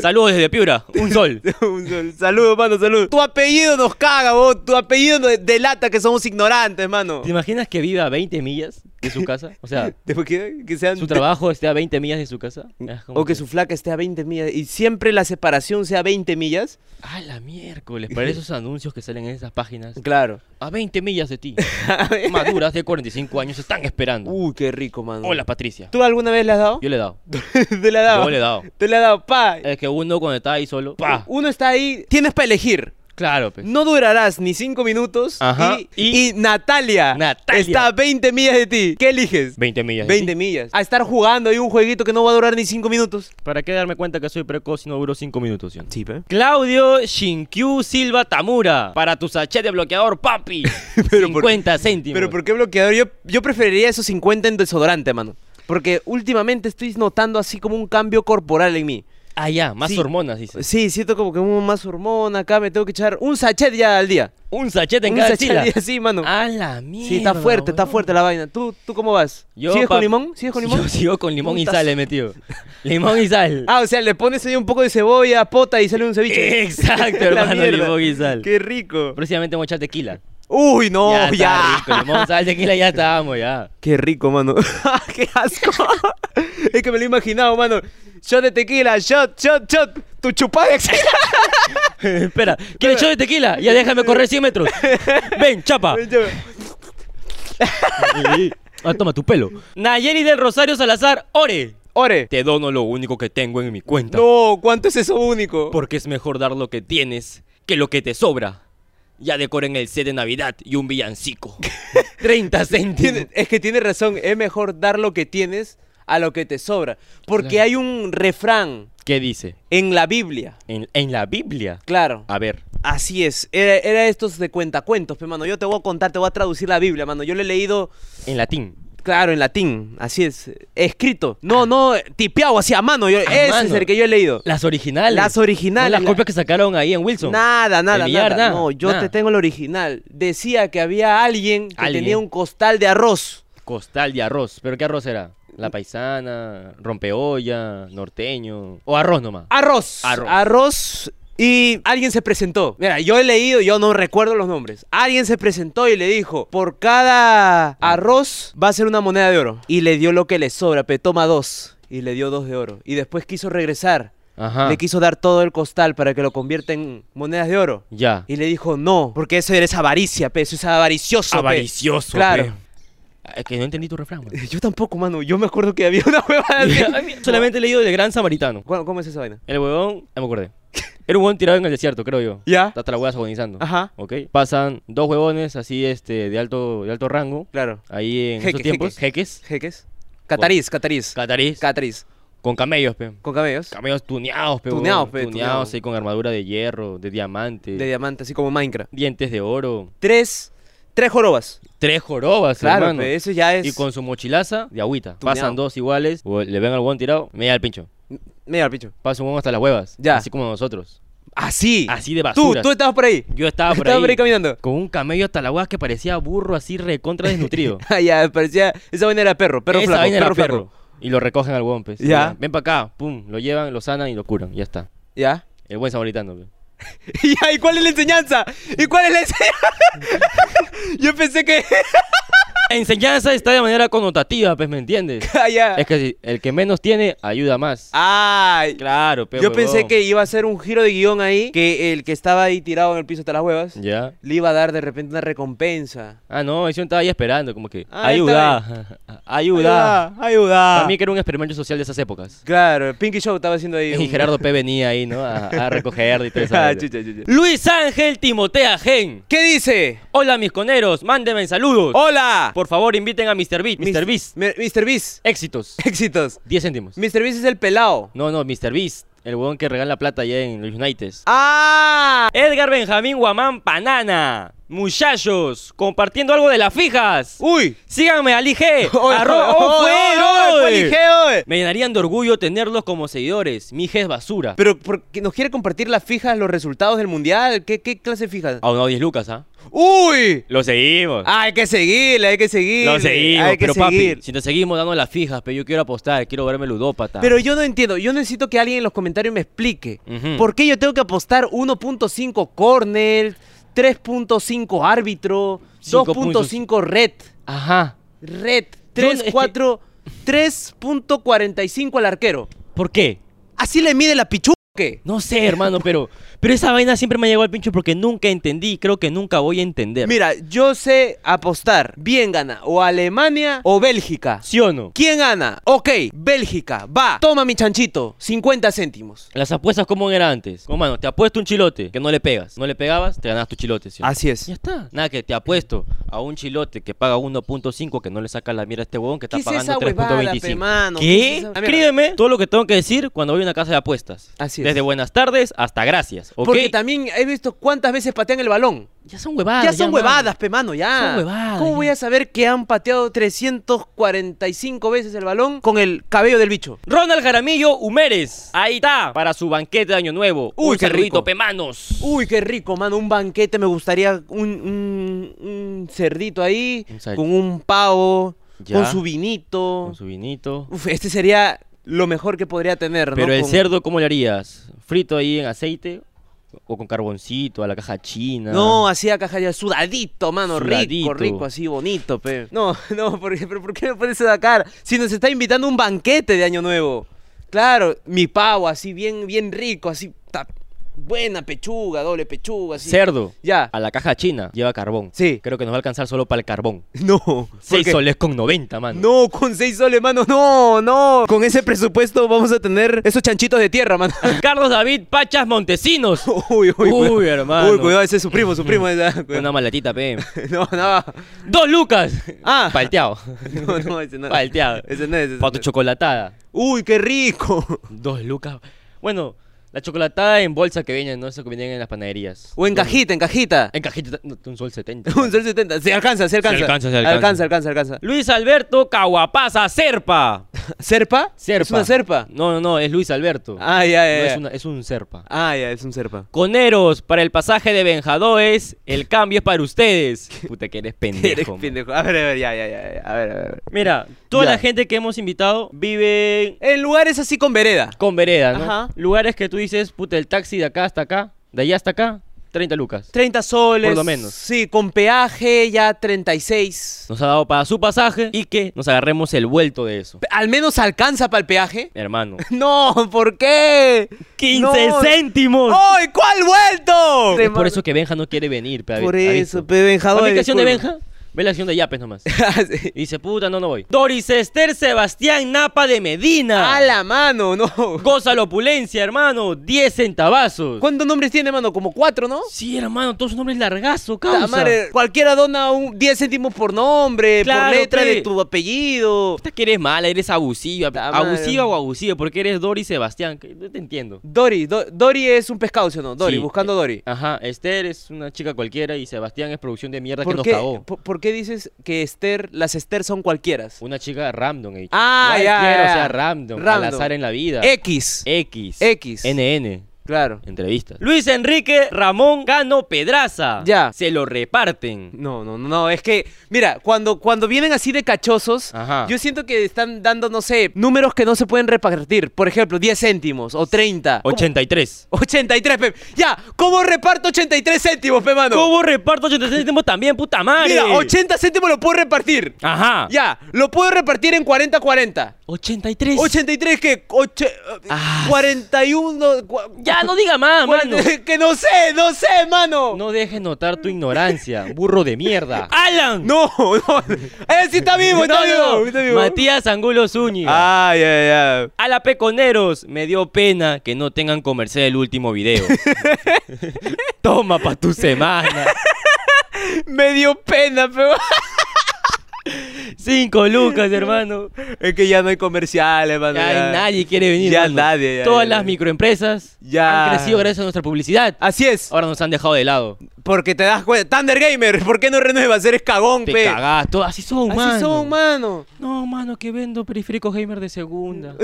Speaker 1: Saludos desde Piura. Un sol.
Speaker 3: Un sol. Saludos, mano, saludos. Tu apellido nos caga, vos. Tu apellido nos delata que somos ignorantes, mano.
Speaker 1: ¿Te imaginas que viva a 20 millas de su casa? O sea,
Speaker 3: Después que, que sean
Speaker 1: su trabajo esté a 20 millas de su casa. Es como
Speaker 3: O que su flaca esté a 20 millas y siempre la separación sea 20 millas.
Speaker 1: A la miércoles, para esos anuncios que salen en esas páginas.
Speaker 3: Claro.
Speaker 1: A 20 millas de ti. Maduras de 45 años están esperando.
Speaker 3: Uy, qué rico, mano.
Speaker 1: Hola, Patricia.
Speaker 3: ¿Tú alguna vez le has dado?
Speaker 1: Yo le he dado.
Speaker 3: Te la he dado.
Speaker 1: Yo le he dado. Eh,
Speaker 3: Te la he dado, pa.
Speaker 1: Es que uno cuando está ahí solo. ¡Pa!
Speaker 3: Uno está ahí, tienes para elegir.
Speaker 1: Claro, pues.
Speaker 3: No durarás ni 5 minutos.
Speaker 1: Ajá.
Speaker 3: Y,
Speaker 1: Y-
Speaker 3: y Natalia,
Speaker 1: Natalia.
Speaker 3: está a 20 millas de ti. ¿Qué eliges?
Speaker 1: 20 millas. de
Speaker 3: 20
Speaker 1: ti.
Speaker 3: millas. A estar jugando ahí un jueguito que no va a durar ni 5 minutos.
Speaker 1: ¿Para qué darme cuenta que soy precoz si no duró 5 minutos? ¿sí o no?
Speaker 3: Sí, pe.
Speaker 1: Claudio Shinkyu Silva Tamura. Para tu sachet de bloqueador, papi.
Speaker 3: Pero por-
Speaker 1: 50 céntimos.
Speaker 3: Pero ¿por qué bloqueador? Yo, yo preferiría esos 50 en desodorante, mano. Porque últimamente estoy notando así como un cambio corporal en mí.
Speaker 1: Ah, ya, más
Speaker 3: Sí.
Speaker 1: hormonas, dice.
Speaker 3: Sí, siento como que hubo más hormona acá, me tengo que echar un sachet ya al día.
Speaker 1: Un sachete en
Speaker 3: un
Speaker 1: cada
Speaker 3: sachet
Speaker 1: axila.
Speaker 3: al día, sí, mano.
Speaker 1: A la mierda.
Speaker 3: sí, está fuerte, está
Speaker 1: weón.
Speaker 3: fuerte la vaina. ¿Tú, tú cómo vas?
Speaker 1: Yo,
Speaker 3: ¿Sigues con
Speaker 1: pap-
Speaker 3: limón? ¿Sigues con limón?
Speaker 1: Yo sigo con limón y
Speaker 3: Puta
Speaker 1: sal,
Speaker 3: su-
Speaker 1: le he metido. Limón y sal.
Speaker 3: Ah, o sea, le pones ahí un poco de cebolla, pota y sale un ceviche.
Speaker 1: Exacto,
Speaker 3: La
Speaker 1: hermano,
Speaker 3: mierda.
Speaker 1: limón y sal.
Speaker 3: Qué rico.
Speaker 1: Próximamente vamos a echar tequila.
Speaker 3: Uy, no,
Speaker 1: está
Speaker 3: ya.
Speaker 1: rico, limón, sal, tequila, ya estábamos, ya.
Speaker 3: Qué rico, mano. Qué asco. es que me lo he imaginado, mano. Shot de tequila, shot, shot, shot. Tu chupada de axila.
Speaker 1: Espera, ¿quieres show de tequila? Ya déjame correr 100 metros. Ven, chapa. Ah, toma tu pelo. Nayeli del Rosario Salazar, ore.
Speaker 3: Ore.
Speaker 1: Te dono lo único que tengo en mi cuenta.
Speaker 3: No, ¿cuánto es eso único?
Speaker 1: Porque es mejor dar lo que tienes que lo que te sobra. Ya decoren el set de Navidad y un villancico. 30 céntimos.
Speaker 3: Tiene- es que tiene razón. Es mejor dar lo que tienes a lo que te sobra. Porque
Speaker 1: Claro.
Speaker 3: hay un refrán
Speaker 1: ¿Qué dice?
Speaker 3: en la Biblia.
Speaker 1: En, en la Biblia.
Speaker 3: Claro.
Speaker 1: A ver.
Speaker 3: Así es. Era, era estos de cuentacuentos, pe, mano. Yo te voy a contar, te voy a traducir la Biblia, mano. Yo le he leído
Speaker 1: En latín.
Speaker 3: Claro, en latín, así es. Escrito. No, no, tipeado, así a mano. yo- ese es
Speaker 1: mano.
Speaker 3: el que yo he leído.
Speaker 1: Las originales.
Speaker 3: Las originales,
Speaker 1: No las
Speaker 3: la-
Speaker 1: copias que sacaron ahí en Wilson.
Speaker 3: Nada, nada,
Speaker 1: El billar,
Speaker 3: nada. No, yo
Speaker 1: nada.
Speaker 3: te tengo el original. Decía que había alguien que
Speaker 1: Alguien.
Speaker 3: tenía un costal de arroz.
Speaker 1: Costal de arroz. ¿Pero qué arroz era? La paisana, rompeolla, norteño. O arroz nomás.
Speaker 3: Arroz.
Speaker 1: Arroz.
Speaker 3: Y alguien se presentó. Mira, yo he leído, yo no recuerdo los nombres. Alguien se presentó y le dijo, por cada arroz va a ser una moneda de oro. Y le dio lo que le sobra, pe, toma dos. Y le dio dos de oro. Y después quiso regresar.
Speaker 1: Ajá.
Speaker 3: Ah, Le quiso dar todo el costal para que lo convierta en monedas de oro.
Speaker 1: Ya.
Speaker 3: Y le dijo no, porque eso eres avaricia, pe, eso es avaricioso. pe".
Speaker 1: Avaricioso.
Speaker 3: Claro.
Speaker 1: pe. Es Eh, que no entendí tu refrán. man.
Speaker 3: Yo tampoco, mano. Yo me acuerdo que había una hueva así.
Speaker 1: Solamente he leído el gran samaritano.
Speaker 3: ¿Cómo, cómo es esa vaina?
Speaker 1: El huevón, ya me acordé. Era un huevón tirado en el desierto, creo yo.
Speaker 3: Ya.
Speaker 1: Está hasta la hueá agonizando.
Speaker 3: Ajá.
Speaker 1: ¿Ok? Pasan dos huevones así este de alto, de alto rango.
Speaker 3: Claro.
Speaker 1: Ahí en
Speaker 3: Jeques,
Speaker 1: esos tiempos. Jeques.
Speaker 3: ¿Jeques? Catarís, catarís.
Speaker 1: Catarís.
Speaker 3: Catarís.
Speaker 1: con camellos, pe.
Speaker 3: Con cabellos.
Speaker 1: Camellos tuneados, pe.
Speaker 3: Tuneados,
Speaker 1: huevón.
Speaker 3: pe,
Speaker 1: Tuneados,
Speaker 3: tuneados.
Speaker 1: ahí con armadura de hierro, de diamante.
Speaker 3: De diamante, así como Minecraft.
Speaker 1: dientes de oro.
Speaker 3: Tres. Tres jorobas.
Speaker 1: Tres jorobas,
Speaker 3: Claro,
Speaker 1: hermano.
Speaker 3: pe, eso ya es.
Speaker 1: Y con su mochilaza de agüita.
Speaker 3: Tuneado.
Speaker 1: Pasan dos iguales. o Le ven al huevón tirado. Media al pincho.
Speaker 3: Mira, picho.
Speaker 1: Pasa un huevón hasta las huevas.
Speaker 3: Ya.
Speaker 1: Así como nosotros.
Speaker 3: Así.
Speaker 1: Así de
Speaker 3: Tú,
Speaker 1: basura.
Speaker 3: tú estabas por ahí.
Speaker 1: Yo estaba por
Speaker 3: Estaba
Speaker 1: ahí.
Speaker 3: por ahí caminando.
Speaker 1: Con un camello hasta la hueá que parecía burro así recontra desnutrido.
Speaker 3: Ah, ya, parecía. Esa vaina era perro, perro
Speaker 1: Esa
Speaker 3: flaco.
Speaker 1: vaina era
Speaker 3: perro, flaco.
Speaker 1: perro. Y lo recogen al huevón, pues.
Speaker 3: Ya.
Speaker 1: Ven para acá, pum, lo llevan, lo sanan y lo curan. Ya está.
Speaker 3: Ya.
Speaker 1: El buen samaritano, pues. pe.
Speaker 3: Ya, ¿Y cuál es la enseñanza? ¿Y cuál es la enseñanza? Yo pensé que.
Speaker 1: Enseñanza está de manera connotativa, pues, ¿me entiendes?
Speaker 3: Ah, ya.
Speaker 1: es que si- el que menos tiene, ayuda más.
Speaker 3: Ay.
Speaker 1: Claro, pero.
Speaker 3: Ah, Yo pensé que iba a ser un giro de guión ahí, que el que estaba ahí tirado en el piso hasta las huevas,
Speaker 1: Ya.
Speaker 3: le iba a dar de repente una recompensa.
Speaker 1: Ah, no, yo estaba ahí esperando, como que.
Speaker 3: Ah,
Speaker 1: ayuda. ayuda.
Speaker 3: Ayuda. ayuda.
Speaker 1: Para mí que era un experimento social de esas épocas.
Speaker 3: Claro, Pinky Show estaba haciendo ahí.
Speaker 1: Y
Speaker 3: un-
Speaker 1: Gerardo P. venía ahí, ¿no? A, a recoger y todo eso.
Speaker 3: Ah, chucha, chucha.
Speaker 1: Luis Ángel Timotea Gen.
Speaker 3: ¿Qué dice?
Speaker 1: Hola mis coneros, mándenme saludos.
Speaker 3: ¡Hola!
Speaker 1: Por favor, inviten a Mr. Beast. Mr. Beast.
Speaker 3: Mi- Mr. Beast.
Speaker 1: Éxitos.
Speaker 3: Éxitos.
Speaker 1: 10 céntimos.
Speaker 3: Mr. Beast es el pelado.
Speaker 1: No, no, Mr. Beast. El huevón que regala plata allá en los United.
Speaker 3: ¡Ah!
Speaker 1: Edgar Benjamín Guamán Panana. Muchachos, compartiendo algo de las fijas.
Speaker 3: ¡Uy!
Speaker 1: Síganme al IG.
Speaker 3: Oye,
Speaker 1: Arroba-
Speaker 3: oye,
Speaker 1: ¡Oh, fue,
Speaker 3: oye,
Speaker 1: oye!
Speaker 3: fue el Igeo, eh.
Speaker 1: Me llenarían de orgullo tenerlos como seguidores. Mi IG es basura.
Speaker 3: Pero porque nos quiere compartir las fijas, los resultados del mundial. ¿Qué, qué clase de fijas?
Speaker 1: A uno 10 lucas, ¿ah?
Speaker 3: ¡Uy!
Speaker 1: Lo seguimos.
Speaker 3: Ah, hay que seguirle, hay que seguirle.
Speaker 1: Lo seguimos,
Speaker 3: hay que
Speaker 1: pero
Speaker 3: seguir.
Speaker 1: papi, si te seguimos dando las fijas, pero yo quiero apostar, quiero verme ludópata.
Speaker 3: Pero yo no entiendo, yo necesito que alguien en los comentarios me explique.
Speaker 1: Ujú.
Speaker 3: ¿Por qué yo tengo que apostar 1.5 corner, 3.5 árbitro,
Speaker 1: Cinco
Speaker 3: 2.5 red,
Speaker 1: Ajá.
Speaker 3: red,
Speaker 1: es
Speaker 3: 3,
Speaker 1: que-
Speaker 3: 4, 3.45 al arquero?
Speaker 1: ¿Por qué?
Speaker 3: Así le mide la pichuque.
Speaker 1: No sé, hermano, pero, pero esa vaina siempre me llegó al pincho porque nunca entendí y creo que nunca voy a entender.
Speaker 3: Mira, yo sé apostar. Bien gana o Alemania o Bélgica.
Speaker 1: ¿Sí o no?
Speaker 3: ¿Quién gana? Ok, Bélgica, va, toma mi chanchito, 50 céntimos.
Speaker 1: Las apuestas como eran antes. Como, mano, te apuesto un chilote que no le pegas. No le pegabas, te ganas tu chilote. ¿sí o no?
Speaker 3: Así es.
Speaker 1: Ya está. Nada, que te apuesto a un chilote que paga 1.5 que no le saca la mierda a este huevón que está
Speaker 3: ¿Qué es
Speaker 1: pagando
Speaker 3: esa huevada, pe,
Speaker 1: 3.25.
Speaker 3: mano? ¿Qué es
Speaker 1: ¿Qué?
Speaker 3: esa mierda?
Speaker 1: Escríbeme todo lo que tengo que decir cuando voy a una casa de apuestas.
Speaker 3: Así Así es.
Speaker 1: Desde buenas tardes hasta gracias. ¿ok?
Speaker 3: Porque también he visto cuántas veces patean el balón.
Speaker 1: Ah, Ya son huevadas.
Speaker 3: ya son
Speaker 1: mano.
Speaker 3: huevadas, pe mano, ya.
Speaker 1: Son huevadas,
Speaker 3: ¿Cómo
Speaker 1: ya.
Speaker 3: voy a saber que han pateado 345 veces el balón con el cabello del bicho?
Speaker 1: Ronald Jaramillo Humérez. Ahí está. Para su banquete de Año Nuevo.
Speaker 3: Uy,
Speaker 1: Un
Speaker 3: qué
Speaker 1: cerrito,
Speaker 3: rico. Uh.
Speaker 1: pemanos.
Speaker 3: Uy, qué rico, mano. Un banquete me gustaría un, un- un cerdito ahí,
Speaker 1: Un cer-
Speaker 3: con un pavo,
Speaker 1: Ya.
Speaker 3: con su vinito.
Speaker 1: Con su vinito.
Speaker 3: Uf, este sería lo mejor que podría tener, ¿no?
Speaker 1: Pero el
Speaker 3: Con-
Speaker 1: cerdo, ¿cómo le harías? ¿Frito ahí en aceite? ¿O con carboncito, a la caja china?
Speaker 3: No, así acá ya sudadito, mano,
Speaker 1: Sudadito.
Speaker 3: rico, rico, así bonito, pe. No, no, porque, pero ¿por qué me pones sacar? Si nos está invitando a un banquete de Año Nuevo. Claro, mi pavo, así bien, bien rico, así, ta- buena pechuga, doble pechuga, así.
Speaker 1: Cerdo.
Speaker 3: Ya.
Speaker 1: A la caja china lleva carbón.
Speaker 3: Sí.
Speaker 1: Creo que nos va a alcanzar solo para el carbón.
Speaker 3: No. ¿por
Speaker 1: 6
Speaker 3: qué?
Speaker 1: soles con 90, mano.
Speaker 3: No, con seis soles, mano, no, no. Con ese presupuesto vamos a tener esos chanchitos de tierra, mano.
Speaker 1: Carlos David Pachas Montesinos.
Speaker 3: Uy, uy, cuidado.
Speaker 1: Uy, hermano.
Speaker 3: Uy, cuidado, ese es su primo, su primo. esa-
Speaker 1: Una maletita, pe.
Speaker 3: No, no.
Speaker 1: Dos lucas.
Speaker 3: Ah.
Speaker 1: Palteado.
Speaker 3: No, no, ese no.
Speaker 1: Palteado.
Speaker 3: Ese no es. ese
Speaker 1: Para
Speaker 3: no
Speaker 1: tu
Speaker 3: es.
Speaker 1: chocolatada.
Speaker 3: Uy, qué rico.
Speaker 1: Dos lucas. Bueno, la chocolatada en bolsa que vienen, no eso que vienen en las panaderías.
Speaker 3: O en cajita, en cajita.
Speaker 1: En cajita, no, un sol 70.
Speaker 3: Un sol 70. Se alcanza, se alcanza.
Speaker 1: alcanza, se alcanza.
Speaker 3: Alcanza, alcanza, alcanza.
Speaker 1: Luis Alberto Caguapaza Serpa.
Speaker 3: ¿Serpa?
Speaker 1: Serpa.
Speaker 3: ¿Es una serpa?
Speaker 1: No, no, no, es Luis Alberto.
Speaker 3: Ah, ya,
Speaker 1: No,
Speaker 3: ya,
Speaker 1: es,
Speaker 3: ya.
Speaker 1: una- es un Serpa.
Speaker 3: Ah, ya, es un serpa.
Speaker 1: Coneros, para el pasaje de Benjadoes, el cambio es para ustedes. Puta que eres pendejo.
Speaker 3: Eres
Speaker 1: man.
Speaker 3: pendejo. A ver, a ver, ya, ya, ya. ya. A ver, a ver, a ver.
Speaker 1: Mira, toda
Speaker 3: Ya.
Speaker 1: la gente que hemos invitado vive
Speaker 3: El lugar es así con vereda.
Speaker 1: con veredas, ¿no?
Speaker 3: Ajá.
Speaker 1: Lugares que tú dices, puta, el taxi de acá hasta acá, de allá hasta acá, 30 lucas.
Speaker 3: 30 soles.
Speaker 1: Por lo menos.
Speaker 3: Sí, con peaje ya 36.
Speaker 1: Nos ha dado para su pasaje y que nos agarremos el vuelto de eso.
Speaker 3: ¿Al menos alcanza para el peaje?
Speaker 1: Hermano.
Speaker 3: No, ¿por qué?
Speaker 1: 15
Speaker 3: No. Oh,
Speaker 1: céntimos.
Speaker 3: ¡Ay, cuál vuelto!
Speaker 1: Es por eso que Benja no quiere venir, pe, avi-
Speaker 3: Por
Speaker 1: aviso.
Speaker 3: eso, pe, Benja,
Speaker 1: ¿Cuál
Speaker 3: oye,
Speaker 1: es la acción de
Speaker 3: disculpa.
Speaker 1: Benja? Ve la acción de Yapes nomás.
Speaker 3: Ah, sí.
Speaker 1: Y dice, puta, no, no voy. Doris Esther Sebastián Napa de Medina.
Speaker 3: A la mano, no.
Speaker 1: Goza la opulencia, hermano. 10 centavazos.
Speaker 3: ¿Cuántos nombres tiene, mano? Como cuatro, ¿no?
Speaker 1: Sí, hermano, todos sus nombres largazo,
Speaker 3: Ta
Speaker 1: causa.
Speaker 3: madre, cualquiera dona un 10 céntimos por nombre,
Speaker 1: Claro,
Speaker 3: por letra
Speaker 1: pe.
Speaker 3: de tu apellido.
Speaker 1: Puta que eres mala, eres abusiva.
Speaker 3: Ta madre.
Speaker 1: abusiva o abusiva, porque eres Doris Sebastián. que No te entiendo.
Speaker 3: Dori, Do- Dori es un pescado, ¿sí o no? Dori,
Speaker 1: Sí,
Speaker 3: buscando
Speaker 1: eh,
Speaker 3: Dori.
Speaker 1: Ajá, Esther es una chica cualquiera y Sebastián es producción de mierda que
Speaker 3: ¿Por
Speaker 1: nos
Speaker 3: qué,
Speaker 1: cagó.
Speaker 3: por, por qué dices que Esther, las Esther son cualquieras?
Speaker 1: Una chica random, eh.
Speaker 3: Ah, ya,
Speaker 1: Cualquiera,
Speaker 3: ya,
Speaker 1: o sea,
Speaker 3: ya.
Speaker 1: random, al
Speaker 3: Random.
Speaker 1: azar en la vida. Eh.
Speaker 3: X.
Speaker 1: X.
Speaker 3: X.
Speaker 1: NN.
Speaker 3: Claro.
Speaker 1: Entrevistas. Luis Enrique Ramón Gano Pedraza.
Speaker 3: Ya.
Speaker 1: Se lo reparten.
Speaker 3: No, no, no, no, es que, mira, cuando, cuando vienen así de cachosos,
Speaker 1: Ajá.
Speaker 3: yo siento que están dando, no sé, números que no se pueden repartir. Por ejemplo, 10 céntimos o 30.
Speaker 1: 83.
Speaker 3: 83, Pep. Ya, ¿cómo reparto 83 céntimos, Pep, mano?
Speaker 1: ¿Cómo reparto 83 céntimos también, puta madre?
Speaker 3: Mira, 80 céntimos lo puedo repartir.
Speaker 1: Ajá.
Speaker 3: Ya, lo puedo repartir en 40-40.
Speaker 1: 83.
Speaker 3: 83, que Oche-
Speaker 1: Ah.
Speaker 3: 41. cua-
Speaker 1: Ya, no diga más, mano.
Speaker 3: 40, Que no sé, no sé, mano.
Speaker 1: No dejes notar tu ignorancia, burro de mierda. ¡Alan!
Speaker 3: no. no. Él sí está vivo, está,
Speaker 1: No, no,
Speaker 3: vivo, está vivo.
Speaker 1: Matías Angulo Zúñiga.
Speaker 3: Ah, ya, ya.
Speaker 1: A la Peconeros, me dio pena que no tengan comercial el último video. Toma pa' tu semana.
Speaker 3: Me dio pena, pero.
Speaker 1: Cinco lucas, hermano.
Speaker 3: Es que ya no hay comerciales, mano.
Speaker 1: Ya
Speaker 3: ya.
Speaker 1: nadie quiere venir.
Speaker 3: Ya
Speaker 1: mano.
Speaker 3: nadie, ya,
Speaker 1: Todas
Speaker 3: ya,
Speaker 1: las
Speaker 3: ya.
Speaker 1: microempresas
Speaker 3: Ya. Ah.
Speaker 1: han crecido gracias a nuestra publicidad.
Speaker 3: Así es.
Speaker 1: Ahora nos han dejado de lado.
Speaker 3: Porque te das cuenta. Thunder Gamer, ¿por qué no renuevas? Eres cagón,
Speaker 1: Te
Speaker 3: pe.
Speaker 1: cagás. todo- Así son, mano.
Speaker 3: Así son, mano.
Speaker 1: No, mano, que vendo periféricos gamer de segunda.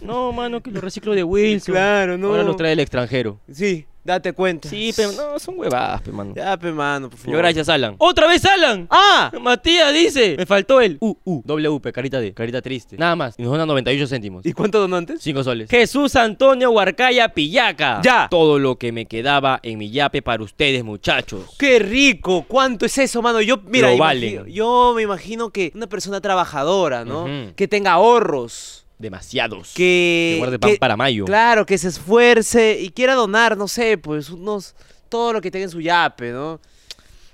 Speaker 1: no, mano, que lo reciclo de Wilson.
Speaker 3: Claro, no.
Speaker 1: Ahora lo trae el extranjero.
Speaker 3: Sí, date cuenta.
Speaker 1: Sí, pero no, son huevadas, pe, mano.
Speaker 3: Ya, pe, mano, por favor.
Speaker 1: Yo gracias, Alan. ¡Otra vez, Alan!
Speaker 3: ¡Ah!
Speaker 1: Matías dice, me faltó el U, U, WP, carita de, carita triste. Nada más. Y nos dan 98 céntimos.
Speaker 3: ¿Y cuánto donó antes?
Speaker 1: Cinco soles. Jesús Antonio Huarcaya Pillaca.
Speaker 3: Ya.
Speaker 1: Todo lo que me quedaba en mi yape para ustedes, muchachos.
Speaker 3: ¡Qué rico! ¿Cuánto es eso, mano? Yo, mira,
Speaker 1: Lo
Speaker 3: imagi-
Speaker 1: valen.
Speaker 3: yo me imagino que una persona trabajadora, ¿no?
Speaker 1: Ujú.
Speaker 3: Que tenga ahorros,
Speaker 1: Demasiados.
Speaker 3: que...
Speaker 1: Que guarde pan
Speaker 3: que-
Speaker 1: para mayo.
Speaker 3: Claro, que se esfuerce y quiera donar, no sé, pues unos... Todo lo que tenga en su yape, ¿no?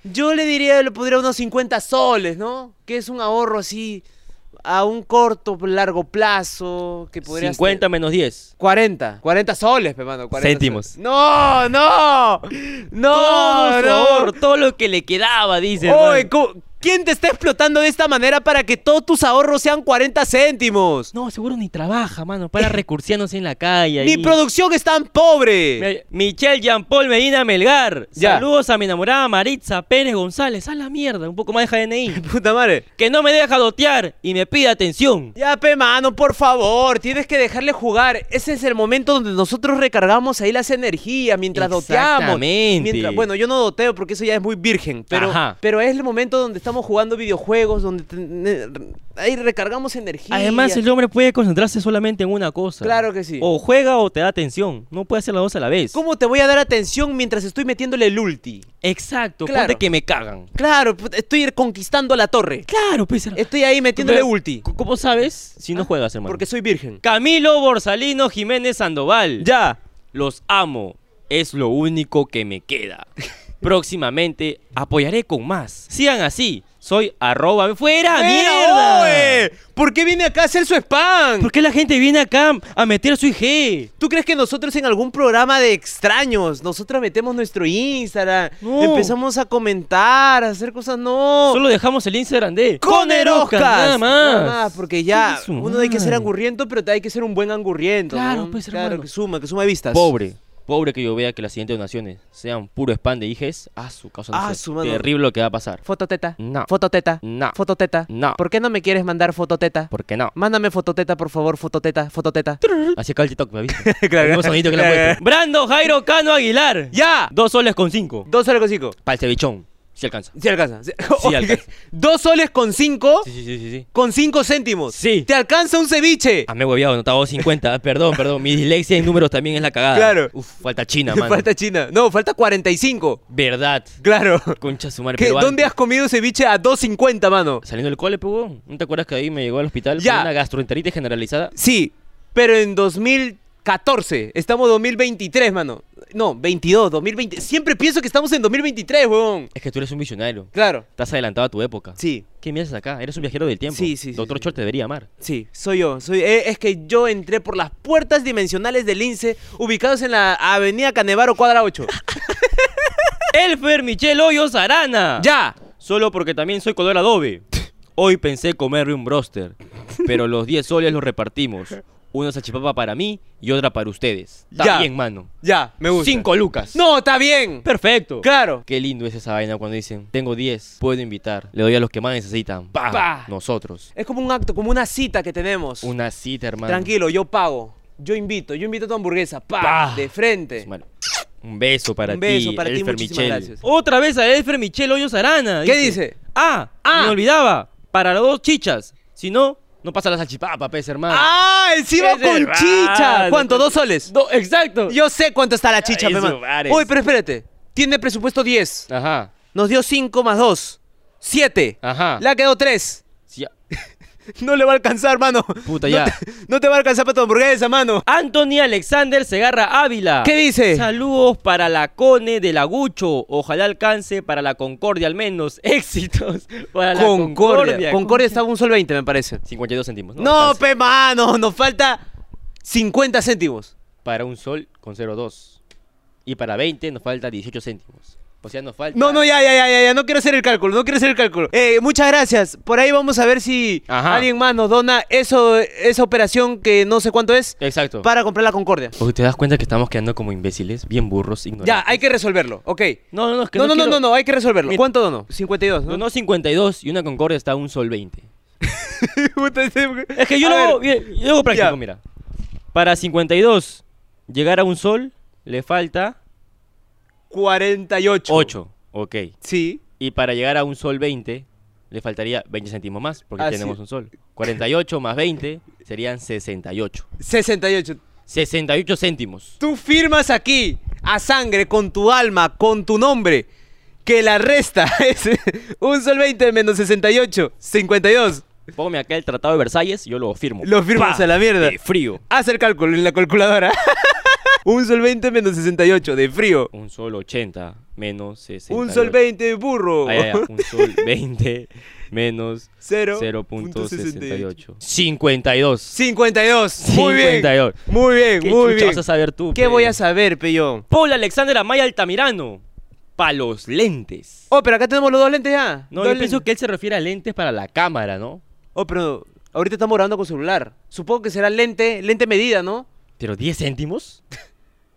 Speaker 3: Yo le diría, le podría unos 50 soles, ¿no? Que es un ahorro así a un corto, largo plazo, que podría
Speaker 1: 50 menos 10.
Speaker 3: 40, 40 soles, pe, mano. 40
Speaker 1: Céntimos.
Speaker 3: soles. No, no. No,
Speaker 1: todo, su
Speaker 3: no.
Speaker 1: ahorro, todo lo que le quedaba, dice.
Speaker 3: Oy,
Speaker 1: hermano.
Speaker 3: ¿cómo- ¿Quién te está explotando de esta manera para que todos tus ahorros sean 40 céntimos?
Speaker 1: No, seguro ni trabaja, mano. Para recursiándose en la calle.
Speaker 3: Mi
Speaker 1: ahí.
Speaker 3: producción es tan pobre.
Speaker 1: Me- Michelle Jean Paul Medina Melgar.
Speaker 3: Ya.
Speaker 1: Saludos a mi enamorada Maritza Pérez González. A la mierda, un poco más de DNI.
Speaker 3: Puta madre.
Speaker 1: que no me deja dotear y me pide atención.
Speaker 3: Ya, pe, mano, por favor, tienes que dejarle jugar. Ese es el momento donde nosotros recargamos ahí las energías mientras doteamos.
Speaker 1: Exactamente.
Speaker 3: Mientras- bueno, yo no doteo porque eso ya es muy virgen, pero,
Speaker 1: Ajá.
Speaker 3: pero es el momento donde estamos jugando videojuegos, donde ten- eh, ahí recargamos energía.
Speaker 1: Además, el hombre puede concentrarse solamente en una cosa.
Speaker 3: Claro que sí.
Speaker 1: O juega o te da atención. No puede hacer las dos a la vez.
Speaker 3: ¿Cómo te voy a dar atención mientras estoy metiéndole el ulti?
Speaker 1: Exacto,
Speaker 3: Claro.
Speaker 1: ponte que me cagan.
Speaker 3: Claro, puta, estoy conquistando la torre.
Speaker 1: Claro, pues. hermano.
Speaker 3: Estoy ahí metiéndole
Speaker 1: Pero,
Speaker 3: ulti.
Speaker 1: c- ¿Cómo sabes si no juegas, hermano?
Speaker 3: Porque soy virgen.
Speaker 1: Camilo Borsalino Jiménez Sandoval.
Speaker 3: Ya.
Speaker 1: Los amo. Es lo único que me queda. Próximamente apoyaré con más. Sigan así. Soy arroba. ¡Fuera, ¡Ah, mierda!
Speaker 3: ¡Mierda! ¿Por qué viene acá a hacer su spam?
Speaker 1: ¿Por qué la gente viene acá a meter su IG?
Speaker 3: ¿Tú crees que nosotros en algún programa de extraños, nosotros metemos nuestro Instagram,
Speaker 1: No.
Speaker 3: empezamos a comentar, a hacer cosas? No.
Speaker 1: Solo dejamos el Instagram de
Speaker 3: Coneroscas.
Speaker 1: Coneroscas, Nada más.
Speaker 3: porque ya
Speaker 1: Chingue su
Speaker 3: uno hay que ser
Speaker 1: madre.
Speaker 3: angurriento, pero hay que ser un buen angurriento.
Speaker 1: Claro,
Speaker 3: ¿no?
Speaker 1: pues,
Speaker 3: Claro,
Speaker 1: hermano.
Speaker 3: que suma, que suma vistas.
Speaker 1: Pobre. Pobre que yo vea que las siguientes donaciones sean puro spam de IGs. Ah, su causa. no
Speaker 3: Ah,
Speaker 1: sé.
Speaker 3: su mano.
Speaker 1: Terrible lo que va a pasar.
Speaker 3: Fototeta.
Speaker 1: No.
Speaker 3: Fototeta.
Speaker 1: No.
Speaker 3: Fototeta.
Speaker 1: No.
Speaker 3: ¿Por qué no me quieres mandar fototeta?
Speaker 1: ¿Por qué no?
Speaker 3: Mándame fototeta, por favor, fototeta, fototeta.
Speaker 1: Así acaba el TikTok, ¿me viste?
Speaker 3: Claro.
Speaker 1: El mismo sonidito que le han
Speaker 3: Claro.
Speaker 1: puesto. Brando Jairo Cano Aguilar.
Speaker 3: ¡Ya!
Speaker 1: Dos soles con cinco.
Speaker 3: Dos soles con cinco.
Speaker 1: Para el cevichón. Si alcanza.
Speaker 3: Sí alcanza. Sí- Oye,
Speaker 1: alcanza.
Speaker 3: Dos soles con cinco.
Speaker 1: Sí, sí, sí, sí. sí.
Speaker 3: Con cinco céntimos.
Speaker 1: Sí.
Speaker 3: Te alcanza un ceviche.
Speaker 1: Ah, me he hueviado, notaba 50. Ah, Perdón, perdón. Mi dislexia en números también es la cagada.
Speaker 3: Claro.
Speaker 1: Uf, falta China, mano.
Speaker 3: Falta China. No, falta 45.
Speaker 1: Verdad.
Speaker 3: Claro.
Speaker 1: Concha su madre.
Speaker 3: ¿Qué-
Speaker 1: peruano.
Speaker 3: ¿Dónde has comido ceviche a 2.50, mano?
Speaker 1: Saliendo del cole, pegó. ¿No te acuerdas que ahí me llegó al hospital
Speaker 3: Ya.
Speaker 1: con una gastroenteritis generalizada?
Speaker 3: Sí, pero en 2014. Estamos 2023, mano. No, 22, 2020. Siempre pienso que estamos en 2023, huevón.
Speaker 1: Es que tú eres un visionario.
Speaker 3: Claro.
Speaker 1: Estás adelantado a tu época.
Speaker 3: Sí,
Speaker 1: ¿Qué miras acá? Eres un viajero del tiempo.
Speaker 3: Sí, sí, sí,
Speaker 1: Doctor
Speaker 3: sí.
Speaker 1: Chor te debería amar.
Speaker 3: sí, soy yo. Soy, eh, es que yo entré por las puertas dimensionales del INSE, ubicados en la avenida Canevaro, cuadra 8.
Speaker 1: Elfer Michel Hoyos Arana.
Speaker 3: ¡Ya!
Speaker 1: Solo porque también soy color adobe. Hoy pensé comerme un broster, pero los 10 soles los repartimos. Una salchipapa para mí y otra para ustedes. Está
Speaker 3: Ya.
Speaker 1: bien, mano.
Speaker 3: Ya, me gusta.
Speaker 1: Cinco lucas.
Speaker 3: No, está bien.
Speaker 1: Perfecto.
Speaker 3: Claro.
Speaker 1: Qué lindo es esa vaina cuando dicen, tengo 10, puedo invitar, le doy a los que más necesitan. Pa,
Speaker 3: Pa.
Speaker 1: Nosotros.
Speaker 3: Es como un acto, como una cita que tenemos.
Speaker 1: Una cita, hermano.
Speaker 3: Tranquilo, yo pago. Yo invito, yo invito a tu hamburguesa. Pa,
Speaker 1: Pa.
Speaker 3: de frente.
Speaker 1: Bueno, Un beso para
Speaker 3: Un beso
Speaker 1: ti,
Speaker 3: para ti,
Speaker 1: Elfer
Speaker 3: muchísimas
Speaker 1: Michel.
Speaker 3: gracias.
Speaker 1: Otra vez a Elfer Michel Hoyos Arana.
Speaker 3: ¿Qué dice?
Speaker 1: Ah,
Speaker 3: Ah.
Speaker 1: me olvidaba. Para las dos chichas. Si no, no pasa la salchipapa, pez, hermano.
Speaker 3: ¡Ah! Encima
Speaker 1: Ese
Speaker 3: con
Speaker 1: raro.
Speaker 3: chicha. ¿Cuánto? ¿Dos soles?
Speaker 1: Do- exacto.
Speaker 3: Yo sé cuánto está la chicha,
Speaker 1: Ay,
Speaker 3: pe,
Speaker 1: esos
Speaker 3: man.
Speaker 1: bares.
Speaker 3: Uy, pero espérate. Tiene presupuesto 10.
Speaker 1: Ajá,
Speaker 3: Nos dio 5 más 2. 7.
Speaker 1: ajá.
Speaker 3: Le ha quedado 3.
Speaker 1: Sí, ya.
Speaker 3: No le va a alcanzar, mano.
Speaker 1: Puta,
Speaker 3: No
Speaker 1: ya.
Speaker 3: te- no te va a alcanzar para tu hamburguesa, mano.
Speaker 1: Anthony Alexander Segarra Ávila.
Speaker 3: ¿Qué dice?
Speaker 1: Saludos para la Cone de Lagucho. Ojalá alcance para la Concordia al menos. Éxitos para la
Speaker 3: Concordia.
Speaker 1: Concordia.
Speaker 3: Concordia estaba un sol 20, me parece.
Speaker 1: 52 céntimos.
Speaker 3: No,
Speaker 1: Alcanza.
Speaker 3: pe mano, nos falta 50 céntimos.
Speaker 1: Para un sol con 0,2. Y para 20 nos falta 18 céntimos. O sea, nos falta...
Speaker 3: No, no, ya, ya, ya, ya, ya, no quiero hacer el cálculo, no quiero hacer el cálculo. Eh, muchas gracias. Por ahí vamos a ver si
Speaker 1: Ajá.
Speaker 3: alguien más nos dona eso, esa operación que no sé cuánto es
Speaker 1: Exacto.
Speaker 3: para comprar la Concordia.
Speaker 1: Oye, ¿Te das cuenta que estamos quedando como imbéciles? Bien burros, ignorantes.
Speaker 3: Ya, hay que resolverlo, ok.
Speaker 1: No, no, no, es que
Speaker 3: No, no, no,
Speaker 1: quiero-
Speaker 3: no, no, hay que resolverlo.
Speaker 1: Mira.
Speaker 3: ¿Cuánto donó? 52, ¿no?
Speaker 1: Donó 52 y una Concordia está a un sol 20.
Speaker 3: es
Speaker 1: Es que yo lo hago, bien, yo lo hago práctico,
Speaker 3: Ya.
Speaker 1: mira. Para 52 llegar a un sol le falta
Speaker 3: 48.
Speaker 1: 8. Ok.
Speaker 3: Sí.
Speaker 1: Y para llegar a un sol 20 le faltaría 20 céntimos más porque
Speaker 3: Ah, sí.
Speaker 1: tenemos un sol. 48 más 20 serían 68.
Speaker 3: 68.
Speaker 1: 68 céntimos.
Speaker 3: Tú firmas aquí, a sangre, con tu alma, con tu nombre, que la resta es un sol 20 menos 68, 52.
Speaker 1: Póngame acá el Tratado de Versalles, yo lo firmo.
Speaker 3: Lo firmas
Speaker 1: ¡Pah!
Speaker 3: a la mierda.
Speaker 1: De frío.
Speaker 3: Haz el cálculo en la calculadora. un sol 20 menos 68, de frío.
Speaker 1: Un sol 80 menos 68.
Speaker 3: Un sol 20, de burro.
Speaker 1: Ah, ya, ya. Un sol 20 menos
Speaker 3: Cero punto
Speaker 1: 0.68. 52.
Speaker 3: 52. Muy bien.
Speaker 1: 52.
Speaker 3: Muy bien,
Speaker 1: ¿Qué
Speaker 3: muy
Speaker 1: chucha
Speaker 3: bien.
Speaker 1: vas a saber tú?
Speaker 3: ¿Qué
Speaker 1: pe?
Speaker 3: voy a saber, Peyo?
Speaker 1: Paul Alexander Amaya Altamirano. para los lentes.
Speaker 3: Oh, pero acá tenemos los dos lentes ya.
Speaker 1: No,
Speaker 3: Dos
Speaker 1: yo
Speaker 3: lentes.
Speaker 1: pienso que él se refiere a lentes para la cámara, ¿no?
Speaker 3: Oh, pero ahorita estamos grabando con celular. Supongo que será lente, lente medida, ¿no?
Speaker 1: ¿Pero 10 céntimos?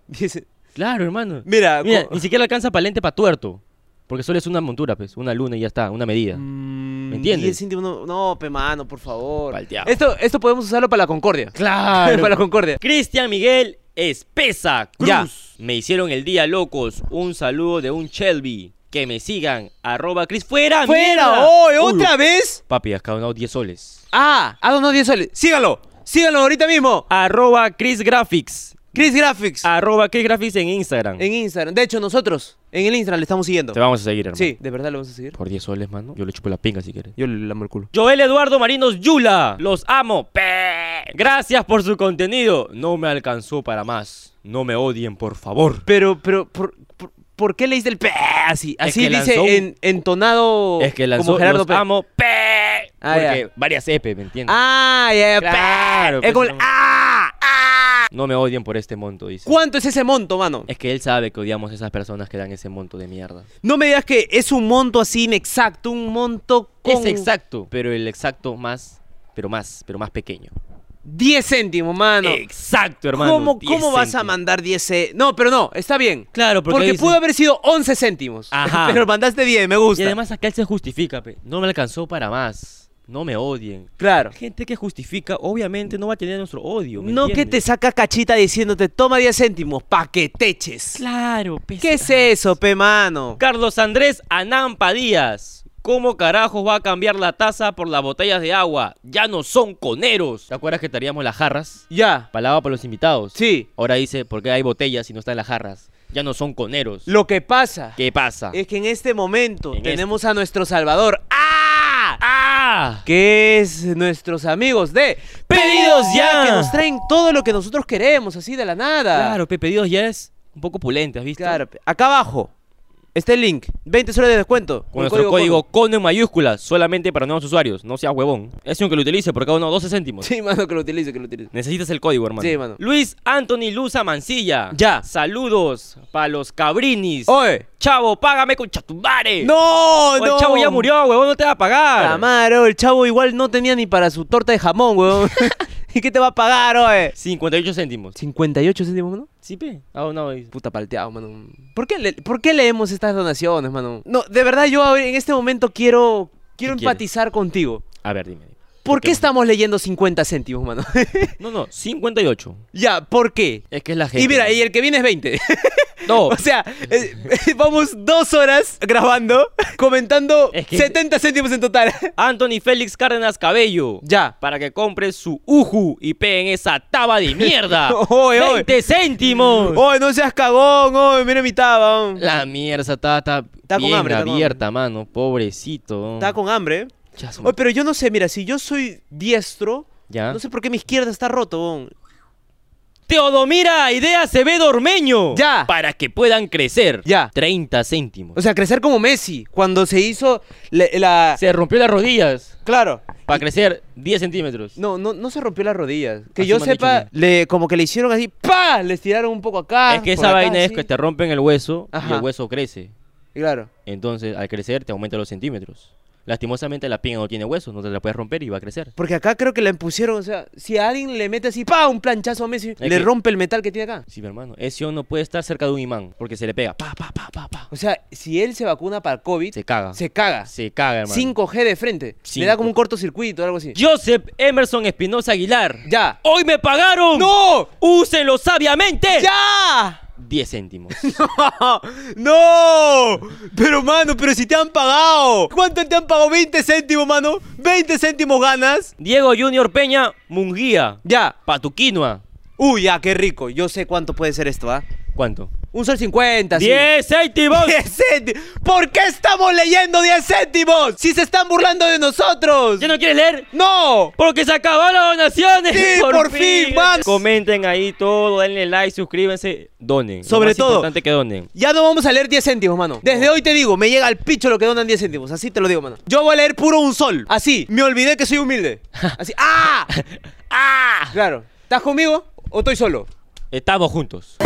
Speaker 3: Dice-
Speaker 1: Claro, hermano.
Speaker 3: Mira,
Speaker 1: Mira,
Speaker 3: co-
Speaker 1: ni siquiera alcanza para lente para tuerto. Porque solo es una montura, pues. Una luna y ya está, una medida.
Speaker 3: Mm,
Speaker 1: ¿Me entiendes?
Speaker 3: 10 céntimos, no, no, pe mano, por favor.
Speaker 1: Palteado.
Speaker 3: Esto, esto podemos usarlo para la concordia.
Speaker 1: Claro.
Speaker 3: para la concordia.
Speaker 1: Cristian Miguel Espesa Cruz.
Speaker 3: Ya.
Speaker 1: Me hicieron el día locos. Un saludo de un Shelby. Que me sigan. Arroba Cris. ¡Fuera!
Speaker 3: ¡Fuera!
Speaker 1: Ah, mierda!
Speaker 3: hoy!
Speaker 1: Uy,
Speaker 3: ¿Otra vez?
Speaker 1: Papi, has donado 10 soles.
Speaker 3: Ah, ha donado 10 soles. Sígalo, sígalo ahorita mismo.
Speaker 1: Arroba Chris Graphics.
Speaker 3: Chris Graphics
Speaker 1: Arroba Chris Graphics en Instagram.
Speaker 3: en Instagram. De hecho, nosotros en el Instagram le estamos siguiendo.
Speaker 1: Te vamos a seguir, hermano.
Speaker 3: Sí, de verdad le vamos a seguir.
Speaker 1: Por 10 soles, mano. Yo le chupo la pinga si quieres.
Speaker 3: Yo le lamo el culo.
Speaker 1: Joel Eduardo Marinos Yula. Los amo. Pe. Gracias por su contenido. No me alcanzó para más. No me odien, por favor.
Speaker 3: Pero, pero, ¿por, por, por qué le dice el pe así?
Speaker 1: Es
Speaker 3: Así
Speaker 1: que
Speaker 3: dice
Speaker 1: lanzó un-
Speaker 3: en- entonado
Speaker 1: Es que lanzó
Speaker 3: como Gerardo
Speaker 1: los
Speaker 3: Pe.
Speaker 1: amo. Pe.
Speaker 3: Ah,
Speaker 1: porque
Speaker 3: ya.
Speaker 1: varias epe, ¿me entiendes?
Speaker 3: Ah, ya, ya, pe.
Speaker 1: Claro, pues,
Speaker 3: Es como el-
Speaker 1: no.
Speaker 3: ¡Ah! ¡Ah!
Speaker 1: No me odien por este monto, dice.
Speaker 3: ¿Cuánto es ese monto, mano?
Speaker 1: Es que él sabe que odiamos a esas personas que dan ese monto de mierda.
Speaker 3: No me digas que es un monto así inexacto, un monto
Speaker 1: Es
Speaker 3: con
Speaker 1: exacto, pero el exacto más, pero más, pero más pequeño.
Speaker 3: 10 céntimos, mano.
Speaker 1: Exacto, hermano.
Speaker 3: ¿Cómo,
Speaker 1: 10
Speaker 3: cómo vas a
Speaker 1: céntimos.
Speaker 3: mandar 10 céntimos? No, pero no, está bien.
Speaker 1: Claro, porque dice-
Speaker 3: pudo haber sido 11 céntimos.
Speaker 1: Ajá.
Speaker 3: Pero mandaste 10, me gusta.
Speaker 1: Y además acá él se justifica, pe. No me alcanzó para más. No me odien.
Speaker 3: claro.
Speaker 1: Gente que justifica, obviamente no va a tener nuestro odio. ¿me
Speaker 3: No que te
Speaker 1: entiendes?
Speaker 3: saca cachita diciéndote, toma 10 céntimos, pa' que te eches.
Speaker 1: Claro, pe.
Speaker 3: ¿Qué es eso, pe mano?
Speaker 1: Carlos Andrés Anampa Díaz. ¿Cómo carajos va a cambiar la taza por las botellas de agua? Ya no son coneros. ¿Te acuerdas que estaríamos las jarras?
Speaker 3: Ya.
Speaker 1: Palabra para los invitados.
Speaker 3: Sí.
Speaker 1: Ahora dice, ¿por qué hay botellas y no están las jarras? Ya no son coneros.
Speaker 3: Lo que pasa
Speaker 1: ¿Qué pasa?
Speaker 3: es que en este momento
Speaker 1: En
Speaker 3: tenemos a nuestro Salvador. ¡Ah!
Speaker 1: ¡Ah!
Speaker 3: que es nuestros amigos de
Speaker 1: Pedidos Ya.
Speaker 3: que nos traen todo lo que nosotros queremos, así de la nada.
Speaker 1: Claro, Pepe Dios ya es un poco pulente, ¿has visto?
Speaker 3: Claro, pe- Acá abajo está el link. 20 soles de descuento.
Speaker 1: Con nuestro código, CONO en mayúsculas, solamente para nuevos usuarios. No seas huevón. Es un que lo utilice por cada uno 12 céntimos.
Speaker 3: Sí, mano, que lo utilice, que lo utilice.
Speaker 1: Necesitas el código, hermano.
Speaker 3: Sí, mano.
Speaker 1: Luis Anthony Luza Mancilla.
Speaker 3: Ya.
Speaker 1: Saludos para los cabrinis.
Speaker 3: ¡Oye!
Speaker 1: Chavo, págame con chatumare.
Speaker 3: ¡No,
Speaker 1: O
Speaker 3: no!
Speaker 1: El chavo ya murió, huevón, no te va a pagar.
Speaker 3: Amaro, el chavo igual no tenía ni para su torta de jamón, weón. ¿Y qué te va a pagar, oye?
Speaker 1: 58 céntimos.
Speaker 3: 58 céntimos, mano.
Speaker 1: Sí, pe. Ah, no. es-
Speaker 3: Puta palteado, mano. ¿Por qué, le- ¿Por qué leemos estas donaciones, mano? No, de verdad, yo ahora en este momento quiero, quiero
Speaker 1: quieres?
Speaker 3: empatizar contigo.
Speaker 1: A ver, dime. dime.
Speaker 3: ¿Por qué estamos leyendo 50 céntimos, mano?
Speaker 1: No, no, 58.
Speaker 3: ya, ¿por qué?
Speaker 1: Es que es la gente.
Speaker 3: Y mira, y el que viene es 20.
Speaker 1: No.
Speaker 3: o sea, eh, vamos dos horas grabando, comentando
Speaker 1: Es que-
Speaker 3: 70 céntimos en total.
Speaker 1: Anthony Félix Cárdenas Cabello.
Speaker 3: ya.
Speaker 1: Para que compres su uju y peguen esa taba de mierda.
Speaker 3: Oye, oye.
Speaker 1: 20 céntimos.
Speaker 3: ¡Oh, no seas cagón! ¡Oh, mira mi taba! oh.
Speaker 1: La mierda, esa taba está,
Speaker 3: Está con
Speaker 1: bien
Speaker 3: hambre, está con
Speaker 1: abierta, mano. Pobrecito.
Speaker 3: Está con hambre.
Speaker 1: Ya, su-
Speaker 3: Oh, pero yo no sé, mira, si yo soy diestro,
Speaker 1: Ya.
Speaker 3: no sé por qué mi izquierda está roto. oh.
Speaker 1: Teodomira Idea se ve dormeño.
Speaker 3: Ya.
Speaker 1: Para que puedan crecer.
Speaker 3: Ya.
Speaker 1: 30 céntimos.
Speaker 3: O sea, crecer como Messi, cuando se hizo la... la-
Speaker 1: se rompió las rodillas.
Speaker 3: Claro.
Speaker 1: Para crecer 10 centímetros.
Speaker 3: No, no, no se rompió las rodillas. Que
Speaker 1: Así
Speaker 3: yo
Speaker 1: me han dicho a
Speaker 3: sepa,
Speaker 1: mí.
Speaker 3: le, como que le hicieron así, ¡pa! Les tiraron un poco acá.
Speaker 1: es que
Speaker 3: ah, por
Speaker 1: esa
Speaker 3: acá,
Speaker 1: vaina es
Speaker 3: así.
Speaker 1: que te rompen el hueso y
Speaker 3: Ajá.
Speaker 1: el hueso crece.
Speaker 3: Claro.
Speaker 1: Entonces, al crecer, te aumenta los centímetros. Lastimosamente, la pinga no tiene hueso, no te la puedes romper y va a crecer.
Speaker 3: Porque acá creo que le pusieron, o sea, si a alguien le mete así, ¡pa! Un planchazo a Messi, le
Speaker 1: que-
Speaker 3: rompe el metal que tiene acá.
Speaker 1: Sí, mi hermano. Ese no puede estar cerca de un imán porque se le pega. Pa, pa, pa, pa, pa.
Speaker 3: O sea, si él se vacuna para el COVID,
Speaker 1: Se
Speaker 3: se,
Speaker 1: caga. Se,
Speaker 3: caga.
Speaker 1: caga, hermano.
Speaker 3: 5G de frente. Le da como un cortocircuito o algo así.
Speaker 1: Joseph Emerson Espinosa Aguilar.
Speaker 3: ¡Ya!
Speaker 1: ¡Hoy me pagaron!
Speaker 3: ¡No!
Speaker 1: ¡Úsenlo sabiamente!
Speaker 3: ¡Ya!
Speaker 1: 10 céntimos.
Speaker 3: ¡No! Pero, mano, pero si te han pagado. ¿Cuánto te han pagado? ¿20 céntimos, mano? ¿20 céntimos ganas?
Speaker 1: Diego Junior Peña Munguía.
Speaker 3: Ya.
Speaker 1: Patuquinoa.
Speaker 3: Uy, ya, qué rico. Yo sé cuánto puede ser esto, ¿ah?
Speaker 1: ¿Cuánto?
Speaker 3: Un sol 50, sí.
Speaker 1: 10 céntimos.
Speaker 3: 10 céntimos. ¿Por qué estamos leyendo 10 céntimos? Si se están burlando de nosotros.
Speaker 1: ¿Ya no quieres leer?
Speaker 3: ¡No!
Speaker 1: Porque se acabaron las donaciones.
Speaker 3: Sí, por fin, Max.
Speaker 1: Comenten ahí todo, denle like, suscríbanse, donen. Lo
Speaker 3: Sobre
Speaker 1: más
Speaker 3: todo.
Speaker 1: importante que donen.
Speaker 3: Ya no vamos a leer 10 céntimos, mano. Desde hoy te digo, me llega al picho lo que donan 10 céntimos. Así te lo digo, mano. Yo voy a leer puro un sol. Así. Me olvidé que soy humilde. Así. ¡Ah! ¡Ah! Claro. ¿Estás conmigo o estoy solo?
Speaker 1: Estamos juntos.